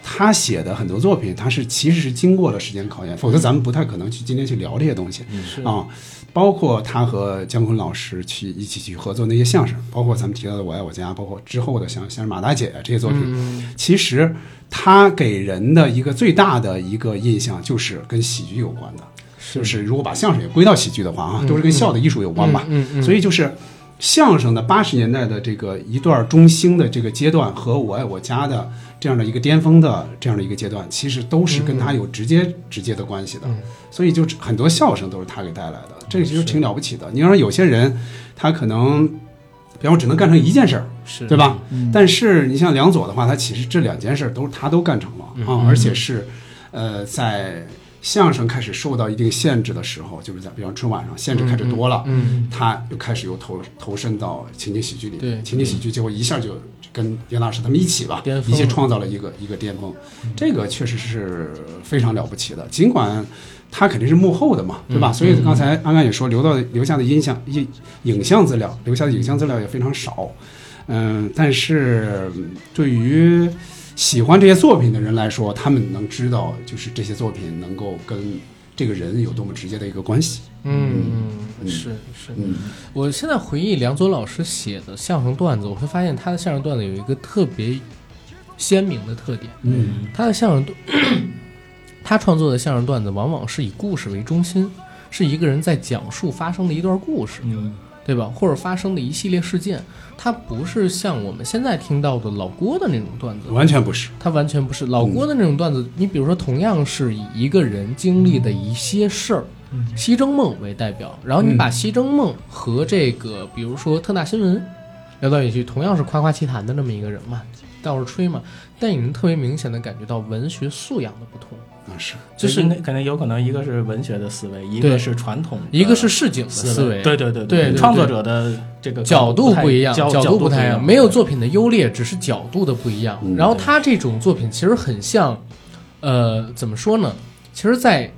Speaker 4: 他写的很多作品，他是其实是经过了时间考验，否则咱们不太可能去今天去聊这些东西。啊，包括他和姜昆老师去一起去合作那些相声，包括咱们提到的《我爱我家》，包括之后的像像是马大姐啊这些作品，
Speaker 1: 嗯
Speaker 4: 其实他给人的一个最大的一个印象就是跟喜剧有关的，就是如果把相声也归到喜剧的话啊，都是跟笑的艺术有关吧。
Speaker 1: 嗯嗯嗯
Speaker 4: 所以就是相声的八十年代的这个一段中兴的这个阶段和《我哎爱我家》的这样的一个巅峰的这样的一个阶段，其实都是
Speaker 1: 嗯
Speaker 4: 跟他有直接直接的关系的。所以就是很多笑声都是他给带来的，这
Speaker 1: 嗯
Speaker 4: 个其实挺了不起的。你要说有些人，他可能，比方说只能干成一件事儿，
Speaker 1: 是嗯
Speaker 4: 对吧？但是你像梁左的话，他其实这两件事儿都是他都干成了
Speaker 1: 嗯
Speaker 4: 啊，而且是，呃，在相声开始受到一定限制的时候，就是在比方春晚上限制开始多了，
Speaker 1: 嗯，
Speaker 4: 他就开始又投投身到情景喜剧里面，
Speaker 1: 对
Speaker 4: 情景喜剧结果一下就跟袁老师他们一起吧
Speaker 1: 巅，峰
Speaker 4: 一起
Speaker 1: 了
Speaker 4: 创造了一个一个巅峰，这个确实是非常了不起的。尽管他肯定是幕后的嘛，
Speaker 1: 嗯
Speaker 4: 对吧？所以刚才安安也说，留到留下的音像影影像资料，留下的影像资料也非常少。嗯，但是嗯对于喜欢这些作品的人来说，他们能知道就是这些作品能够跟这个人有多么直接的一个关系。
Speaker 1: 嗯，是是。我现在回忆梁左老师写的相声段子，我会发现他的相声段子有一个特别鲜明的特点，
Speaker 4: 嗯，
Speaker 1: 他的相声段，他创作的相声段子往往是以故事为中心，是一个人在讲述发生的一段故事。
Speaker 6: 嗯，
Speaker 1: 对吧？或者发生的一系列事件，它不是像我们现在听到的老郭的那种段子，
Speaker 4: 完全不是。
Speaker 1: 他完全不是老郭的那种段子。你比如说，同样是以一个人经历的一些事儿，西征梦》为代表，然后你把《西征梦》和这个，比如说《特大新闻》聊到一起去，同样是夸夸其谈的那么一个人嘛，到处吹嘛，但你能特别明显的感觉到文学素养的不同，
Speaker 4: 啊，是
Speaker 1: 就是
Speaker 6: 那可能有可能一个是文学的思维，一
Speaker 1: 嗯对
Speaker 6: 个是传统的，
Speaker 1: 一个是市井的思维，
Speaker 6: 对对
Speaker 1: 对
Speaker 6: 对
Speaker 1: 对对
Speaker 6: 创作者的这个
Speaker 1: 角度
Speaker 6: 不
Speaker 1: 不一样，
Speaker 6: 角
Speaker 1: 角
Speaker 6: 度
Speaker 1: 不太
Speaker 6: 一
Speaker 1: 一样，没有作品的优劣，只是角度的不一样。然后他这种作品其实很像，呃，怎么说呢？其实，在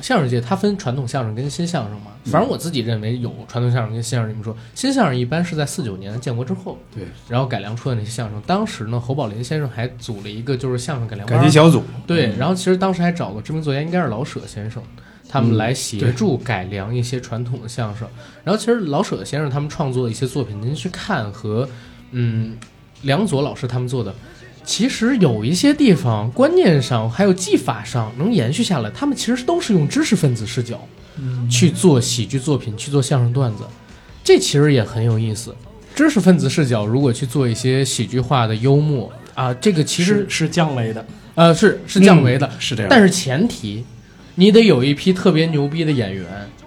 Speaker 1: 相声界，它分传统相声跟新相声嘛。反正我自己认为有传统相声跟新相声。你们说，新相声一般是在四九年建国之后，
Speaker 4: 对，
Speaker 1: 然后改良出的那些相声。当时呢，侯宝林先生还组了一个就是相声改良班
Speaker 4: 感情小组，
Speaker 1: 对，然后其实当时还找了知名作家，应该是老舍先生，他们来协助改良一些传统的相声。然后其实老舍先生他们创作的一些作品，您去看和嗯梁左老师他们做的，其实有一些地方观念上还有技法上能延续下来，他们其实都是用知识分子视角去做喜剧作品、去做相声段子，这其实也很有意思。知识分子视角如果去做一些喜剧化的幽默啊，这个其实
Speaker 6: 是是降维的，
Speaker 1: 呃是是降维的，
Speaker 4: 是这样。
Speaker 1: 但是前提，你得有一批特别牛逼的演员，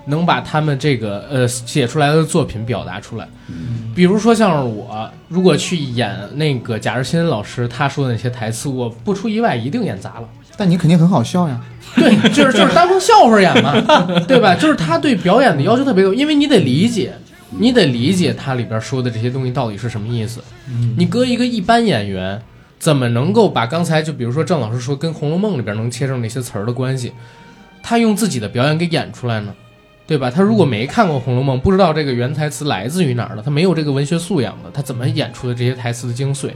Speaker 1: 能把他们这个呃写出来的作品表达出来。
Speaker 4: 嗯
Speaker 1: 比如说像是我，如果去演那个贾日新老师他说的那些台词，我不出意外一定演砸了。
Speaker 3: 但你肯定很好笑呀。
Speaker 1: 对，就是就是当成笑话演嘛，对吧？就是他对表演的要求特别高，因为你得理解，你得理解他里边说的这些东西到底是什么意思。你搁一个一般演员，怎么能够把刚才就比如说郑老师说跟《红楼梦》里边能切上那些词儿的关系，他用自己的表演给演出来呢？对吧？他如果没看过《红楼梦》，不知道这个原台词来自于哪儿的，他没有这个文学素养的，他怎么演出的这些台词的精髓？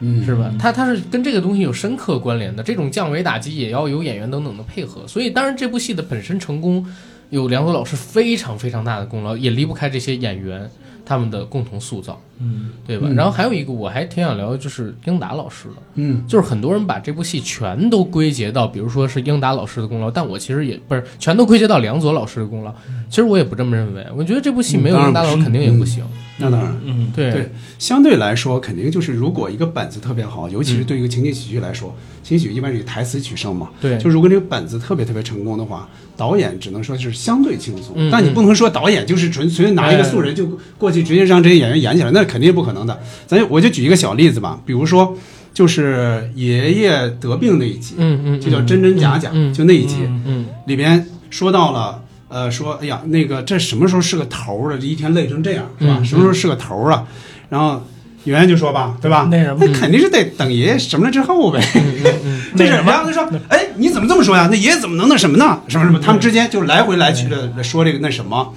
Speaker 4: 嗯，
Speaker 1: 是吧？它它是跟这个东西有深刻关联的，这种降维打击也要有演员等等的配合。所以，当然这部戏的本身成功，有梁左老师非常非常大的功劳，也离不开这些演员他们的共同塑造，嗯，对吧？然后还有一个我还挺想聊的就是英达老师的，
Speaker 4: 嗯，
Speaker 1: 就是很多人把这部戏全都归结到，比如说是英达老师的功劳，但我其实也不是全都归结到梁左老师的功劳，
Speaker 4: 嗯
Speaker 1: 其实我也不这么认为，我觉得这部戏没有英达老师肯定也不行，
Speaker 4: 那当然，
Speaker 6: 嗯，
Speaker 1: 对
Speaker 4: 嗯对，相对来说，肯定就是如果一个本子特别好，尤其是对一个情景喜剧来说，情景喜剧一般是以台词取胜嘛。
Speaker 1: 对
Speaker 4: 就如果这个本子特别特别成功的话，导演只能说是相对轻松，
Speaker 1: 嗯
Speaker 4: 但你不能说导演就是纯随便拿一个素人就过去直接让这些演员演起来，那肯定是不可能的。咱就我就举一个小例子吧，比如说就是爷爷得病那一集，
Speaker 1: 嗯嗯，
Speaker 4: 就叫真真假假，
Speaker 1: 嗯嗯
Speaker 4: 就那一集，
Speaker 1: 嗯
Speaker 4: 里边说到了，呃，说哎呀，那个这什么时候是个头儿了？这一天累成这样，是吧？
Speaker 1: 嗯
Speaker 4: 什么时候是个头儿啊？然后圆圆就说吧，对吧？
Speaker 6: 那什么嗯
Speaker 4: 那肯定是得等爷爷什么了之后呗。 这是
Speaker 6: 那什么
Speaker 4: 然后他说，哎，你怎么这么说呀？那爷爷怎么能那什么呢？什么什么？他们之间就来回来去的说这个那什么。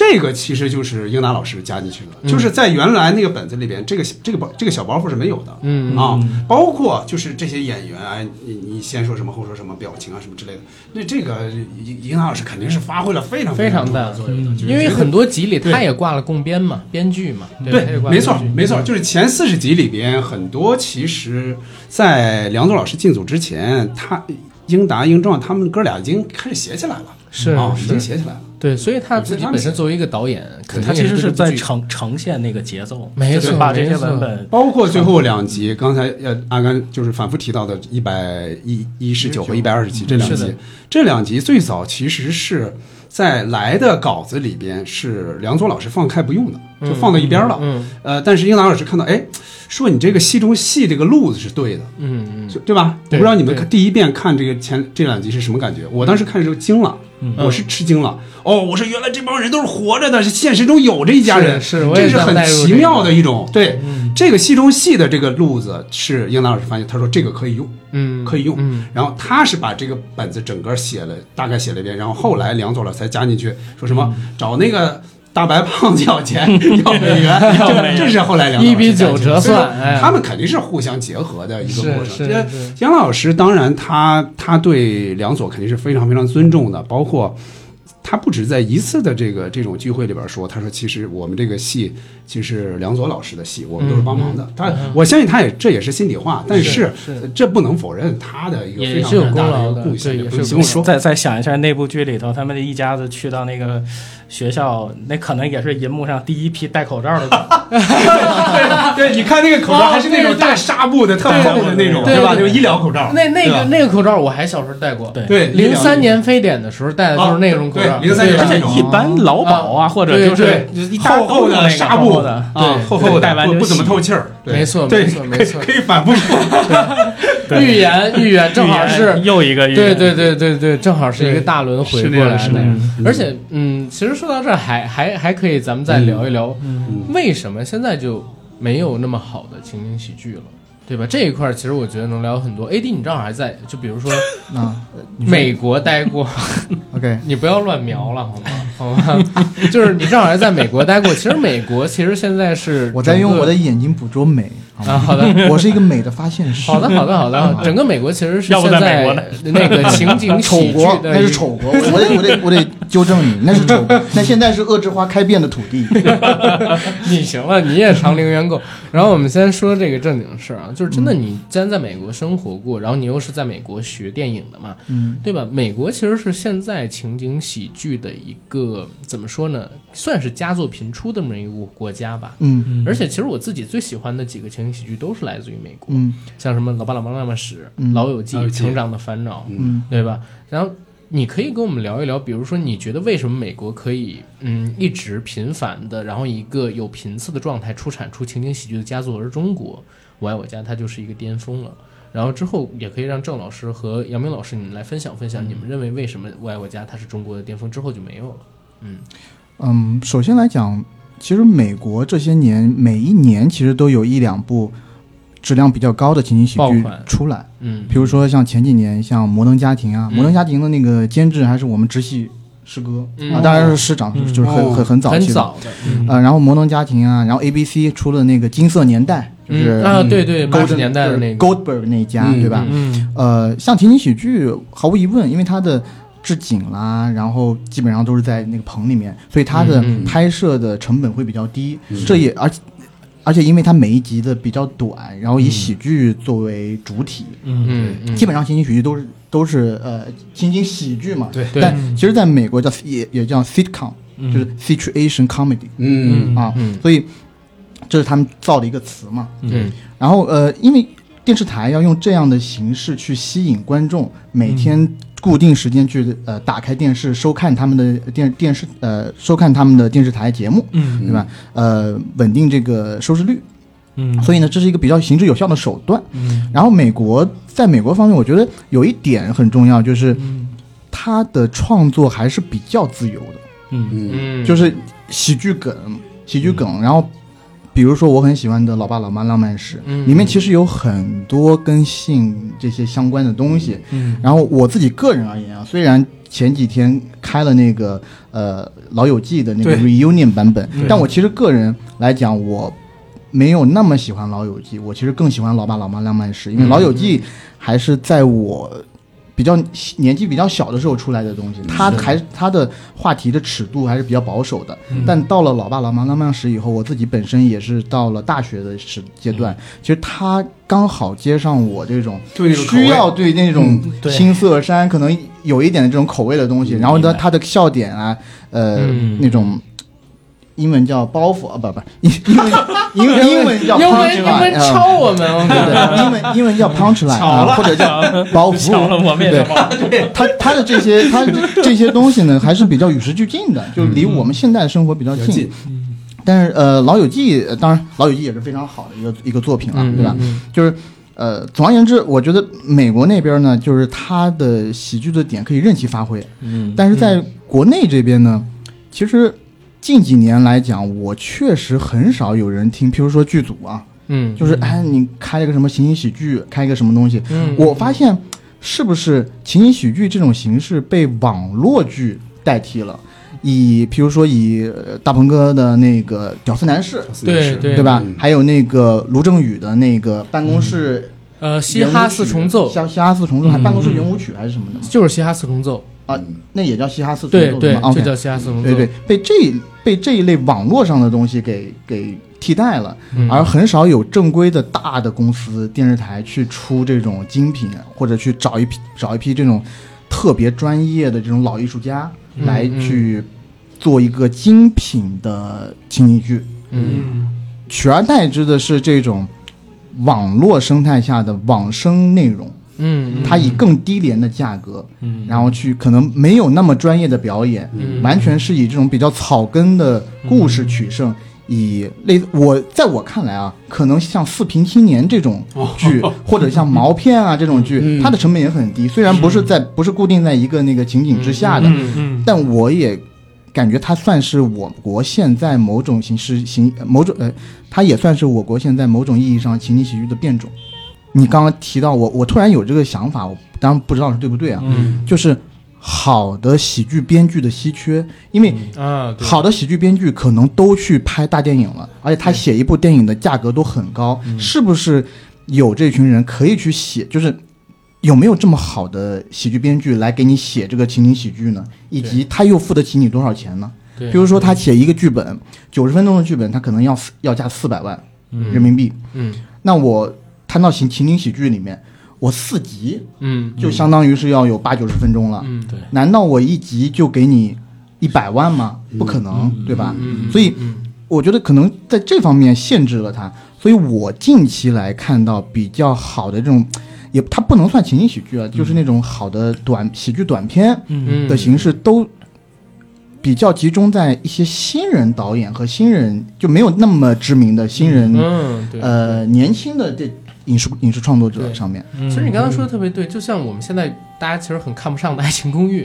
Speaker 4: 这个其实就是英达老师加进去
Speaker 1: 嗯
Speaker 4: 的，就是在原来那个本子里边，这个这个包这个小包袱是没有的，
Speaker 1: 嗯
Speaker 4: 啊，包括就是这些演员，哎，你你先说什么后说什么，表情啊什么之类的，那这个英英达老师肯定是发挥了非常
Speaker 1: 非常
Speaker 4: 重要
Speaker 1: 大嗯
Speaker 4: 的作用的，就是
Speaker 1: 因为
Speaker 4: 这个
Speaker 1: 很多集里他也挂了共编嘛，编剧嘛，吧他也
Speaker 4: 对，
Speaker 1: 挂了
Speaker 4: 没错
Speaker 1: 编剧
Speaker 4: 没错，就是前四十集里边很多，其实，在梁左老师进组之前，他英达英壮他们哥俩已经开始写起来了，
Speaker 1: 是
Speaker 4: 啊，已
Speaker 1: 是
Speaker 4: 经写起来了。
Speaker 1: 对，所以他自己本身作为一个导演，肯
Speaker 6: 他
Speaker 1: 定
Speaker 6: 其实是
Speaker 1: 是对
Speaker 6: 在
Speaker 1: 这部剧
Speaker 6: 呈呈现那个节奏，
Speaker 1: 没
Speaker 6: 就是
Speaker 1: 错
Speaker 6: 把这
Speaker 1: 没
Speaker 6: 些
Speaker 1: 错
Speaker 6: 文本
Speaker 4: 包括最后两集，刚才呃阿甘就是反复提到的一百一一十九和一百二十集这两
Speaker 1: 是
Speaker 4: 集
Speaker 1: 的，
Speaker 4: 这两集最早其实是在来的稿子里边是梁左老师放开不用的，就放到一边了。
Speaker 1: 嗯
Speaker 4: 呃，但是英达老师看到，哎，说你这个戏中戏这个路子是对的，
Speaker 1: 嗯嗯
Speaker 4: 就对吧？我
Speaker 1: 对
Speaker 4: 不知道你们
Speaker 1: 对
Speaker 4: 第一遍看这个前这两集是什么感觉？我当时看的时候惊了，我是吃惊了。哦，我说原来这帮人都是活着的，是现实中有这一家人，
Speaker 1: 是是我也
Speaker 4: 这是很
Speaker 1: 带入
Speaker 4: 奇
Speaker 1: 这个
Speaker 4: 妙的一种。对，这个戏中戏的这个路子是英达老师发现，他说这个可以用，
Speaker 1: 嗯，
Speaker 4: 可以用。
Speaker 1: 嗯
Speaker 4: 然后他是把这个本子整个写了，大概写了一遍，然后后来梁左老师才加进去，说什么
Speaker 1: 嗯
Speaker 4: 找那个。大白胖子要 钱，要美元，这这是后来梁左
Speaker 1: 一
Speaker 4: 老师
Speaker 1: 比
Speaker 4: 加进
Speaker 1: 九
Speaker 4: 去
Speaker 1: 折
Speaker 4: 所以说
Speaker 1: 算，哎，
Speaker 4: 他们肯定是互相结合的一个过
Speaker 1: 是
Speaker 4: 程。
Speaker 1: 是
Speaker 4: 这
Speaker 1: 是
Speaker 4: 杨老师当然他他对梁左肯定是非常非常尊重的，包括他不止在一次的这个这种聚会里边说，他说其实我们这个戏其实是梁左老师的戏，我们都是帮忙
Speaker 1: 嗯
Speaker 4: 的。他我相信他也这也是心里话，但是这不能否认他的一个
Speaker 1: 也
Speaker 4: 非常
Speaker 1: 是有
Speaker 4: 非常大
Speaker 1: 功劳的
Speaker 4: 一个贡献，
Speaker 1: 对也是
Speaker 4: 不
Speaker 1: 有
Speaker 4: 用
Speaker 1: 功
Speaker 4: 说。
Speaker 6: 再再想一下那部剧里头，他们一家子去到那个学校，那可能也是银幕上第一批戴口罩的。啊
Speaker 4: 对，你看那个口罩还是那种大纱布的，特厚的那种，
Speaker 1: 对对
Speaker 4: 吧？
Speaker 1: 对
Speaker 4: 就医疗口罩。
Speaker 1: 那那
Speaker 4: 对吧
Speaker 1: 个那个口罩我还小时候戴过，
Speaker 6: 对
Speaker 4: 对，医
Speaker 1: 零
Speaker 4: 疗
Speaker 1: 三年非典的时候戴的就是那种口罩，
Speaker 4: 啊对03年
Speaker 1: 对
Speaker 6: 而且
Speaker 4: 这种
Speaker 6: 一般劳保啊，或者就是
Speaker 1: 对
Speaker 6: 就是一大
Speaker 4: 厚厚
Speaker 6: 兜那
Speaker 4: 的
Speaker 6: 个
Speaker 4: 纱
Speaker 6: 厚
Speaker 4: 布
Speaker 6: 厚的，
Speaker 4: 啊，厚厚
Speaker 6: 戴
Speaker 4: 的，
Speaker 6: 完
Speaker 4: 不
Speaker 6: 就
Speaker 4: 不怎么
Speaker 6: 洗
Speaker 4: 透气儿，对
Speaker 1: 没错
Speaker 4: 对
Speaker 1: 没错没
Speaker 4: 可以
Speaker 1: 错
Speaker 4: 可以反复说，
Speaker 1: 预言预言正好是
Speaker 6: 啊又一个预
Speaker 1: 对
Speaker 6: 言
Speaker 1: 对对对对，正好是一个大轮回
Speaker 4: 是那
Speaker 1: 过
Speaker 4: 样
Speaker 1: 来
Speaker 4: 是那
Speaker 1: 的
Speaker 4: 样。
Speaker 1: 而且，嗯，其实说到这儿，还还还可以，咱们再聊一聊，
Speaker 3: 嗯
Speaker 1: 为什么现在就没有那么好的情景喜剧了，对吧？这一块儿其实我觉得能聊很多。A D，你正好还在，就比如说
Speaker 3: 啊
Speaker 1: 美国待过，
Speaker 3: ，OK，
Speaker 1: 你不要乱瞄了，好吗？ 好吗？就是你正好还在美国待过。其实美国其实现在是
Speaker 3: 我在用
Speaker 1: 整个
Speaker 3: 我的眼睛捕捉美。好 吗
Speaker 1: 啊，好的。
Speaker 3: 我是一个美的 发现师。
Speaker 1: 好的，好的，好的。整个美国其实是
Speaker 6: 要不
Speaker 1: 现
Speaker 6: 在美国
Speaker 1: 那个情景
Speaker 3: 丑
Speaker 1: 喜剧
Speaker 3: 国，
Speaker 1: 的
Speaker 3: 那是
Speaker 1: 一
Speaker 3: 丑国，我得我得我得纠正你，那是丑， 那现在是恶之花开遍的土地。
Speaker 1: 你行了，你也长零元购。然后我们先说这个正经事儿啊，就是真
Speaker 3: 嗯
Speaker 1: 的，你既然在美国生活过，然后你又是在美国学电影的嘛，
Speaker 3: 嗯，
Speaker 1: 对吧？美国其实是现在情景喜剧的一个怎么说呢，算是佳作频出的这么一个国家吧。
Speaker 3: 嗯
Speaker 1: 而且其实我自己最喜欢的几个情景喜剧都是来自于美国，
Speaker 3: 嗯
Speaker 1: 像什么《老爸老妈妈史》
Speaker 3: 嗯
Speaker 1: 老友记》
Speaker 4: 老友
Speaker 1: 《
Speaker 4: 记
Speaker 1: 成长的烦恼》，
Speaker 3: 嗯
Speaker 1: 对吧？然后你可以跟我们聊一聊，比如说你觉得为什么美国可以嗯一直频繁的，然后以一个有频次的状态出产出情景喜剧的佳作，而中国《我爱我家》它就是一个巅峰了。然后之后也可以让郑老师和杨明老师你们来分享分享，你
Speaker 4: 嗯
Speaker 1: 们认为为什么《我爱我家》它是中国的巅峰之后就没有了？
Speaker 3: 嗯，首先来讲，其实美国这些年每一年其实都有一两部质量比较高的情景喜
Speaker 1: 爆
Speaker 3: 剧
Speaker 1: 款
Speaker 3: 出来。
Speaker 1: 嗯
Speaker 3: 比如说像前几年像《摩登家庭》啊，
Speaker 1: 嗯
Speaker 3: 摩登家庭》的那个监制还是我们直系师哥、
Speaker 1: 嗯
Speaker 3: 啊，当然是师长，就是很、
Speaker 4: 哦
Speaker 3: 很很早
Speaker 1: 很
Speaker 3: 期的。
Speaker 1: 早的，
Speaker 3: 啊、然后《摩登家庭》啊，然后 A B C 出了那个《金色年代》，就
Speaker 1: 嗯
Speaker 3: 是
Speaker 1: 啊，对对，八十
Speaker 3: Golden-
Speaker 1: 年代的那个，
Speaker 3: Goldberg 那一家，
Speaker 4: 嗯
Speaker 3: 对吧？
Speaker 1: 嗯
Speaker 3: 呃，像情景喜剧，毫无疑问，因为它的置景啦，然后基本上都是在那个棚里面，所以它的
Speaker 1: 嗯嗯嗯
Speaker 3: 拍摄的成本会比较低。这也而且而且因为它每一集的比较短，然后以喜剧作为主体，
Speaker 1: 嗯嗯，
Speaker 3: 基本上情景喜剧都是都是呃情景喜剧嘛。
Speaker 4: 对
Speaker 1: 嗯对
Speaker 3: 但其实在美国叫也也叫 sitcom，、就是
Speaker 6: 嗯
Speaker 3: situation comedy
Speaker 4: 嗯
Speaker 3: 啊，
Speaker 1: 嗯
Speaker 3: 所以这是他们造的一个词嘛。
Speaker 1: 嗯
Speaker 3: 然后呃，因为电视台要用这样的形式去吸引观众，每天固定时间去呃打开电视收看他们的电电视呃收看他们的电视台节目，
Speaker 4: 嗯
Speaker 3: 对吧？呃，稳定这个收视率。
Speaker 6: 嗯
Speaker 3: 所以呢，这是一个比较行之有效的手段。嗯，然后美国在美国方面，我觉得有一点很重要，就是
Speaker 6: 嗯
Speaker 3: 它的创作还是比较自由的。
Speaker 4: 嗯
Speaker 1: 嗯，
Speaker 3: 就是喜剧梗，喜剧梗。然后，比如说我很喜欢的《老爸老妈浪漫史》
Speaker 1: 嗯
Speaker 3: 里面其实有很多跟性这些相关的东西。
Speaker 6: 嗯
Speaker 3: 然后我自己个人而言啊，虽然前几天开了那个呃《老友记》的那个
Speaker 6: 对
Speaker 3: reunion 版本
Speaker 6: 对，
Speaker 3: 但我其实个人来讲，我没有那么喜欢《老友记》，我其实更喜欢《老爸老妈浪漫史》，
Speaker 6: 嗯
Speaker 3: 因为《老友记》还是在我比较年纪比较小的时候出来的东
Speaker 6: 嗯
Speaker 3: 西，它还它的话题的尺度还是比较保守的。
Speaker 6: 嗯
Speaker 3: 但到了《老爸老妈浪漫史》以后，我自己本身也是到了大学的时阶段，
Speaker 6: 嗯
Speaker 3: 其实它刚好接上我这种
Speaker 4: 对那个口味嗯
Speaker 3: 需要对嗯那种
Speaker 9: 对
Speaker 3: 新色山可能有一点的这种口味的东西，然后呢，它的笑点啊，呃，
Speaker 1: 嗯
Speaker 3: 那种。英文叫包袱啊，不 不，英英文英英文叫
Speaker 1: 因为因
Speaker 3: punchline，
Speaker 1: 为
Speaker 3: 嗯
Speaker 1: 抄我们，我
Speaker 3: 对
Speaker 1: 们
Speaker 3: 对，英文英文叫 punchline，啊或者叫包袱，
Speaker 9: 巧了，我们也
Speaker 3: 对
Speaker 9: 这么
Speaker 3: 他他的这些他这些东西呢，还是比较与时俱进 的，就离我们现在生活比较
Speaker 4: 比较近
Speaker 3: 近。但是呃，《老友记》呃当然，《老友记》也是非常好的一个一个作品了，啊
Speaker 1: 嗯
Speaker 3: 对吧？就是呃，总而言之，我觉得美国那边呢，就是他的喜剧的点可以任其发挥，
Speaker 9: 嗯，
Speaker 3: 但是在国内这边呢，其实近几年来讲，我确实很少有人听，譬如说剧组啊，
Speaker 1: 嗯
Speaker 3: 就是哎，你开了个什么情景喜剧，开一个什么东西，
Speaker 1: 嗯
Speaker 3: 我发现是不是情景喜剧这种形式被网络剧代替了？以比如说以呃大鹏哥的那个《屌丝男士》，
Speaker 1: 对对
Speaker 3: 对吧？
Speaker 4: 嗯
Speaker 3: 还有那个卢正雨的那个办公室
Speaker 1: 呃，嘻
Speaker 3: 圆舞曲
Speaker 1: 哈四重奏嗯
Speaker 3: 嘻嘻哈四重奏，还办公室圆舞曲还是什么的吗？
Speaker 1: 就是嘻哈四重奏，
Speaker 3: 啊，那也叫嘻哈四重奏
Speaker 1: 对
Speaker 3: 是吗
Speaker 1: 对，
Speaker 3: OK
Speaker 1: 就叫嘻哈四重奏，
Speaker 3: 对对，被这被这一类网络上的东西给给替代了，
Speaker 1: 嗯
Speaker 3: 而很少有正规的大的公司电视台去出这种精品，或者去找一批找一批这种特别专业的这种老艺术家
Speaker 1: 嗯
Speaker 3: 来
Speaker 1: 嗯
Speaker 3: 去做一个精品的情景剧，
Speaker 1: 嗯
Speaker 3: 取而代之的是这种网络生态下的网生内容。
Speaker 1: 嗯，
Speaker 3: 它以更低廉的价格，嗯，然后去可能没有那么专业的表演，
Speaker 1: 嗯
Speaker 3: 完全是以这种比较草根的故事取胜。以类我在我看来啊，可能像《四平青年》这种剧，或者像毛片啊这种剧，
Speaker 4: 嗯
Speaker 3: 它的成本也很低，虽然不是在不是固定在一个那个情景之下的，
Speaker 6: 嗯
Speaker 3: 但我也感觉它算是我国现在某种形式形某种呃，它也算是我国现在某种意义上情景喜剧的变种。你刚刚提到我，我突然有这个想法，我当然不知道是对不对啊，
Speaker 6: 嗯
Speaker 3: 就是好的喜剧编剧的稀缺，因为
Speaker 1: 啊，对
Speaker 3: 好的喜剧编剧可能都去拍大电影了，而且他写一部电影的价格都很高，是不是有这群人可以去写？就是有没有这么好的喜剧编剧来给你写这个情景喜剧呢？以及他又付得起你多少钱呢？
Speaker 1: 对
Speaker 3: 比如说他写一个剧本，九十分钟的剧本，他可能要四要价四百万人民币。
Speaker 1: 嗯
Speaker 3: 那我摊到情情景喜剧里面，我四集
Speaker 1: 嗯
Speaker 3: 就相当于是要有八九十分钟了。
Speaker 1: 嗯，对，
Speaker 3: 难道我一集就给你一百万吗？不可能，
Speaker 1: 嗯
Speaker 3: 对吧？所以我觉得可能在这方面限制了它。所以我近期来看到比较好的这种，也它不能算情景喜剧啊，就是那种好的短喜剧短片
Speaker 1: 嗯
Speaker 3: 的形式都。比较集中在一些新人导演和新人就没有那么知名的新人，
Speaker 1: 嗯，对。
Speaker 3: 呃，年轻的这影视影视创作者
Speaker 1: 对
Speaker 3: 上面，
Speaker 1: 嗯
Speaker 6: 嗯
Speaker 1: 其实你刚才说的特别对，就像我们现在大家其实很看不上的《爱情公寓》，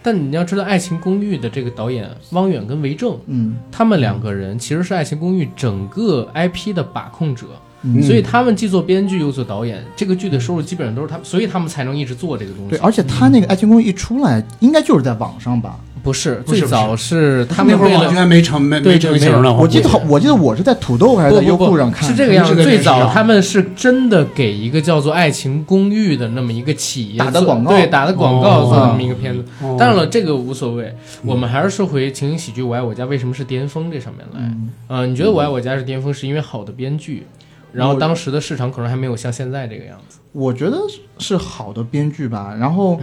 Speaker 1: 但你要知道，《爱情公寓》的这个导演汪远跟韦正，
Speaker 3: 嗯，
Speaker 1: 他们两个人其实是《爱情公寓》整个 IP 的把控者，
Speaker 3: 嗯
Speaker 1: 所以他们既做编剧又做导演，这个剧的收入基本上都是他们，所以他们才能一直做这个东
Speaker 3: 对，
Speaker 1: 西。
Speaker 3: 而且他那个《爱情公寓》一出来，应该就是在网上吧？
Speaker 1: 不是，
Speaker 4: 不是
Speaker 1: 最早是他们
Speaker 4: 那会儿
Speaker 1: 为
Speaker 4: 网
Speaker 1: 了
Speaker 4: 剧还没成没
Speaker 1: 对
Speaker 4: 没成型
Speaker 1: 没
Speaker 4: 呢，
Speaker 1: 有
Speaker 3: 我记得好
Speaker 4: 估，
Speaker 3: 我记得我是在土豆还
Speaker 1: 哦
Speaker 3: 是
Speaker 1: 不
Speaker 3: 在
Speaker 1: 不
Speaker 3: 优
Speaker 1: 不
Speaker 3: 酷上看
Speaker 1: 是
Speaker 3: 的，
Speaker 1: 这个样子。
Speaker 4: 是在
Speaker 1: 最
Speaker 4: 电视
Speaker 1: 早
Speaker 4: 上
Speaker 1: 他们是真的给一个叫做《爱情公寓》的那么一个企业
Speaker 3: 打的
Speaker 1: 做
Speaker 3: 广告
Speaker 1: 对打的广告
Speaker 3: 哦嗯
Speaker 1: 做那么一个片子。
Speaker 4: 哦
Speaker 1: 当然了，这个无所谓。我们还是说回情景喜剧《我爱我家》为什么是巅峰这上面来。
Speaker 3: 嗯
Speaker 1: 呃，你觉得《我爱我家》是巅峰，是因为好的编剧，然后
Speaker 3: 我
Speaker 1: 当时的市场可能还没有像现在这个样子。
Speaker 3: 我觉得是好的编剧吧。然后，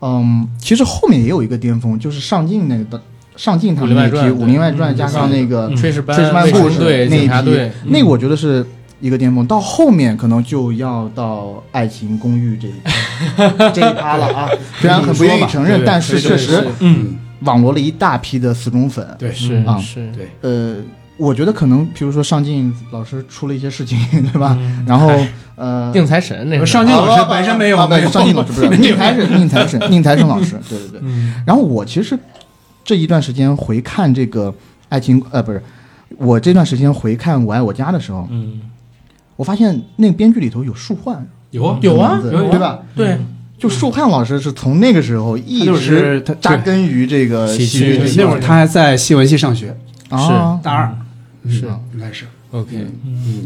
Speaker 3: 嗯，其实后面也有一个巅峰，就是上镜那个的上镜他们那一批
Speaker 1: 武林外
Speaker 3: 《
Speaker 1: 传嗯
Speaker 3: 武林外传》加上那个《
Speaker 1: 炊事班、
Speaker 3: 嗯炊事班故
Speaker 1: 卫
Speaker 3: 事
Speaker 1: 生》队、
Speaker 3: 那一
Speaker 1: 警察队
Speaker 3: 批，，那个我觉得是一个巅峰。到后面可能就要到《爱情公寓》这 一趴这一趴了啊，虽然很不愿意承认，
Speaker 1: 对
Speaker 3: 但是
Speaker 1: 对
Speaker 3: 确
Speaker 1: 对
Speaker 3: 实
Speaker 1: 是
Speaker 4: 嗯，
Speaker 3: 网罗了一大批的死忠粉。
Speaker 4: 对，
Speaker 1: 是
Speaker 3: 啊
Speaker 1: 是，
Speaker 4: 对，
Speaker 3: 呃，我觉得可能比如说上镜老师出了一些事情，对吧？然后呃，
Speaker 1: 宁财神那是
Speaker 4: 上镜老
Speaker 3: 啊
Speaker 4: 师
Speaker 3: 不
Speaker 4: 本身没有
Speaker 3: 啊不
Speaker 4: 没有
Speaker 3: 上镜老 师不是
Speaker 4: 没
Speaker 3: 宁
Speaker 4: 有
Speaker 3: 财神，宁 财神，宁财神老师，对
Speaker 6: 嗯
Speaker 3: 对对。然后我其实这一段时间回看这个爱情，呃，不是我这段时间回看《我爱我家》的时候，
Speaker 6: 嗯，
Speaker 3: 我发现那个编剧里头有树焕，
Speaker 4: 有啊
Speaker 1: 有啊
Speaker 3: 名字
Speaker 4: 有有
Speaker 3: 对吧？
Speaker 1: 对，
Speaker 6: 嗯
Speaker 3: 就树焕老师是从那个时候一
Speaker 4: 他就
Speaker 3: 直
Speaker 4: 是他
Speaker 3: 扎根于这个
Speaker 1: 喜
Speaker 3: 喜
Speaker 1: 剧
Speaker 3: 剧
Speaker 4: 对
Speaker 3: 这一
Speaker 4: 那
Speaker 3: 块
Speaker 4: 会儿他还在西文系上学，
Speaker 3: 啊，
Speaker 4: 大二，
Speaker 1: 是
Speaker 4: 嗯应该是
Speaker 1: OK，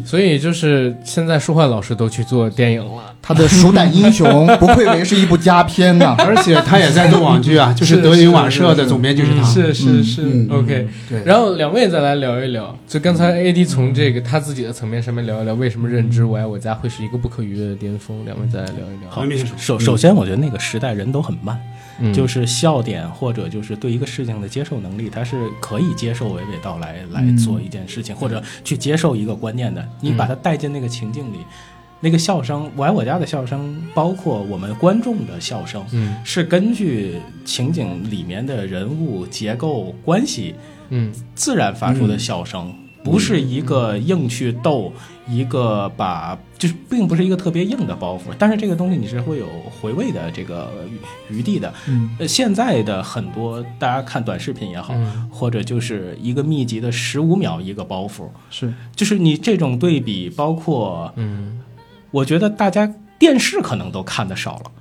Speaker 1: 所以就是现在舒焕老师都去做电影了，
Speaker 3: 他的《鼠胆英雄》不愧为是一部佳片呐。
Speaker 4: 而且他也在做网剧啊，就是德云网社的总编剧是他，
Speaker 1: 是是
Speaker 3: 嗯
Speaker 1: 是
Speaker 4: 嗯
Speaker 1: OK。
Speaker 4: 对，
Speaker 1: 然后两位再来聊一聊，就刚才 AD 从这个他自己的层面上面聊一聊，为什么认知《我爱我家》会是一个不可逾越的巅峰？两位再来聊一聊。
Speaker 4: 好，明说，
Speaker 6: 首首先，我觉得那个时代人都很慢，
Speaker 1: 嗯
Speaker 6: 就是笑点或者就是对一个事情的接受能力，他是可以接受娓娓道来来做一件事情，或者去接受一个观念的。你把它带进那个情境里，那个笑声，我爱我家的笑声，包括我们观众的笑声，
Speaker 1: 嗯
Speaker 6: 是根据情景里面的人物结构关系
Speaker 1: 嗯
Speaker 6: 自然发出的笑声，不是一个硬去逗，一个把就是并不是一个特别硬的包袱，但是这个东西你是会有回味的这个呃余余地的。
Speaker 3: 嗯
Speaker 6: 呃，现在的很多大家看短视频也好，
Speaker 1: 嗯
Speaker 6: 或者就是一个密集的十五秒一个包袱，
Speaker 3: 是
Speaker 6: 就是你这种对比，包括
Speaker 1: 嗯
Speaker 6: 我觉得大家电视可能都看的少了。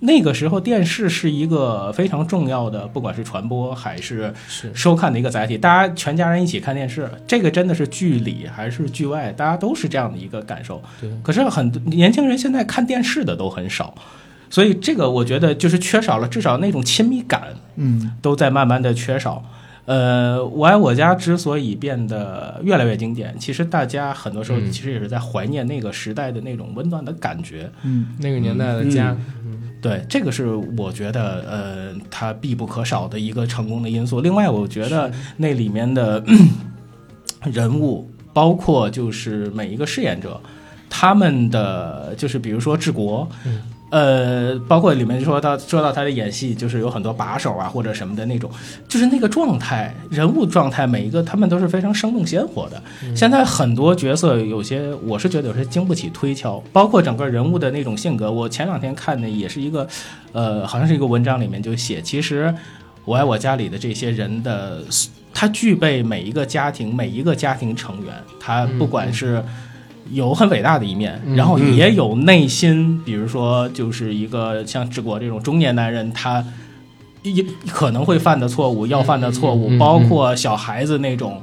Speaker 6: 那个时候，电视是一个非常重要的，不管是传播还是
Speaker 1: 嗯是
Speaker 6: 收看的一个载体。大家全家人一起看电视，这个真的是剧里还是剧外，大家都是这样的一个感受。
Speaker 1: 对
Speaker 6: 可是很多年轻人现在看电视的都很少，所以这个我觉得就是缺少了，至少那种亲密感
Speaker 3: 嗯
Speaker 6: 都在慢慢的缺少。呃，我爱我家之所以变得越来越经典，其实大家很多时候
Speaker 1: 嗯
Speaker 6: 其实也是在怀念那个时代的那种温暖的感觉。
Speaker 3: 嗯
Speaker 1: 那个年代的家，
Speaker 6: 对，这个是我觉得呃，它必不可少的一个成功的因素。另外，我觉得那里面的 咳人物，包括就是每一个饰演者，他们的就是比如说治国。呃，包括里面说到说到他的演戏，就是有很多把手啊或者什么的那种，就是那个状态、人物状态，每一个他们都是非常生动鲜活的。现在很多角色有些，我是觉得有些经不起推敲，包括整个人物的那种性格。我前两天看的也是一个，呃，好像是一个文章里面就写，其实我爱我家里的这些人的，他具备每一个家庭每一个家庭成员，他不管
Speaker 1: 嗯
Speaker 6: 是。有很伟大的一面，然后也有内心，比如说就是一个像治国这种中年男人，他也可能会犯的错误，要犯的错误，
Speaker 1: 嗯嗯嗯
Speaker 6: 包括小孩子那种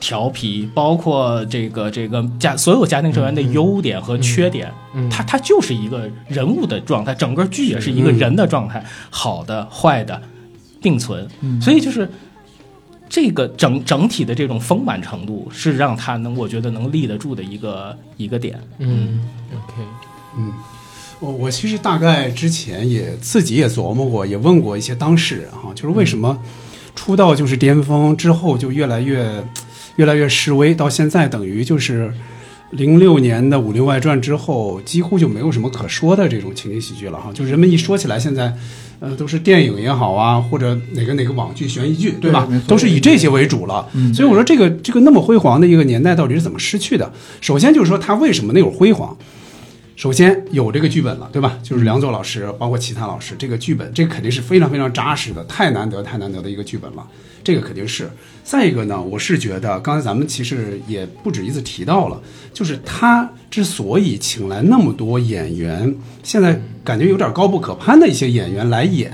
Speaker 6: 调皮，包括这个这个家所有家庭成
Speaker 1: 嗯
Speaker 6: 员的优点和缺点，
Speaker 3: 嗯
Speaker 6: 他他就是一个人物的状态，整个剧也是一个人的状态，好的坏的并存，所以就是。这个整整体的这种丰满程度是让他能，我觉得能立得住的一个一个点。
Speaker 8: 嗯，OK，
Speaker 4: 嗯，我我其实大概之前也自己也琢磨过，也问过一些当事人哈，就是为
Speaker 3: 嗯
Speaker 4: 什么出道就是巅峰，之后就越来越越来越示威，到现在等于就是零六年的《武林外传》之后，几乎就没有什么可说的这种情景喜剧了哈。就人们一说起来，现在呃都是电影也好啊，或者哪个哪个网剧、悬疑剧，对吧
Speaker 3: 对没？错
Speaker 4: 都是以这些为主了。
Speaker 3: 嗯
Speaker 4: 所以我说这个这个那么辉煌的一个年代到底是怎么失去的？首先就是说它为什么那会儿辉煌？首先有这个剧本了，对吧？就是梁左老师，包括其他老师，这个剧本，这个肯定是非常非常扎实的，太难得太难得的一个剧本了，这个肯定是。再一个呢，我是觉得刚才咱们其实也不止一次提到了，就是他之所以请来那么多演员，现在感觉有点高不可攀的一些演员来演，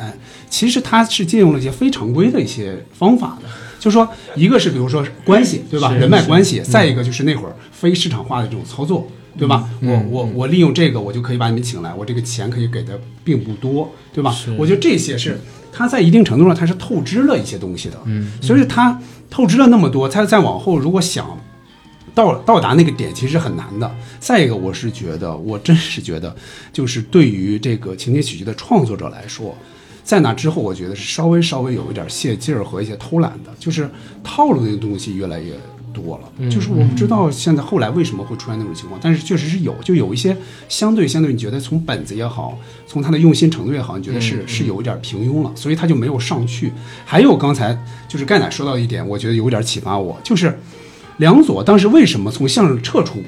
Speaker 4: 其实他是借用了一些非常规的一些方法的。就说一个是比如说关系，对吧？人脉关系，再一个就是那会儿非市场化的这种操作，对吧？我我我利用这个，我就可以把你们请来，我这个钱可以给的并不多，对吧？我觉得这些是他在一定程度上他是透支了一些东西的，嗯，所以他透支了那么多，他再往后如果想到到达那个点其实很难的。再一个，我是觉得，我真是觉得，就是对于这个情景喜剧的创作者来说，在那之后，我觉得是稍微稍微有一点泄劲儿和一些偷懒的，就是套路的东西越来越多了。就是我不知道现在后来为什么会出现那种情况，但是确实是有，就有一些相对相对，你觉得从本子也好，从他的用心程度也好，你觉得是、是有一点平庸了，所以他就没有上去。还有刚才就是盖奶说到一点，我觉得有点启发我，就是。梁左当时为什么从相声撤出？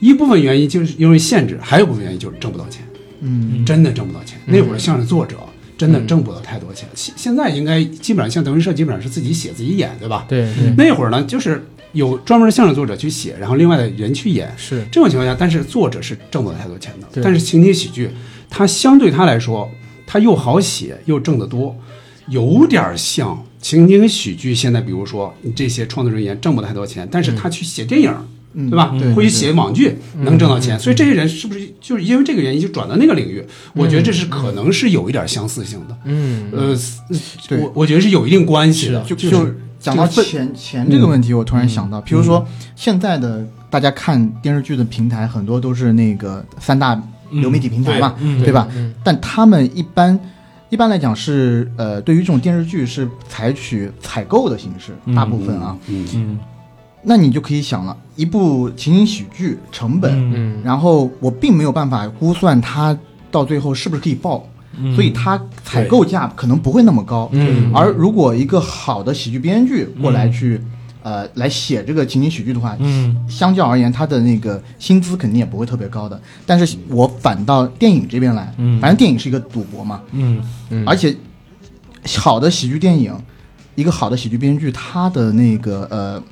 Speaker 4: 一部分原因就是因为限制，还有部分原因就是挣不到钱，
Speaker 3: 嗯，
Speaker 4: 真的挣不到钱。那会儿相声作者真的挣不到太多钱。现、现在应该基本上像德云社，基本上是自己写自己演，对吧？
Speaker 8: 对
Speaker 3: 嗯
Speaker 8: 对
Speaker 4: 那会儿呢，就是有专门的相声作者去写，然后另外的人去演。
Speaker 8: 是，
Speaker 4: 这种情况下，但是作者是挣不到太多钱的。
Speaker 8: 对
Speaker 4: 但是情景喜剧，它相对它来说，它又好写又挣得多，有点像情景喜剧。现在比如说你这些创作人员挣不到太多钱，但是他去写电影。
Speaker 3: 嗯
Speaker 4: 对吧？
Speaker 3: 对嗯
Speaker 4: 会去写网剧，能挣到钱，所以这些人是不是就是因为这个原因就转到那个领域？我觉得
Speaker 3: 嗯
Speaker 4: 这是可能是有一点相似性的，
Speaker 8: 嗯
Speaker 4: 呃，
Speaker 3: 对
Speaker 4: 我我觉得是有一定关系的，
Speaker 3: 就
Speaker 4: 就
Speaker 3: 就是嗯讲到
Speaker 4: 这个
Speaker 3: 钱钱这个问题，我突然想到，比如说现在的大家看电视剧的平台，很多都是那个三大流媒体平台嘛，嗯对吧？但他们一般一般来讲是呃，对于这种电视剧是采取采购的形式，大部分啊，，
Speaker 4: 嗯，
Speaker 6: 嗯
Speaker 3: 那你就可以想了，一部情景喜剧成本，
Speaker 8: 嗯
Speaker 3: 然后我并没有办法估算它到最后是不是可以爆，所以它采购价可能不会那么高。
Speaker 8: 嗯
Speaker 3: 而如果一个好的喜剧编剧过来去，呃，来写这个情景喜剧的话，
Speaker 8: 嗯
Speaker 3: 相较而言，他的那个薪资肯定也不会特别高的。但是我反到电影这边来，
Speaker 8: 嗯
Speaker 3: 反正电影是一个赌博嘛，
Speaker 8: 嗯嗯
Speaker 3: 而且好的喜剧电影，一个好的喜剧编剧，他的那个呃，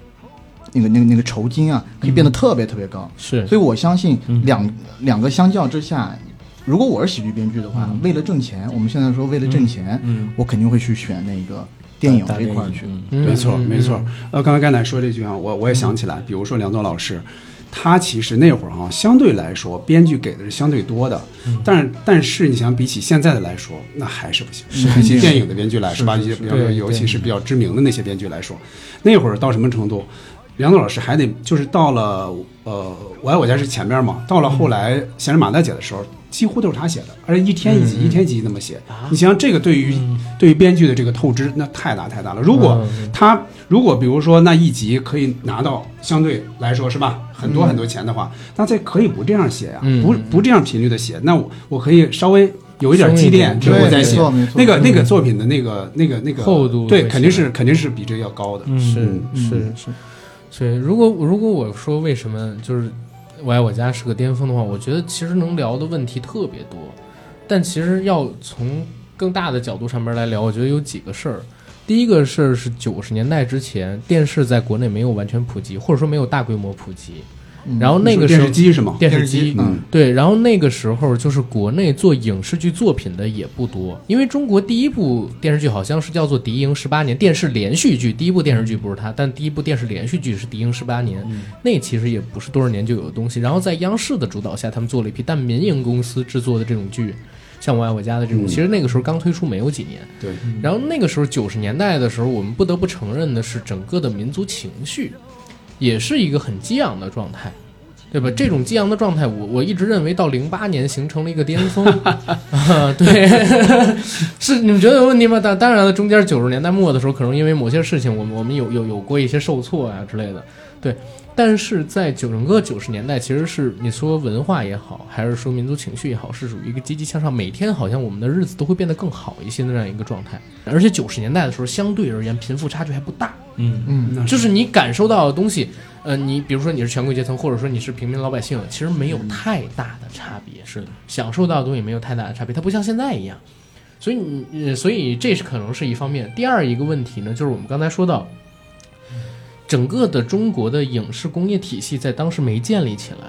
Speaker 3: 那个那个那个酬金啊，可以变得特别特别高。
Speaker 8: 是
Speaker 3: 所以我相信两、两个相较之下，如果我是喜剧编剧的话，为了挣钱，我们现在说为了挣钱，
Speaker 8: 嗯
Speaker 3: 我肯定会去选那个电影这块儿去。
Speaker 4: 没错，
Speaker 8: 嗯
Speaker 4: 没错。呃，刚才甘奶说这句啊，我我也想起来，比如说梁左老师，他其实那会儿哈、相对来说编剧给的是相对多的，但是但是你想，比起现在的来说，那还是不行。比起电影的编剧来说，吧，尤
Speaker 8: 对
Speaker 4: 尤其是比较知名的那些编剧来说，那会儿到什么程度？梁左老师还得就是到了呃，我爱我家是前面嘛，到了后来闲着马大姐的时候，几乎都是他写的，而且一天一集，一天一集那么写。你想想这个对于对于编剧的这个透支，那太大太大了。如果他如果比如说那一集可以拿到相对来说是吧很多很多钱的话，那这可以不这样写呀、
Speaker 8: 嗯
Speaker 4: 不不这样频率的写，那我我可以稍微有一点积淀之
Speaker 8: 松
Speaker 4: 后
Speaker 8: 一点
Speaker 3: 对，
Speaker 4: 再
Speaker 3: 没
Speaker 4: 写。
Speaker 3: 错没错。
Speaker 4: 那个那个作品的那个那个那个
Speaker 8: 厚度
Speaker 4: 对，
Speaker 8: 会
Speaker 4: 肯定
Speaker 8: 起来
Speaker 4: 是肯定是比这个要高的。
Speaker 8: 是
Speaker 3: 嗯
Speaker 8: 是，
Speaker 3: 是，
Speaker 8: 所以如果如果我说为什么就是我爱我家是个巅峰的话，我觉得其实能聊的问题特别多，但其实要从更大的角度上面来聊，我觉得有几个事儿。第一个事儿是九十年代之前，电视在国内没有完全普及，或者说没有大规模普及。
Speaker 1: 然后那个时
Speaker 4: 嗯电
Speaker 1: 候
Speaker 4: 视机是吗？
Speaker 1: 电视
Speaker 3: 视机
Speaker 1: 机，
Speaker 4: 嗯
Speaker 1: 对，然后那个时候就是国内做影视剧作品的也不多，因为中国第一部电视剧好像是叫做《敌营十八年》电视连续剧，第一部电视剧不是它，但第一部电视连续剧是《敌营十八年》，
Speaker 4: 嗯
Speaker 1: 那其实也不是多少年就有的东西。然后在央视的主导下，他们做了一批但民营公司制作的这种剧。像《我爱我家》的这种，
Speaker 4: 嗯
Speaker 1: 其实那个时候刚推出没有几年。
Speaker 4: 对，
Speaker 1: 然后那个时候九十年代的时候，我们不得不承认的是，整个的民族情绪也是一个很激昂的状态，对吧？这种激昂的状态，我我一直认为到零八年形成了一个巅峰， 啊，对，是你们觉得有问题吗？当当然了，中间九十年代末的时候，可能因为某些事情，我们我们有有有过一些受挫啊之类的，对。但是在九整个九十年代，其实是你说文化也好，还是说民族情绪也好，是属于一个积极向上，每天好像我们的日子都会变得更好一些的这样一个状态。而且九十年代的时候，相对而言贫富差距还不大，
Speaker 6: 嗯
Speaker 3: 嗯，
Speaker 4: 那
Speaker 1: 就是你感受到的东西，呃，你比如说你是权贵阶层，或者说你是平民老百姓，其实没有太大的差别，
Speaker 6: 是的，
Speaker 1: 享受到的东西没有太大的差别，它不像现在一样。所以你，呃所以这是可能是一方面。第二一个问题呢，就是我们刚才说到，整个的中国的影视工业体系在当时没建立起来，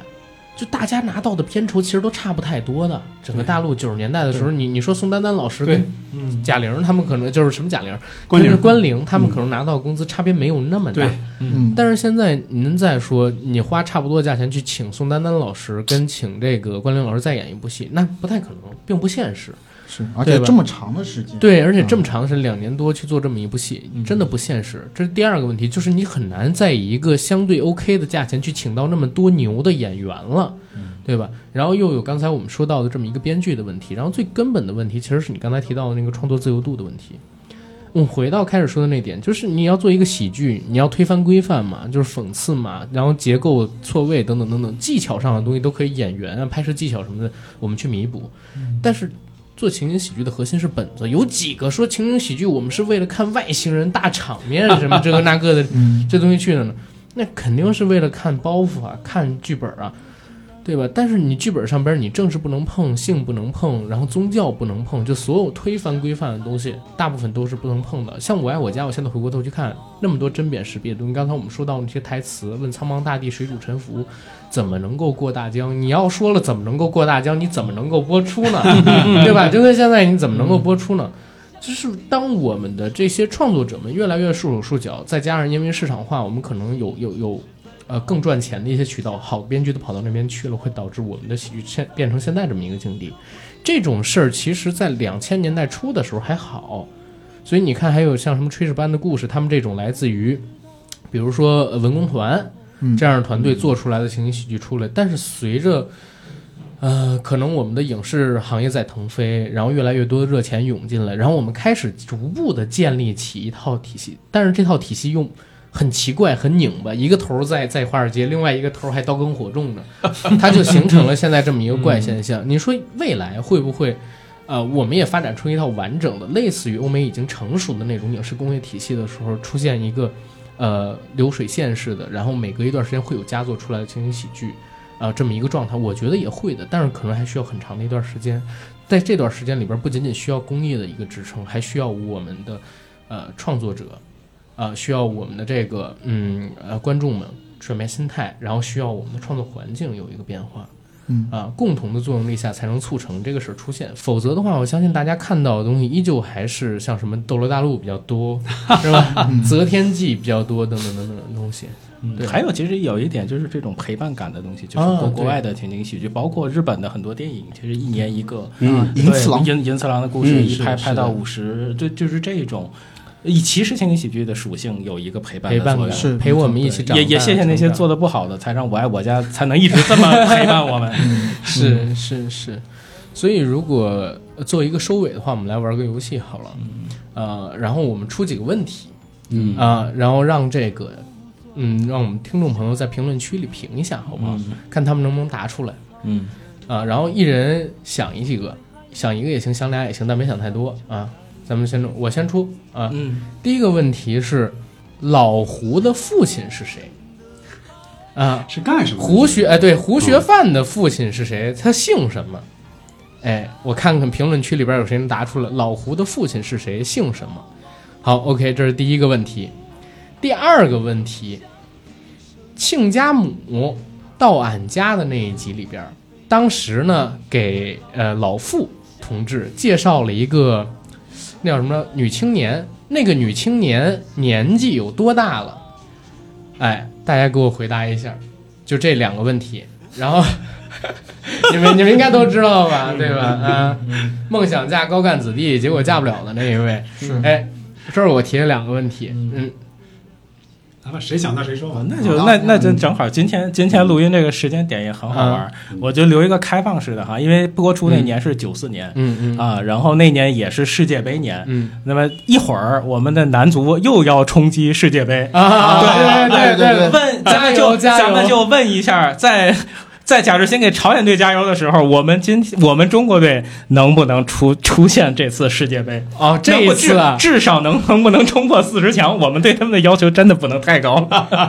Speaker 1: 就大家拿到的片酬其实都差不太多的。整个大陆九十年代的时候，你你说宋丹丹老师
Speaker 8: 对
Speaker 1: 跟
Speaker 6: 嗯
Speaker 1: 贾玲他们可能就是什么贾玲，
Speaker 4: 关
Speaker 1: 就是
Speaker 4: 联
Speaker 1: 关玲他们可能拿到的工资差别没有那么大。
Speaker 4: 对
Speaker 3: 嗯，
Speaker 1: 但是现在您再说，你花差不多的价钱去请宋丹丹老师跟请这个关凌老师再演一部戏，那不太可能，并不现实。
Speaker 3: 是，而
Speaker 1: 对
Speaker 3: 且
Speaker 1: 吧
Speaker 3: 这么长的时间，啊
Speaker 1: 对，而且这么长是两年多去做这么一部戏，
Speaker 6: 嗯
Speaker 1: 真的不现实。这是第二个问题，就是你很难在以一个相对 OK 的价钱去请到那么多牛的演员了，对吧？然后又有刚才我们说到的这么一个编剧的问题，然后最根本的问题其实是你刚才提到的那个创作自由度的问题。我们回到开始说的那点，就是你要做一个喜剧，你要推翻规范嘛，就是讽刺嘛，然后结构错位等等等等，技巧上的东西都可以，演员啊、拍摄技巧什么的，我们去弥补。但是做情景喜剧的核心是本子，有几个说情景喜剧我们是为了看外星人大场面什么这个那个的
Speaker 3: 嗯，
Speaker 1: 这东西去的呢？那肯定是为了看包袱啊，看剧本啊，对吧？但是你剧本上边你政治不能碰，性不能碰，然后宗教不能碰，就所有推翻规范的东西，大部分都是不能碰的。像《我爱我家》，我现在回过头去看，那么多针砭时弊的东西，刚才我们说到那些台词，“问苍茫大地，谁主沉浮”，怎么能够过大江？你要说了怎么能够过大江，你怎么能够播出呢？对吧？就跟现在你怎么能够播出呢？就是当我们的这些创作者们越来越束手束脚，再加上因为市场化，我们可能有有有，呃，更赚钱的一些渠道，好编剧都跑到那边去了，会导致我们的喜剧现变成现在这么一个境地。这种事儿其实，在两千年代初的时候还好，所以你看，还有像什么炊事班的故事，他们这种来自于，比如说呃文工团
Speaker 3: 嗯
Speaker 1: 这样的团队做出来的情景喜剧出来，但是随着呃，可能我们的影视行业在腾飞，然后越来越多的热钱涌进来，然后我们开始逐步的建立起一套体系，但是这套体系用很奇怪、很拧巴，一个头儿在在华尔街，另外一个头儿还刀耕火种呢，它就形成了现在这么一个怪现象。你说未来会不会，呃，我们也发展出一套完整的，类似于欧美已经成熟的那种影视工业体系的时候，出现一个呃流水线式的，然后每隔一段时间会有佳作出来的情景喜剧？啊、这么一个状态，我觉得也会的，但是可能还需要很长的一段时间。在这段时间里边，不仅仅需要工业的一个支撑，还需要我们的呃创作者，呃，需要我们的这个嗯呃观众们转变心态，然后需要我们的创作环境有一个变化。
Speaker 3: 嗯
Speaker 1: 啊、共同的作用力下才能促成这个事儿出现，否则的话，我相信大家看到的东西依旧还是像什么《斗罗大陆》比较多， 是吧？《择天记》比较多，等等等等的东西。对
Speaker 6: 还有其实有一点就是这种陪伴感的东西，就是
Speaker 1: 啊对
Speaker 6: 国国外的情景喜剧，包括日本的很多电影，其实一年一个，
Speaker 4: 嗯，
Speaker 3: 银次 郎
Speaker 6: 对银银次郎的故事
Speaker 4: 嗯
Speaker 6: 一拍
Speaker 1: 是
Speaker 6: 拍到
Speaker 1: 是
Speaker 6: 五十，就就是这种。以其实情景喜剧的属性有一个陪伴
Speaker 1: 陪
Speaker 6: 的
Speaker 1: 伴
Speaker 6: 作
Speaker 1: 感
Speaker 6: 用，
Speaker 3: 是
Speaker 1: 陪我们一起长大，
Speaker 6: 也也谢谢那些
Speaker 1: 成长
Speaker 6: 做的不好的，才让我爱我家才能一直这么 陪伴我 们。嗯
Speaker 1: 是是是，所以如果呃做一个收尾的话，我们来玩个游戏好
Speaker 6: 嗯
Speaker 1: 了。呃，然后我们出几个问题，
Speaker 4: 嗯
Speaker 1: 啊、然后让这个，嗯，让我们听众朋友在评论区里评一下，好不好？看他们能不能答出来
Speaker 6: 嗯，
Speaker 1: 啊、然后一人想一几个，想一个也行，想俩也行，但别想太多啊。咱们先出，我先出啊。
Speaker 6: 嗯，
Speaker 1: 第一个问题是，老胡的父亲是谁？啊、
Speaker 4: 是干什么的？嗯
Speaker 1: 胡学哎，对，胡学范的父亲是谁？他姓什么？哎，我看看评论区里边有谁能答出来。老胡的父亲是谁？姓什么？好，OK，这是第一个问题。第二个问题，亲家母到俺家的那一集里边儿，当时呢给呃老傅同志介绍了一个那叫什么女青年，那个女青年年纪有多大了？哎，大家给我回答一下，就这两个问题。然后你们你们应该都知道吧，对吧？啊，梦想嫁高干子弟，结果嫁不了的那一位，
Speaker 3: 是
Speaker 1: 哎，这儿我提了两个问题，嗯，
Speaker 4: 咱们啊谁想到谁说吧。
Speaker 6: 那就那那就正好，今天今天录音这个时间点也很好玩儿，我就留一个开放式的哈，因为播出那年是九四年，
Speaker 1: 嗯嗯嗯
Speaker 6: 啊，然后那年也是世界杯年，
Speaker 1: 嗯，
Speaker 6: 那么一会儿我们的男足又要冲击世界杯，
Speaker 1: 啊，对
Speaker 3: 对对
Speaker 6: 问咱
Speaker 1: 加
Speaker 6: 们
Speaker 1: 油
Speaker 6: 就
Speaker 1: 加油
Speaker 6: 咱们就问一下，在在假如先给朝鲜队加油的时候，我们今我们中国队能不能出出现这次世界杯？
Speaker 1: 哦，这
Speaker 6: 能
Speaker 1: 一
Speaker 6: 不
Speaker 1: 次啊，
Speaker 6: 至至少能能不能冲破四十强？我们对他们的要求真的不能太高了。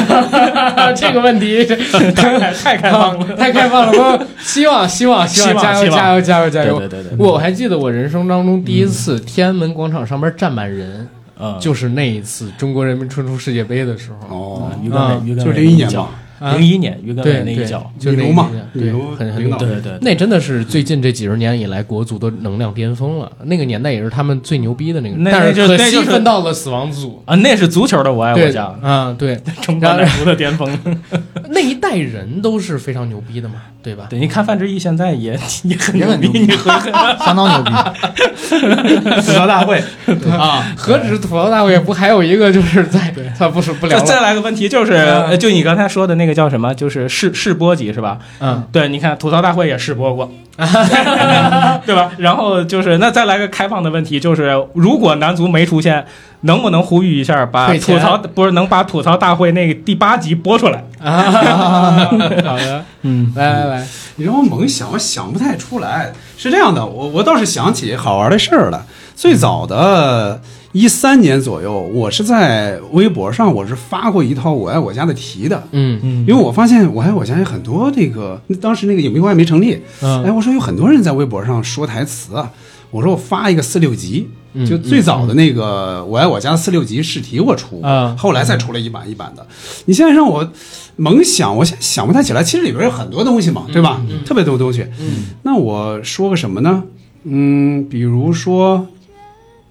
Speaker 1: 这个问题
Speaker 6: 太太开放了。
Speaker 1: 太开放了，我希望希望希望
Speaker 6: 希望
Speaker 1: 加油
Speaker 6: 希望
Speaker 1: 加油加油加油！
Speaker 6: 对对对对
Speaker 1: 我还记得我人生当中第一次天安门广场上边站满人，
Speaker 6: 嗯
Speaker 1: 就是那一次中国人民冲出世界杯的时候，
Speaker 4: 哦，
Speaker 6: 于根
Speaker 1: 啊
Speaker 6: 伟，于根
Speaker 4: 就
Speaker 6: 伟
Speaker 4: 零一年
Speaker 6: 脚
Speaker 4: 吧，
Speaker 1: 啊
Speaker 6: 零一年于根伟
Speaker 1: 对
Speaker 6: 那
Speaker 1: 对
Speaker 6: 一脚，，
Speaker 1: 就
Speaker 4: 李
Speaker 1: 那
Speaker 4: 如
Speaker 1: 一
Speaker 4: 嘛
Speaker 1: 年，
Speaker 4: 李如
Speaker 1: 对，很很
Speaker 4: 领导
Speaker 6: 对对对，
Speaker 1: 那真的是最近这几十年以来国足的能量巅峰了，那个年代也是他们最牛逼的那个，
Speaker 6: 那
Speaker 1: 但
Speaker 6: 那就是
Speaker 1: 可
Speaker 6: 那
Speaker 1: 惜
Speaker 6: 就是
Speaker 1: 分到了死亡组。
Speaker 6: 啊，那是足球的我爱我
Speaker 1: 对，
Speaker 6: 家，
Speaker 1: 啊，对，
Speaker 6: 中国男足的巅峰。
Speaker 1: 那一代人都是非常牛逼的嘛，对吧？
Speaker 6: 对，你看范志毅现在也 也很
Speaker 3: 也
Speaker 6: 牛
Speaker 3: 很
Speaker 6: 逼，
Speaker 3: 牛逼
Speaker 6: 你会很
Speaker 3: 相当牛逼。
Speaker 4: 吐槽大会，
Speaker 1: 啊，何止吐槽大会，不还有一个就是在，算不是不聊
Speaker 6: 再
Speaker 1: 了，
Speaker 6: 再来个问题，就是呃
Speaker 1: 嗯
Speaker 6: 就你刚才说的那个叫什么，就是试试播集是吧？
Speaker 1: 嗯，
Speaker 6: 对，你看吐槽大会也试播 过，对吧？然后就是那再来个开放的问题，就是如果男足没出现，能不能呼吁一下，把
Speaker 1: 退
Speaker 6: 吐
Speaker 1: 钱
Speaker 6: 槽不是能把吐槽大会那个第八集播出来？
Speaker 1: 啊，好的，嗯，来来来，
Speaker 4: 你让我猛想，我想不太出来。是这样的，我我倒是想起好玩的事儿了。最早的一三年左右，我是在微博上，我是发过一套“我爱我家”的题的。
Speaker 1: 嗯
Speaker 4: 因为我发现“我爱我家”有很多这个，当时那个影迷会还没成立，
Speaker 1: 嗯
Speaker 4: 哎，我说有很多人在微博上说台词啊，我说我发一个四六级，
Speaker 1: 嗯
Speaker 4: 就最早的那个“我爱我家”四六级试题我出，
Speaker 1: 嗯
Speaker 4: 后来才出了一版一版的。你现在让我猛想，我现在想不太起来，其实里边有很多东西
Speaker 1: 嗯
Speaker 4: 嘛，对吧？特别多东西。那我说个什么呢？嗯，比如说，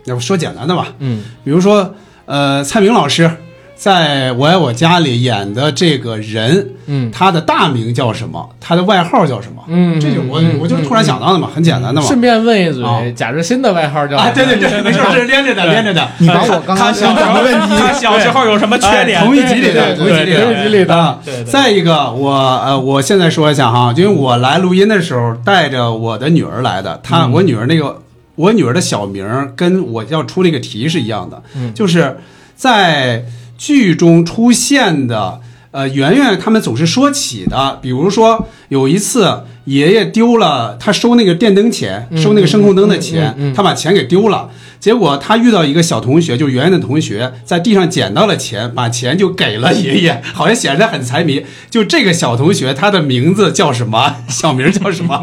Speaker 4: 要不说简单的吧，
Speaker 1: 嗯
Speaker 4: 比如说，呃，蔡明老师在《我爱我家》里演的这个人，
Speaker 1: 嗯
Speaker 4: 他的大名叫什么？他的外号叫什么？
Speaker 1: 嗯
Speaker 4: 这就我、
Speaker 1: 嗯
Speaker 4: 我就是突然想到的嘛，很简单的嘛。
Speaker 1: 顺便问一
Speaker 4: 啊
Speaker 1: 嘴，贾志新的外号叫
Speaker 4: 啊，对
Speaker 1: 什么
Speaker 4: 对对，没事，这是连着的，连着的。
Speaker 3: 你把我刚刚想讲的问题，
Speaker 6: 他 小时候有什么缺点？
Speaker 4: 哎同一集里
Speaker 1: 对
Speaker 4: 的，
Speaker 1: 对
Speaker 4: 同一集里的，
Speaker 1: 对同一集里的
Speaker 4: 啊
Speaker 6: 对对对
Speaker 4: 再一个，我呃，我现在说一下哈，因为我来录音的时候带着我的女儿来的，她我女儿那个我女儿的小名儿跟我要出那个题是一样的，就是在剧中出现的。呃，圆圆他们总是说起的，比如说有一次爷爷丢了，他收那个电灯钱，
Speaker 1: 嗯
Speaker 4: 收那个声控灯的钱，他把钱给丢了。结果他遇到一个小同学，就是圆圆的同学，在地上捡到了钱，把钱就给了爷爷，好像显得很财迷。就这个小同学，他的名字叫什么？ 小名叫 什么？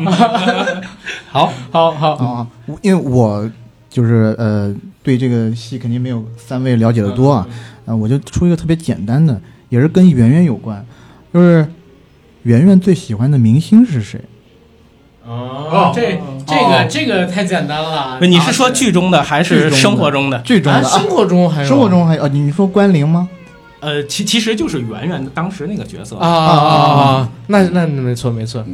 Speaker 4: 好，
Speaker 1: 好
Speaker 4: 哦
Speaker 1: 好，
Speaker 3: 啊，我因为我就是呃，对这个戏肯定没有三位了解的多啊，啊、我就出一个特别简单的，也是跟圆圆有关，就是圆圆最喜欢的明星是谁？
Speaker 1: 哦，这这个这个太简单了
Speaker 6: 不，你是说剧中的还是生活中的？
Speaker 3: 剧中
Speaker 1: 啊，
Speaker 3: 的、
Speaker 1: 生活中还
Speaker 3: 啊
Speaker 1: 有
Speaker 3: 生活中还有啊，你说关凌吗？
Speaker 6: 呃，其其实就是圆圆当时那个角色
Speaker 1: 啊啊啊，啊那那没错没错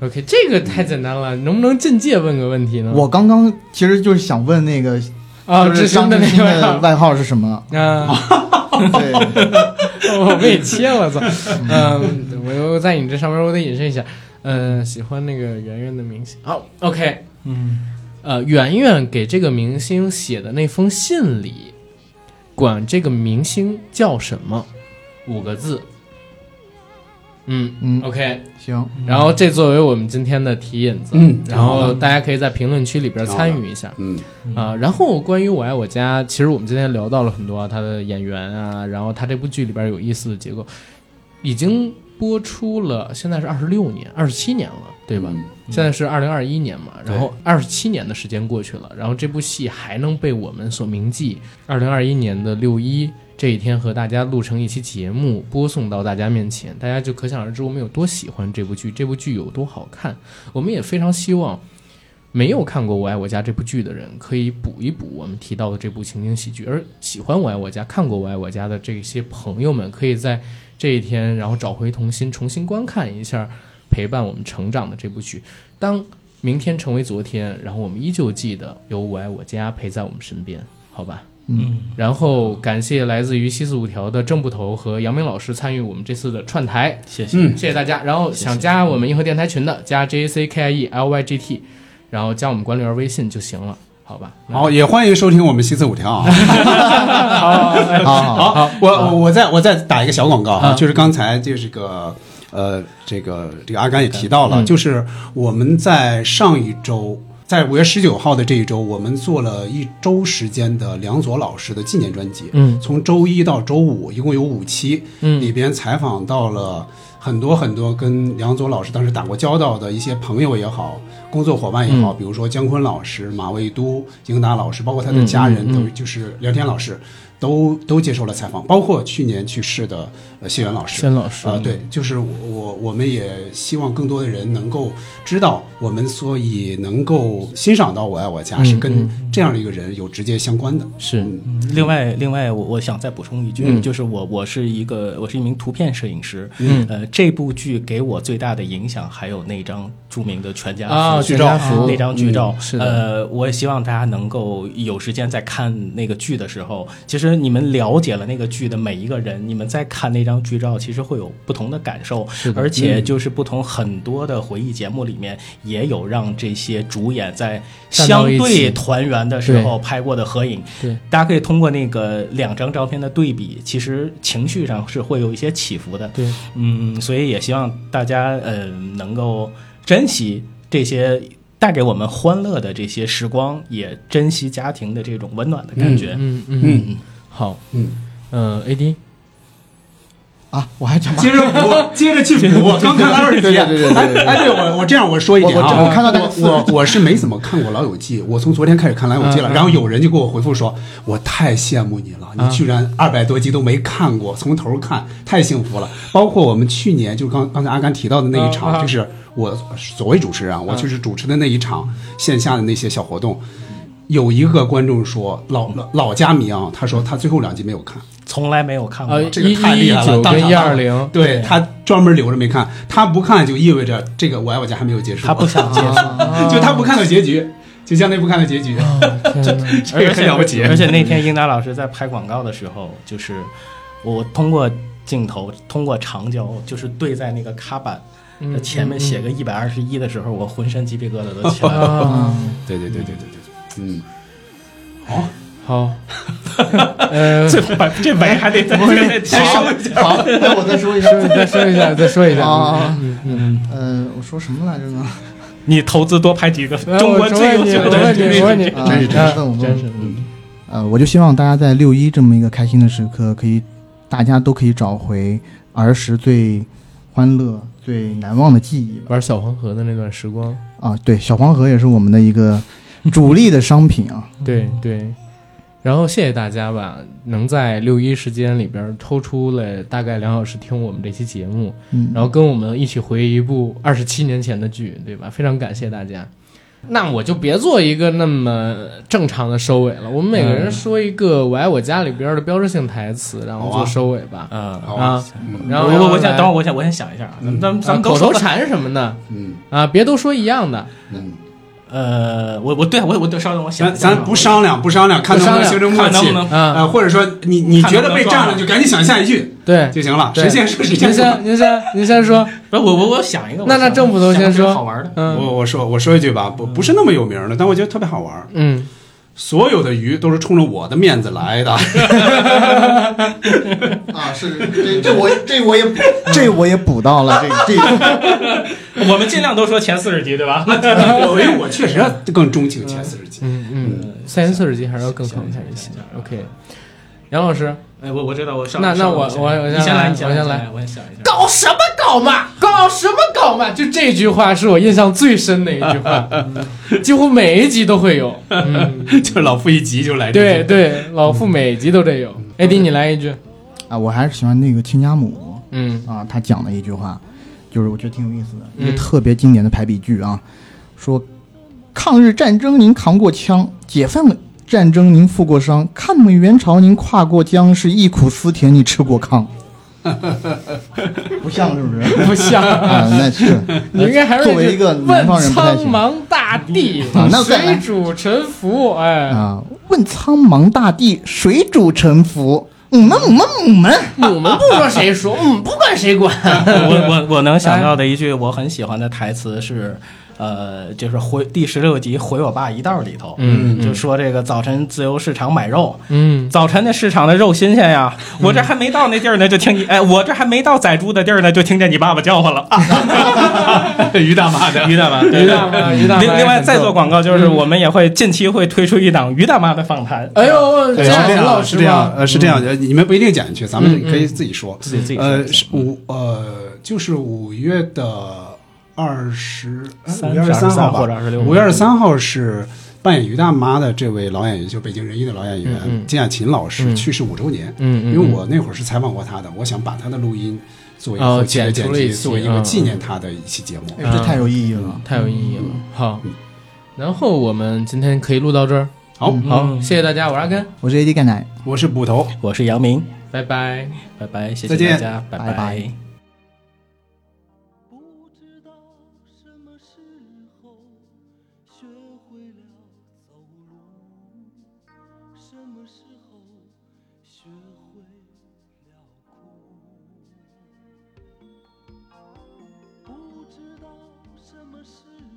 Speaker 1: ，OK，这个太简单了，能不能进阶问个问题呢？
Speaker 3: 我刚刚其实就是想问那个
Speaker 1: 啊，
Speaker 3: 就
Speaker 1: 志
Speaker 3: 是
Speaker 1: 新
Speaker 3: 张
Speaker 1: 的
Speaker 3: 嗯智
Speaker 1: 那
Speaker 3: 星
Speaker 1: 个
Speaker 3: 的外号是什 么？
Speaker 1: 啊，
Speaker 3: 对，
Speaker 1: 我被你切了，操！嗯，我又在你这上面，我得引申一下。嗯，喜欢那个圆圆的明星。好，OK，嗯，呃，圆圆给这个明星写的那封信里，管这个明星叫什么五个字。嗯
Speaker 3: 嗯
Speaker 1: ，OK，
Speaker 3: 行，
Speaker 1: 然后这作为我们今天的题引子，
Speaker 4: 嗯
Speaker 1: 然后大家可以在评论区里边参与一下。
Speaker 4: 嗯，
Speaker 1: 啊、然后关于《我爱我家》，其实我们今天聊到了很多啊他的演员啊，然后他这部剧里边有意思的结构，已经播出了，现在是二十六年、二十七年了，对吧？现在是二零二一年嘛，然后二十七年的时间过去了，然后这部戏还能被我们所铭记。二零二一年的六一这一天和大家录成一期节目，播送到大家面前，大家就可想而知我们有多喜欢这部剧，这部剧有多好看。我们也非常希望。没有看过《我爱我家》这部剧的人，可以补一补我们提到的这部情景喜剧。而喜欢《我爱我家》、看过《我爱我家》的这些朋友们，可以在这一天，然后找回童心，重新观看一下陪伴我们成长的这部剧。当明天成为昨天，然后我们依旧记得有《我爱我家》陪在我们身边，好吧？
Speaker 6: 嗯，
Speaker 1: 然后感谢来自于西四五条的郑捕头和杨明老师参与我们这次的串台，
Speaker 6: 谢谢。
Speaker 4: 嗯，
Speaker 1: 谢谢大家。然后想加我们银河电台群的，加 J A C K I E L Y G T，然后加我们管理员微信就行了，好吧？那
Speaker 4: 好，也欢迎收听我们西四五条啊。
Speaker 3: 啊，
Speaker 4: 好，我我我再我再打一个小广告啊，就是刚才就是个呃，这个这个阿甘也提到
Speaker 1: 嗯
Speaker 4: 了，就是我们在上一周，在五月十九号的这一周，我们做了一周时间的梁左老师的纪念专辑，
Speaker 1: 嗯
Speaker 4: 从周一到周五，一共有五期，
Speaker 1: 嗯
Speaker 4: 里边采访到了。很多很多跟梁左老师当时打过交道的一些朋友也好，工作伙伴也
Speaker 1: 嗯
Speaker 4: 好，比如说姜昆老师、马未都、英达老师，包括他的家人，
Speaker 1: 嗯嗯
Speaker 4: 都就是梁天老师，都都接受了采访，包括去年去世的呃谢元老师。
Speaker 1: 申老师
Speaker 4: 啊、对，就是我我我们也希望更多的人能够知道，我们所以能够欣赏到《我爱我家》是跟这样的一个人有直接相关的。
Speaker 1: 是
Speaker 6: 另外，另外我我想再补充一句，
Speaker 1: 嗯
Speaker 6: 就是我我是一个我是一名图片摄影师，
Speaker 1: 嗯
Speaker 6: 呃，这部剧给我最大的影响还有那张著名的全家福
Speaker 1: 啊，
Speaker 6: 剧
Speaker 1: 全家福
Speaker 6: 那张剧照，
Speaker 1: 嗯是的
Speaker 6: 呃，我也希望大家能够有时间在看那个剧的时候，其实你们了解了那个剧的每一个人，你们在看那张剧照，其实会有不同的感受，而且就是不同很多的回忆节目里面也有让这些主演在
Speaker 1: 站到
Speaker 6: 相
Speaker 1: 一起
Speaker 6: 对团圆的时候拍过的合影，
Speaker 1: 嗯对，
Speaker 6: 大家可以通过那个两张照片的对比，其实情绪上是会有一些起伏的，
Speaker 1: 对，
Speaker 6: 嗯，所以也希望大家呃能够珍惜这些带给我们欢乐的这些时光，也珍惜家庭的这种温暖的感觉。
Speaker 1: 嗯嗯，
Speaker 4: 嗯
Speaker 1: 好，
Speaker 4: 嗯，
Speaker 1: 嗯，AD，
Speaker 3: 啊，我还讲
Speaker 4: 接着补，接着去补。 刚看二十题，
Speaker 3: 对对对对对对
Speaker 4: 哎，对我我这样我说一点啊，
Speaker 3: 我我我看到那个
Speaker 4: 我
Speaker 3: 字
Speaker 4: 我我是没怎么看过《老友记》，我从昨天开始看《老友
Speaker 3: 嗯
Speaker 4: 记》了。然后有人就给我回复说，我太羡慕你了，你居然二百多集都没看过，从头看，太幸福了。包括我们去年就刚刚才阿甘提到的那一
Speaker 1: 啊啊
Speaker 3: 嗯
Speaker 4: 场，就是我所谓主持人啊，我就是主持的那一场线下的那些小活动。有一个观众说老老老家迷啊，他说他最后两集没有看，
Speaker 6: 从来没有看过
Speaker 1: 呃，，
Speaker 4: 这个
Speaker 1: 一
Speaker 4: 太
Speaker 1: 一
Speaker 4: 厉害了
Speaker 1: 九
Speaker 4: 当
Speaker 1: 跟
Speaker 4: 场
Speaker 1: 一
Speaker 4: 当
Speaker 1: 二零，
Speaker 4: 对他专门留着没看，他不看就意味着这个我爱我家还没有结束，啊
Speaker 6: 他不 想接受。
Speaker 4: 就他不看到结局，就相当于不看到结局。 这
Speaker 6: 而
Speaker 4: 个很
Speaker 6: 且
Speaker 4: 了不起
Speaker 6: 而且那天英达老师在拍广告的时候，就是我通过镜头，通过长焦，就是对在那个卡板
Speaker 1: 嗯
Speaker 6: 的 前面写个一百二十一的时候，我浑身鸡皮疙瘩都起来了。
Speaker 1: 啊，
Speaker 4: 对对对对对对，嗯，
Speaker 1: 好，呃，
Speaker 6: 最后把这尾还得 再再再收一 下。
Speaker 3: 好，那我再 说一下，
Speaker 1: 再说一下，再说一下，
Speaker 3: 啊
Speaker 1: 嗯嗯，
Speaker 3: 嗯，我说什么来着呢？
Speaker 6: 你投资多拍几个
Speaker 1: 嗯
Speaker 6: 中国最优秀
Speaker 1: 我
Speaker 6: 的
Speaker 1: 问你，
Speaker 6: 人
Speaker 1: 我问你，
Speaker 3: 啊
Speaker 1: 我问你，
Speaker 3: 真是动
Speaker 1: 真
Speaker 3: 真
Speaker 1: 是
Speaker 3: 是，
Speaker 1: 嗯
Speaker 3: 呃，我就希望大家在六一这么一个开心的时刻，可以大家都可以找回儿时最欢乐、最难忘的记忆吧。
Speaker 1: 玩小黄河的那段时光，
Speaker 3: 啊，对，小黄盒也是我们的一个主力的商品啊。
Speaker 1: 对对。然后谢谢大家吧，能在六一时间里边抽出了大概两小时听我们这期节目，
Speaker 3: 嗯，
Speaker 1: 然后跟我们一起回忆一部二十七年前的剧，对吧？非常感谢大家。那我就别做一个那么正常的收尾了，我们每个
Speaker 3: 嗯
Speaker 1: 人说一个《我爱我家》里边的标志性台词，然后
Speaker 4: 好
Speaker 1: 做
Speaker 4: 啊
Speaker 1: 收尾吧。
Speaker 6: 嗯，
Speaker 4: 好
Speaker 1: 啊
Speaker 4: 啊，
Speaker 1: 然后
Speaker 6: 我我我
Speaker 1: 来
Speaker 6: 想等会儿，我想我先想一下啊，咱们咱们咱
Speaker 1: 啊
Speaker 6: 们都
Speaker 1: 口头
Speaker 6: 说了。
Speaker 1: 禅什么的
Speaker 4: 嗯
Speaker 1: 啊，别都说一样的。
Speaker 4: 嗯，
Speaker 6: 呃，我我对我我对，稍等，我想
Speaker 4: 咱
Speaker 6: 一下啊
Speaker 4: 咱不商量，不商量，看能不能形成默
Speaker 6: 看能
Speaker 4: 契
Speaker 6: 不。能
Speaker 1: 啊，
Speaker 4: 呃，或者说你你觉得被占了，就赶紧想下一句
Speaker 1: 对，
Speaker 4: 就行了。
Speaker 1: 对
Speaker 4: 谁先说谁
Speaker 1: 您
Speaker 4: 先说。
Speaker 1: 先，您先，您先 说。
Speaker 6: 不是我我我想一个。
Speaker 1: 那那政府
Speaker 6: 府
Speaker 1: 头
Speaker 6: 都
Speaker 1: 先说
Speaker 6: 好玩的。
Speaker 1: 嗯
Speaker 4: 我我说我说一句吧，不不是那么有名的，但我觉得特别好玩。
Speaker 1: 嗯，
Speaker 4: 所有的鱼都是冲着我的面子来的。
Speaker 3: 啊，是这这我这我也补这我也补到了这这
Speaker 6: 我们尽量都说前四十集，对吧？
Speaker 4: 我因为我确实更钟情前四十集。
Speaker 1: 嗯嗯，三十四十集还是要更好看一些。OK，杨老师，
Speaker 6: 哎，我我知道，我上
Speaker 1: 那那
Speaker 6: 上
Speaker 1: 我
Speaker 6: 上
Speaker 1: 我我
Speaker 6: 你
Speaker 1: 先
Speaker 6: 先
Speaker 1: 来
Speaker 6: 来，你
Speaker 1: 我先
Speaker 6: 先
Speaker 1: 来，
Speaker 6: 我先想一下。
Speaker 7: 搞什么搞嘛？
Speaker 1: 搞什么搞嘛？就这句话是我印象最深的一句 话，几乎每一集都会有。
Speaker 6: 就是老傅一急就来这
Speaker 1: 哎对
Speaker 6: 句，
Speaker 1: 对，嗯老傅每集都得有。艾迪，你来一句。
Speaker 3: 啊，我还是喜欢那个亲家母
Speaker 1: 嗯
Speaker 3: 啊，他讲的一句话，就是我觉得挺有意思的，一
Speaker 1: 嗯
Speaker 3: 个特别经典的排比句啊，说抗日战争您扛过枪，解放战争您负过伤，抗美援朝您跨过江，是忆苦思甜你吃过 糠。不像是不是？
Speaker 1: 不像，
Speaker 3: 啊， 那是
Speaker 1: 你应该还是
Speaker 3: 作为一个
Speaker 1: 问
Speaker 3: 南方人不太
Speaker 1: 苍
Speaker 3: 行
Speaker 1: 茫大地
Speaker 3: 啊，那再来
Speaker 1: 水主沉浮，哎，
Speaker 3: 啊。问苍茫大地，谁主沉浮？嗯我们我们我们，
Speaker 7: 我们不说谁说，我
Speaker 1: 嗯
Speaker 7: 们不管谁管。
Speaker 6: 我我我能想到
Speaker 1: 哎
Speaker 6: 的一句我很喜欢的台词是，呃，就是回第十六集《回我爸一道》里头，
Speaker 1: 嗯
Speaker 6: 就说这个早晨自由市场买肉，
Speaker 1: 嗯，
Speaker 6: 早晨的市场的肉新鲜呀，我这还没到那地儿呢，就听你，哎，我这还没到宰猪的地儿呢，就听见你爸爸叫唤了啊，
Speaker 4: 于大妈的，
Speaker 6: 于大妈，
Speaker 1: 于
Speaker 6: 对
Speaker 1: 大妈，于大妈，
Speaker 6: 另另外再做广告，就是
Speaker 1: 嗯
Speaker 6: 我们也会近期会推出一档于大妈的访谈。
Speaker 1: 哎呦，这
Speaker 4: 对，是
Speaker 1: 样
Speaker 4: 这
Speaker 1: 子老
Speaker 4: 样，
Speaker 1: 师
Speaker 4: 是这样，
Speaker 1: 吗？嗯
Speaker 4: 呃，是这样，呃，你们不一定讲进去，咱们可以自己说，
Speaker 6: 自己自己说
Speaker 4: 呃，是五呃，就是五月的二十，呃五月二十
Speaker 6: 三
Speaker 4: 三号
Speaker 6: 或
Speaker 4: 吧
Speaker 6: 者，二十六，
Speaker 4: 五月二十三号是扮演于大妈的这位老演员，就北京人艺的老演员
Speaker 1: 嗯嗯
Speaker 4: 金雅琴老师
Speaker 1: 嗯
Speaker 4: 去世五周年。
Speaker 1: 嗯
Speaker 4: 因为我那会儿是采访过她的，我想把她的录音作为
Speaker 1: 哦
Speaker 4: 后期的
Speaker 1: 剪
Speaker 4: 剪
Speaker 1: 出了一
Speaker 4: 辑，
Speaker 1: 期
Speaker 4: 作为一个
Speaker 1: 嗯
Speaker 4: 纪念她的一期节目。
Speaker 1: 啊
Speaker 3: 哎这太有意义了。
Speaker 1: 太有意义了。好，
Speaker 3: 嗯
Speaker 1: 然后我们今天可以录到这儿。
Speaker 4: 好，
Speaker 1: 好，
Speaker 3: 嗯
Speaker 1: 谢谢大家，我是阿根，
Speaker 3: 我是 AD 干奶。
Speaker 4: 我是捕头。
Speaker 6: 我是杨明，
Speaker 1: 拜拜。
Speaker 6: 拜拜，谢
Speaker 4: 再
Speaker 6: 谢
Speaker 4: 见
Speaker 6: 大家，拜
Speaker 3: 拜拜
Speaker 10: 不知道什么时候学会了走路，什么时候学会了哭。不知道什么时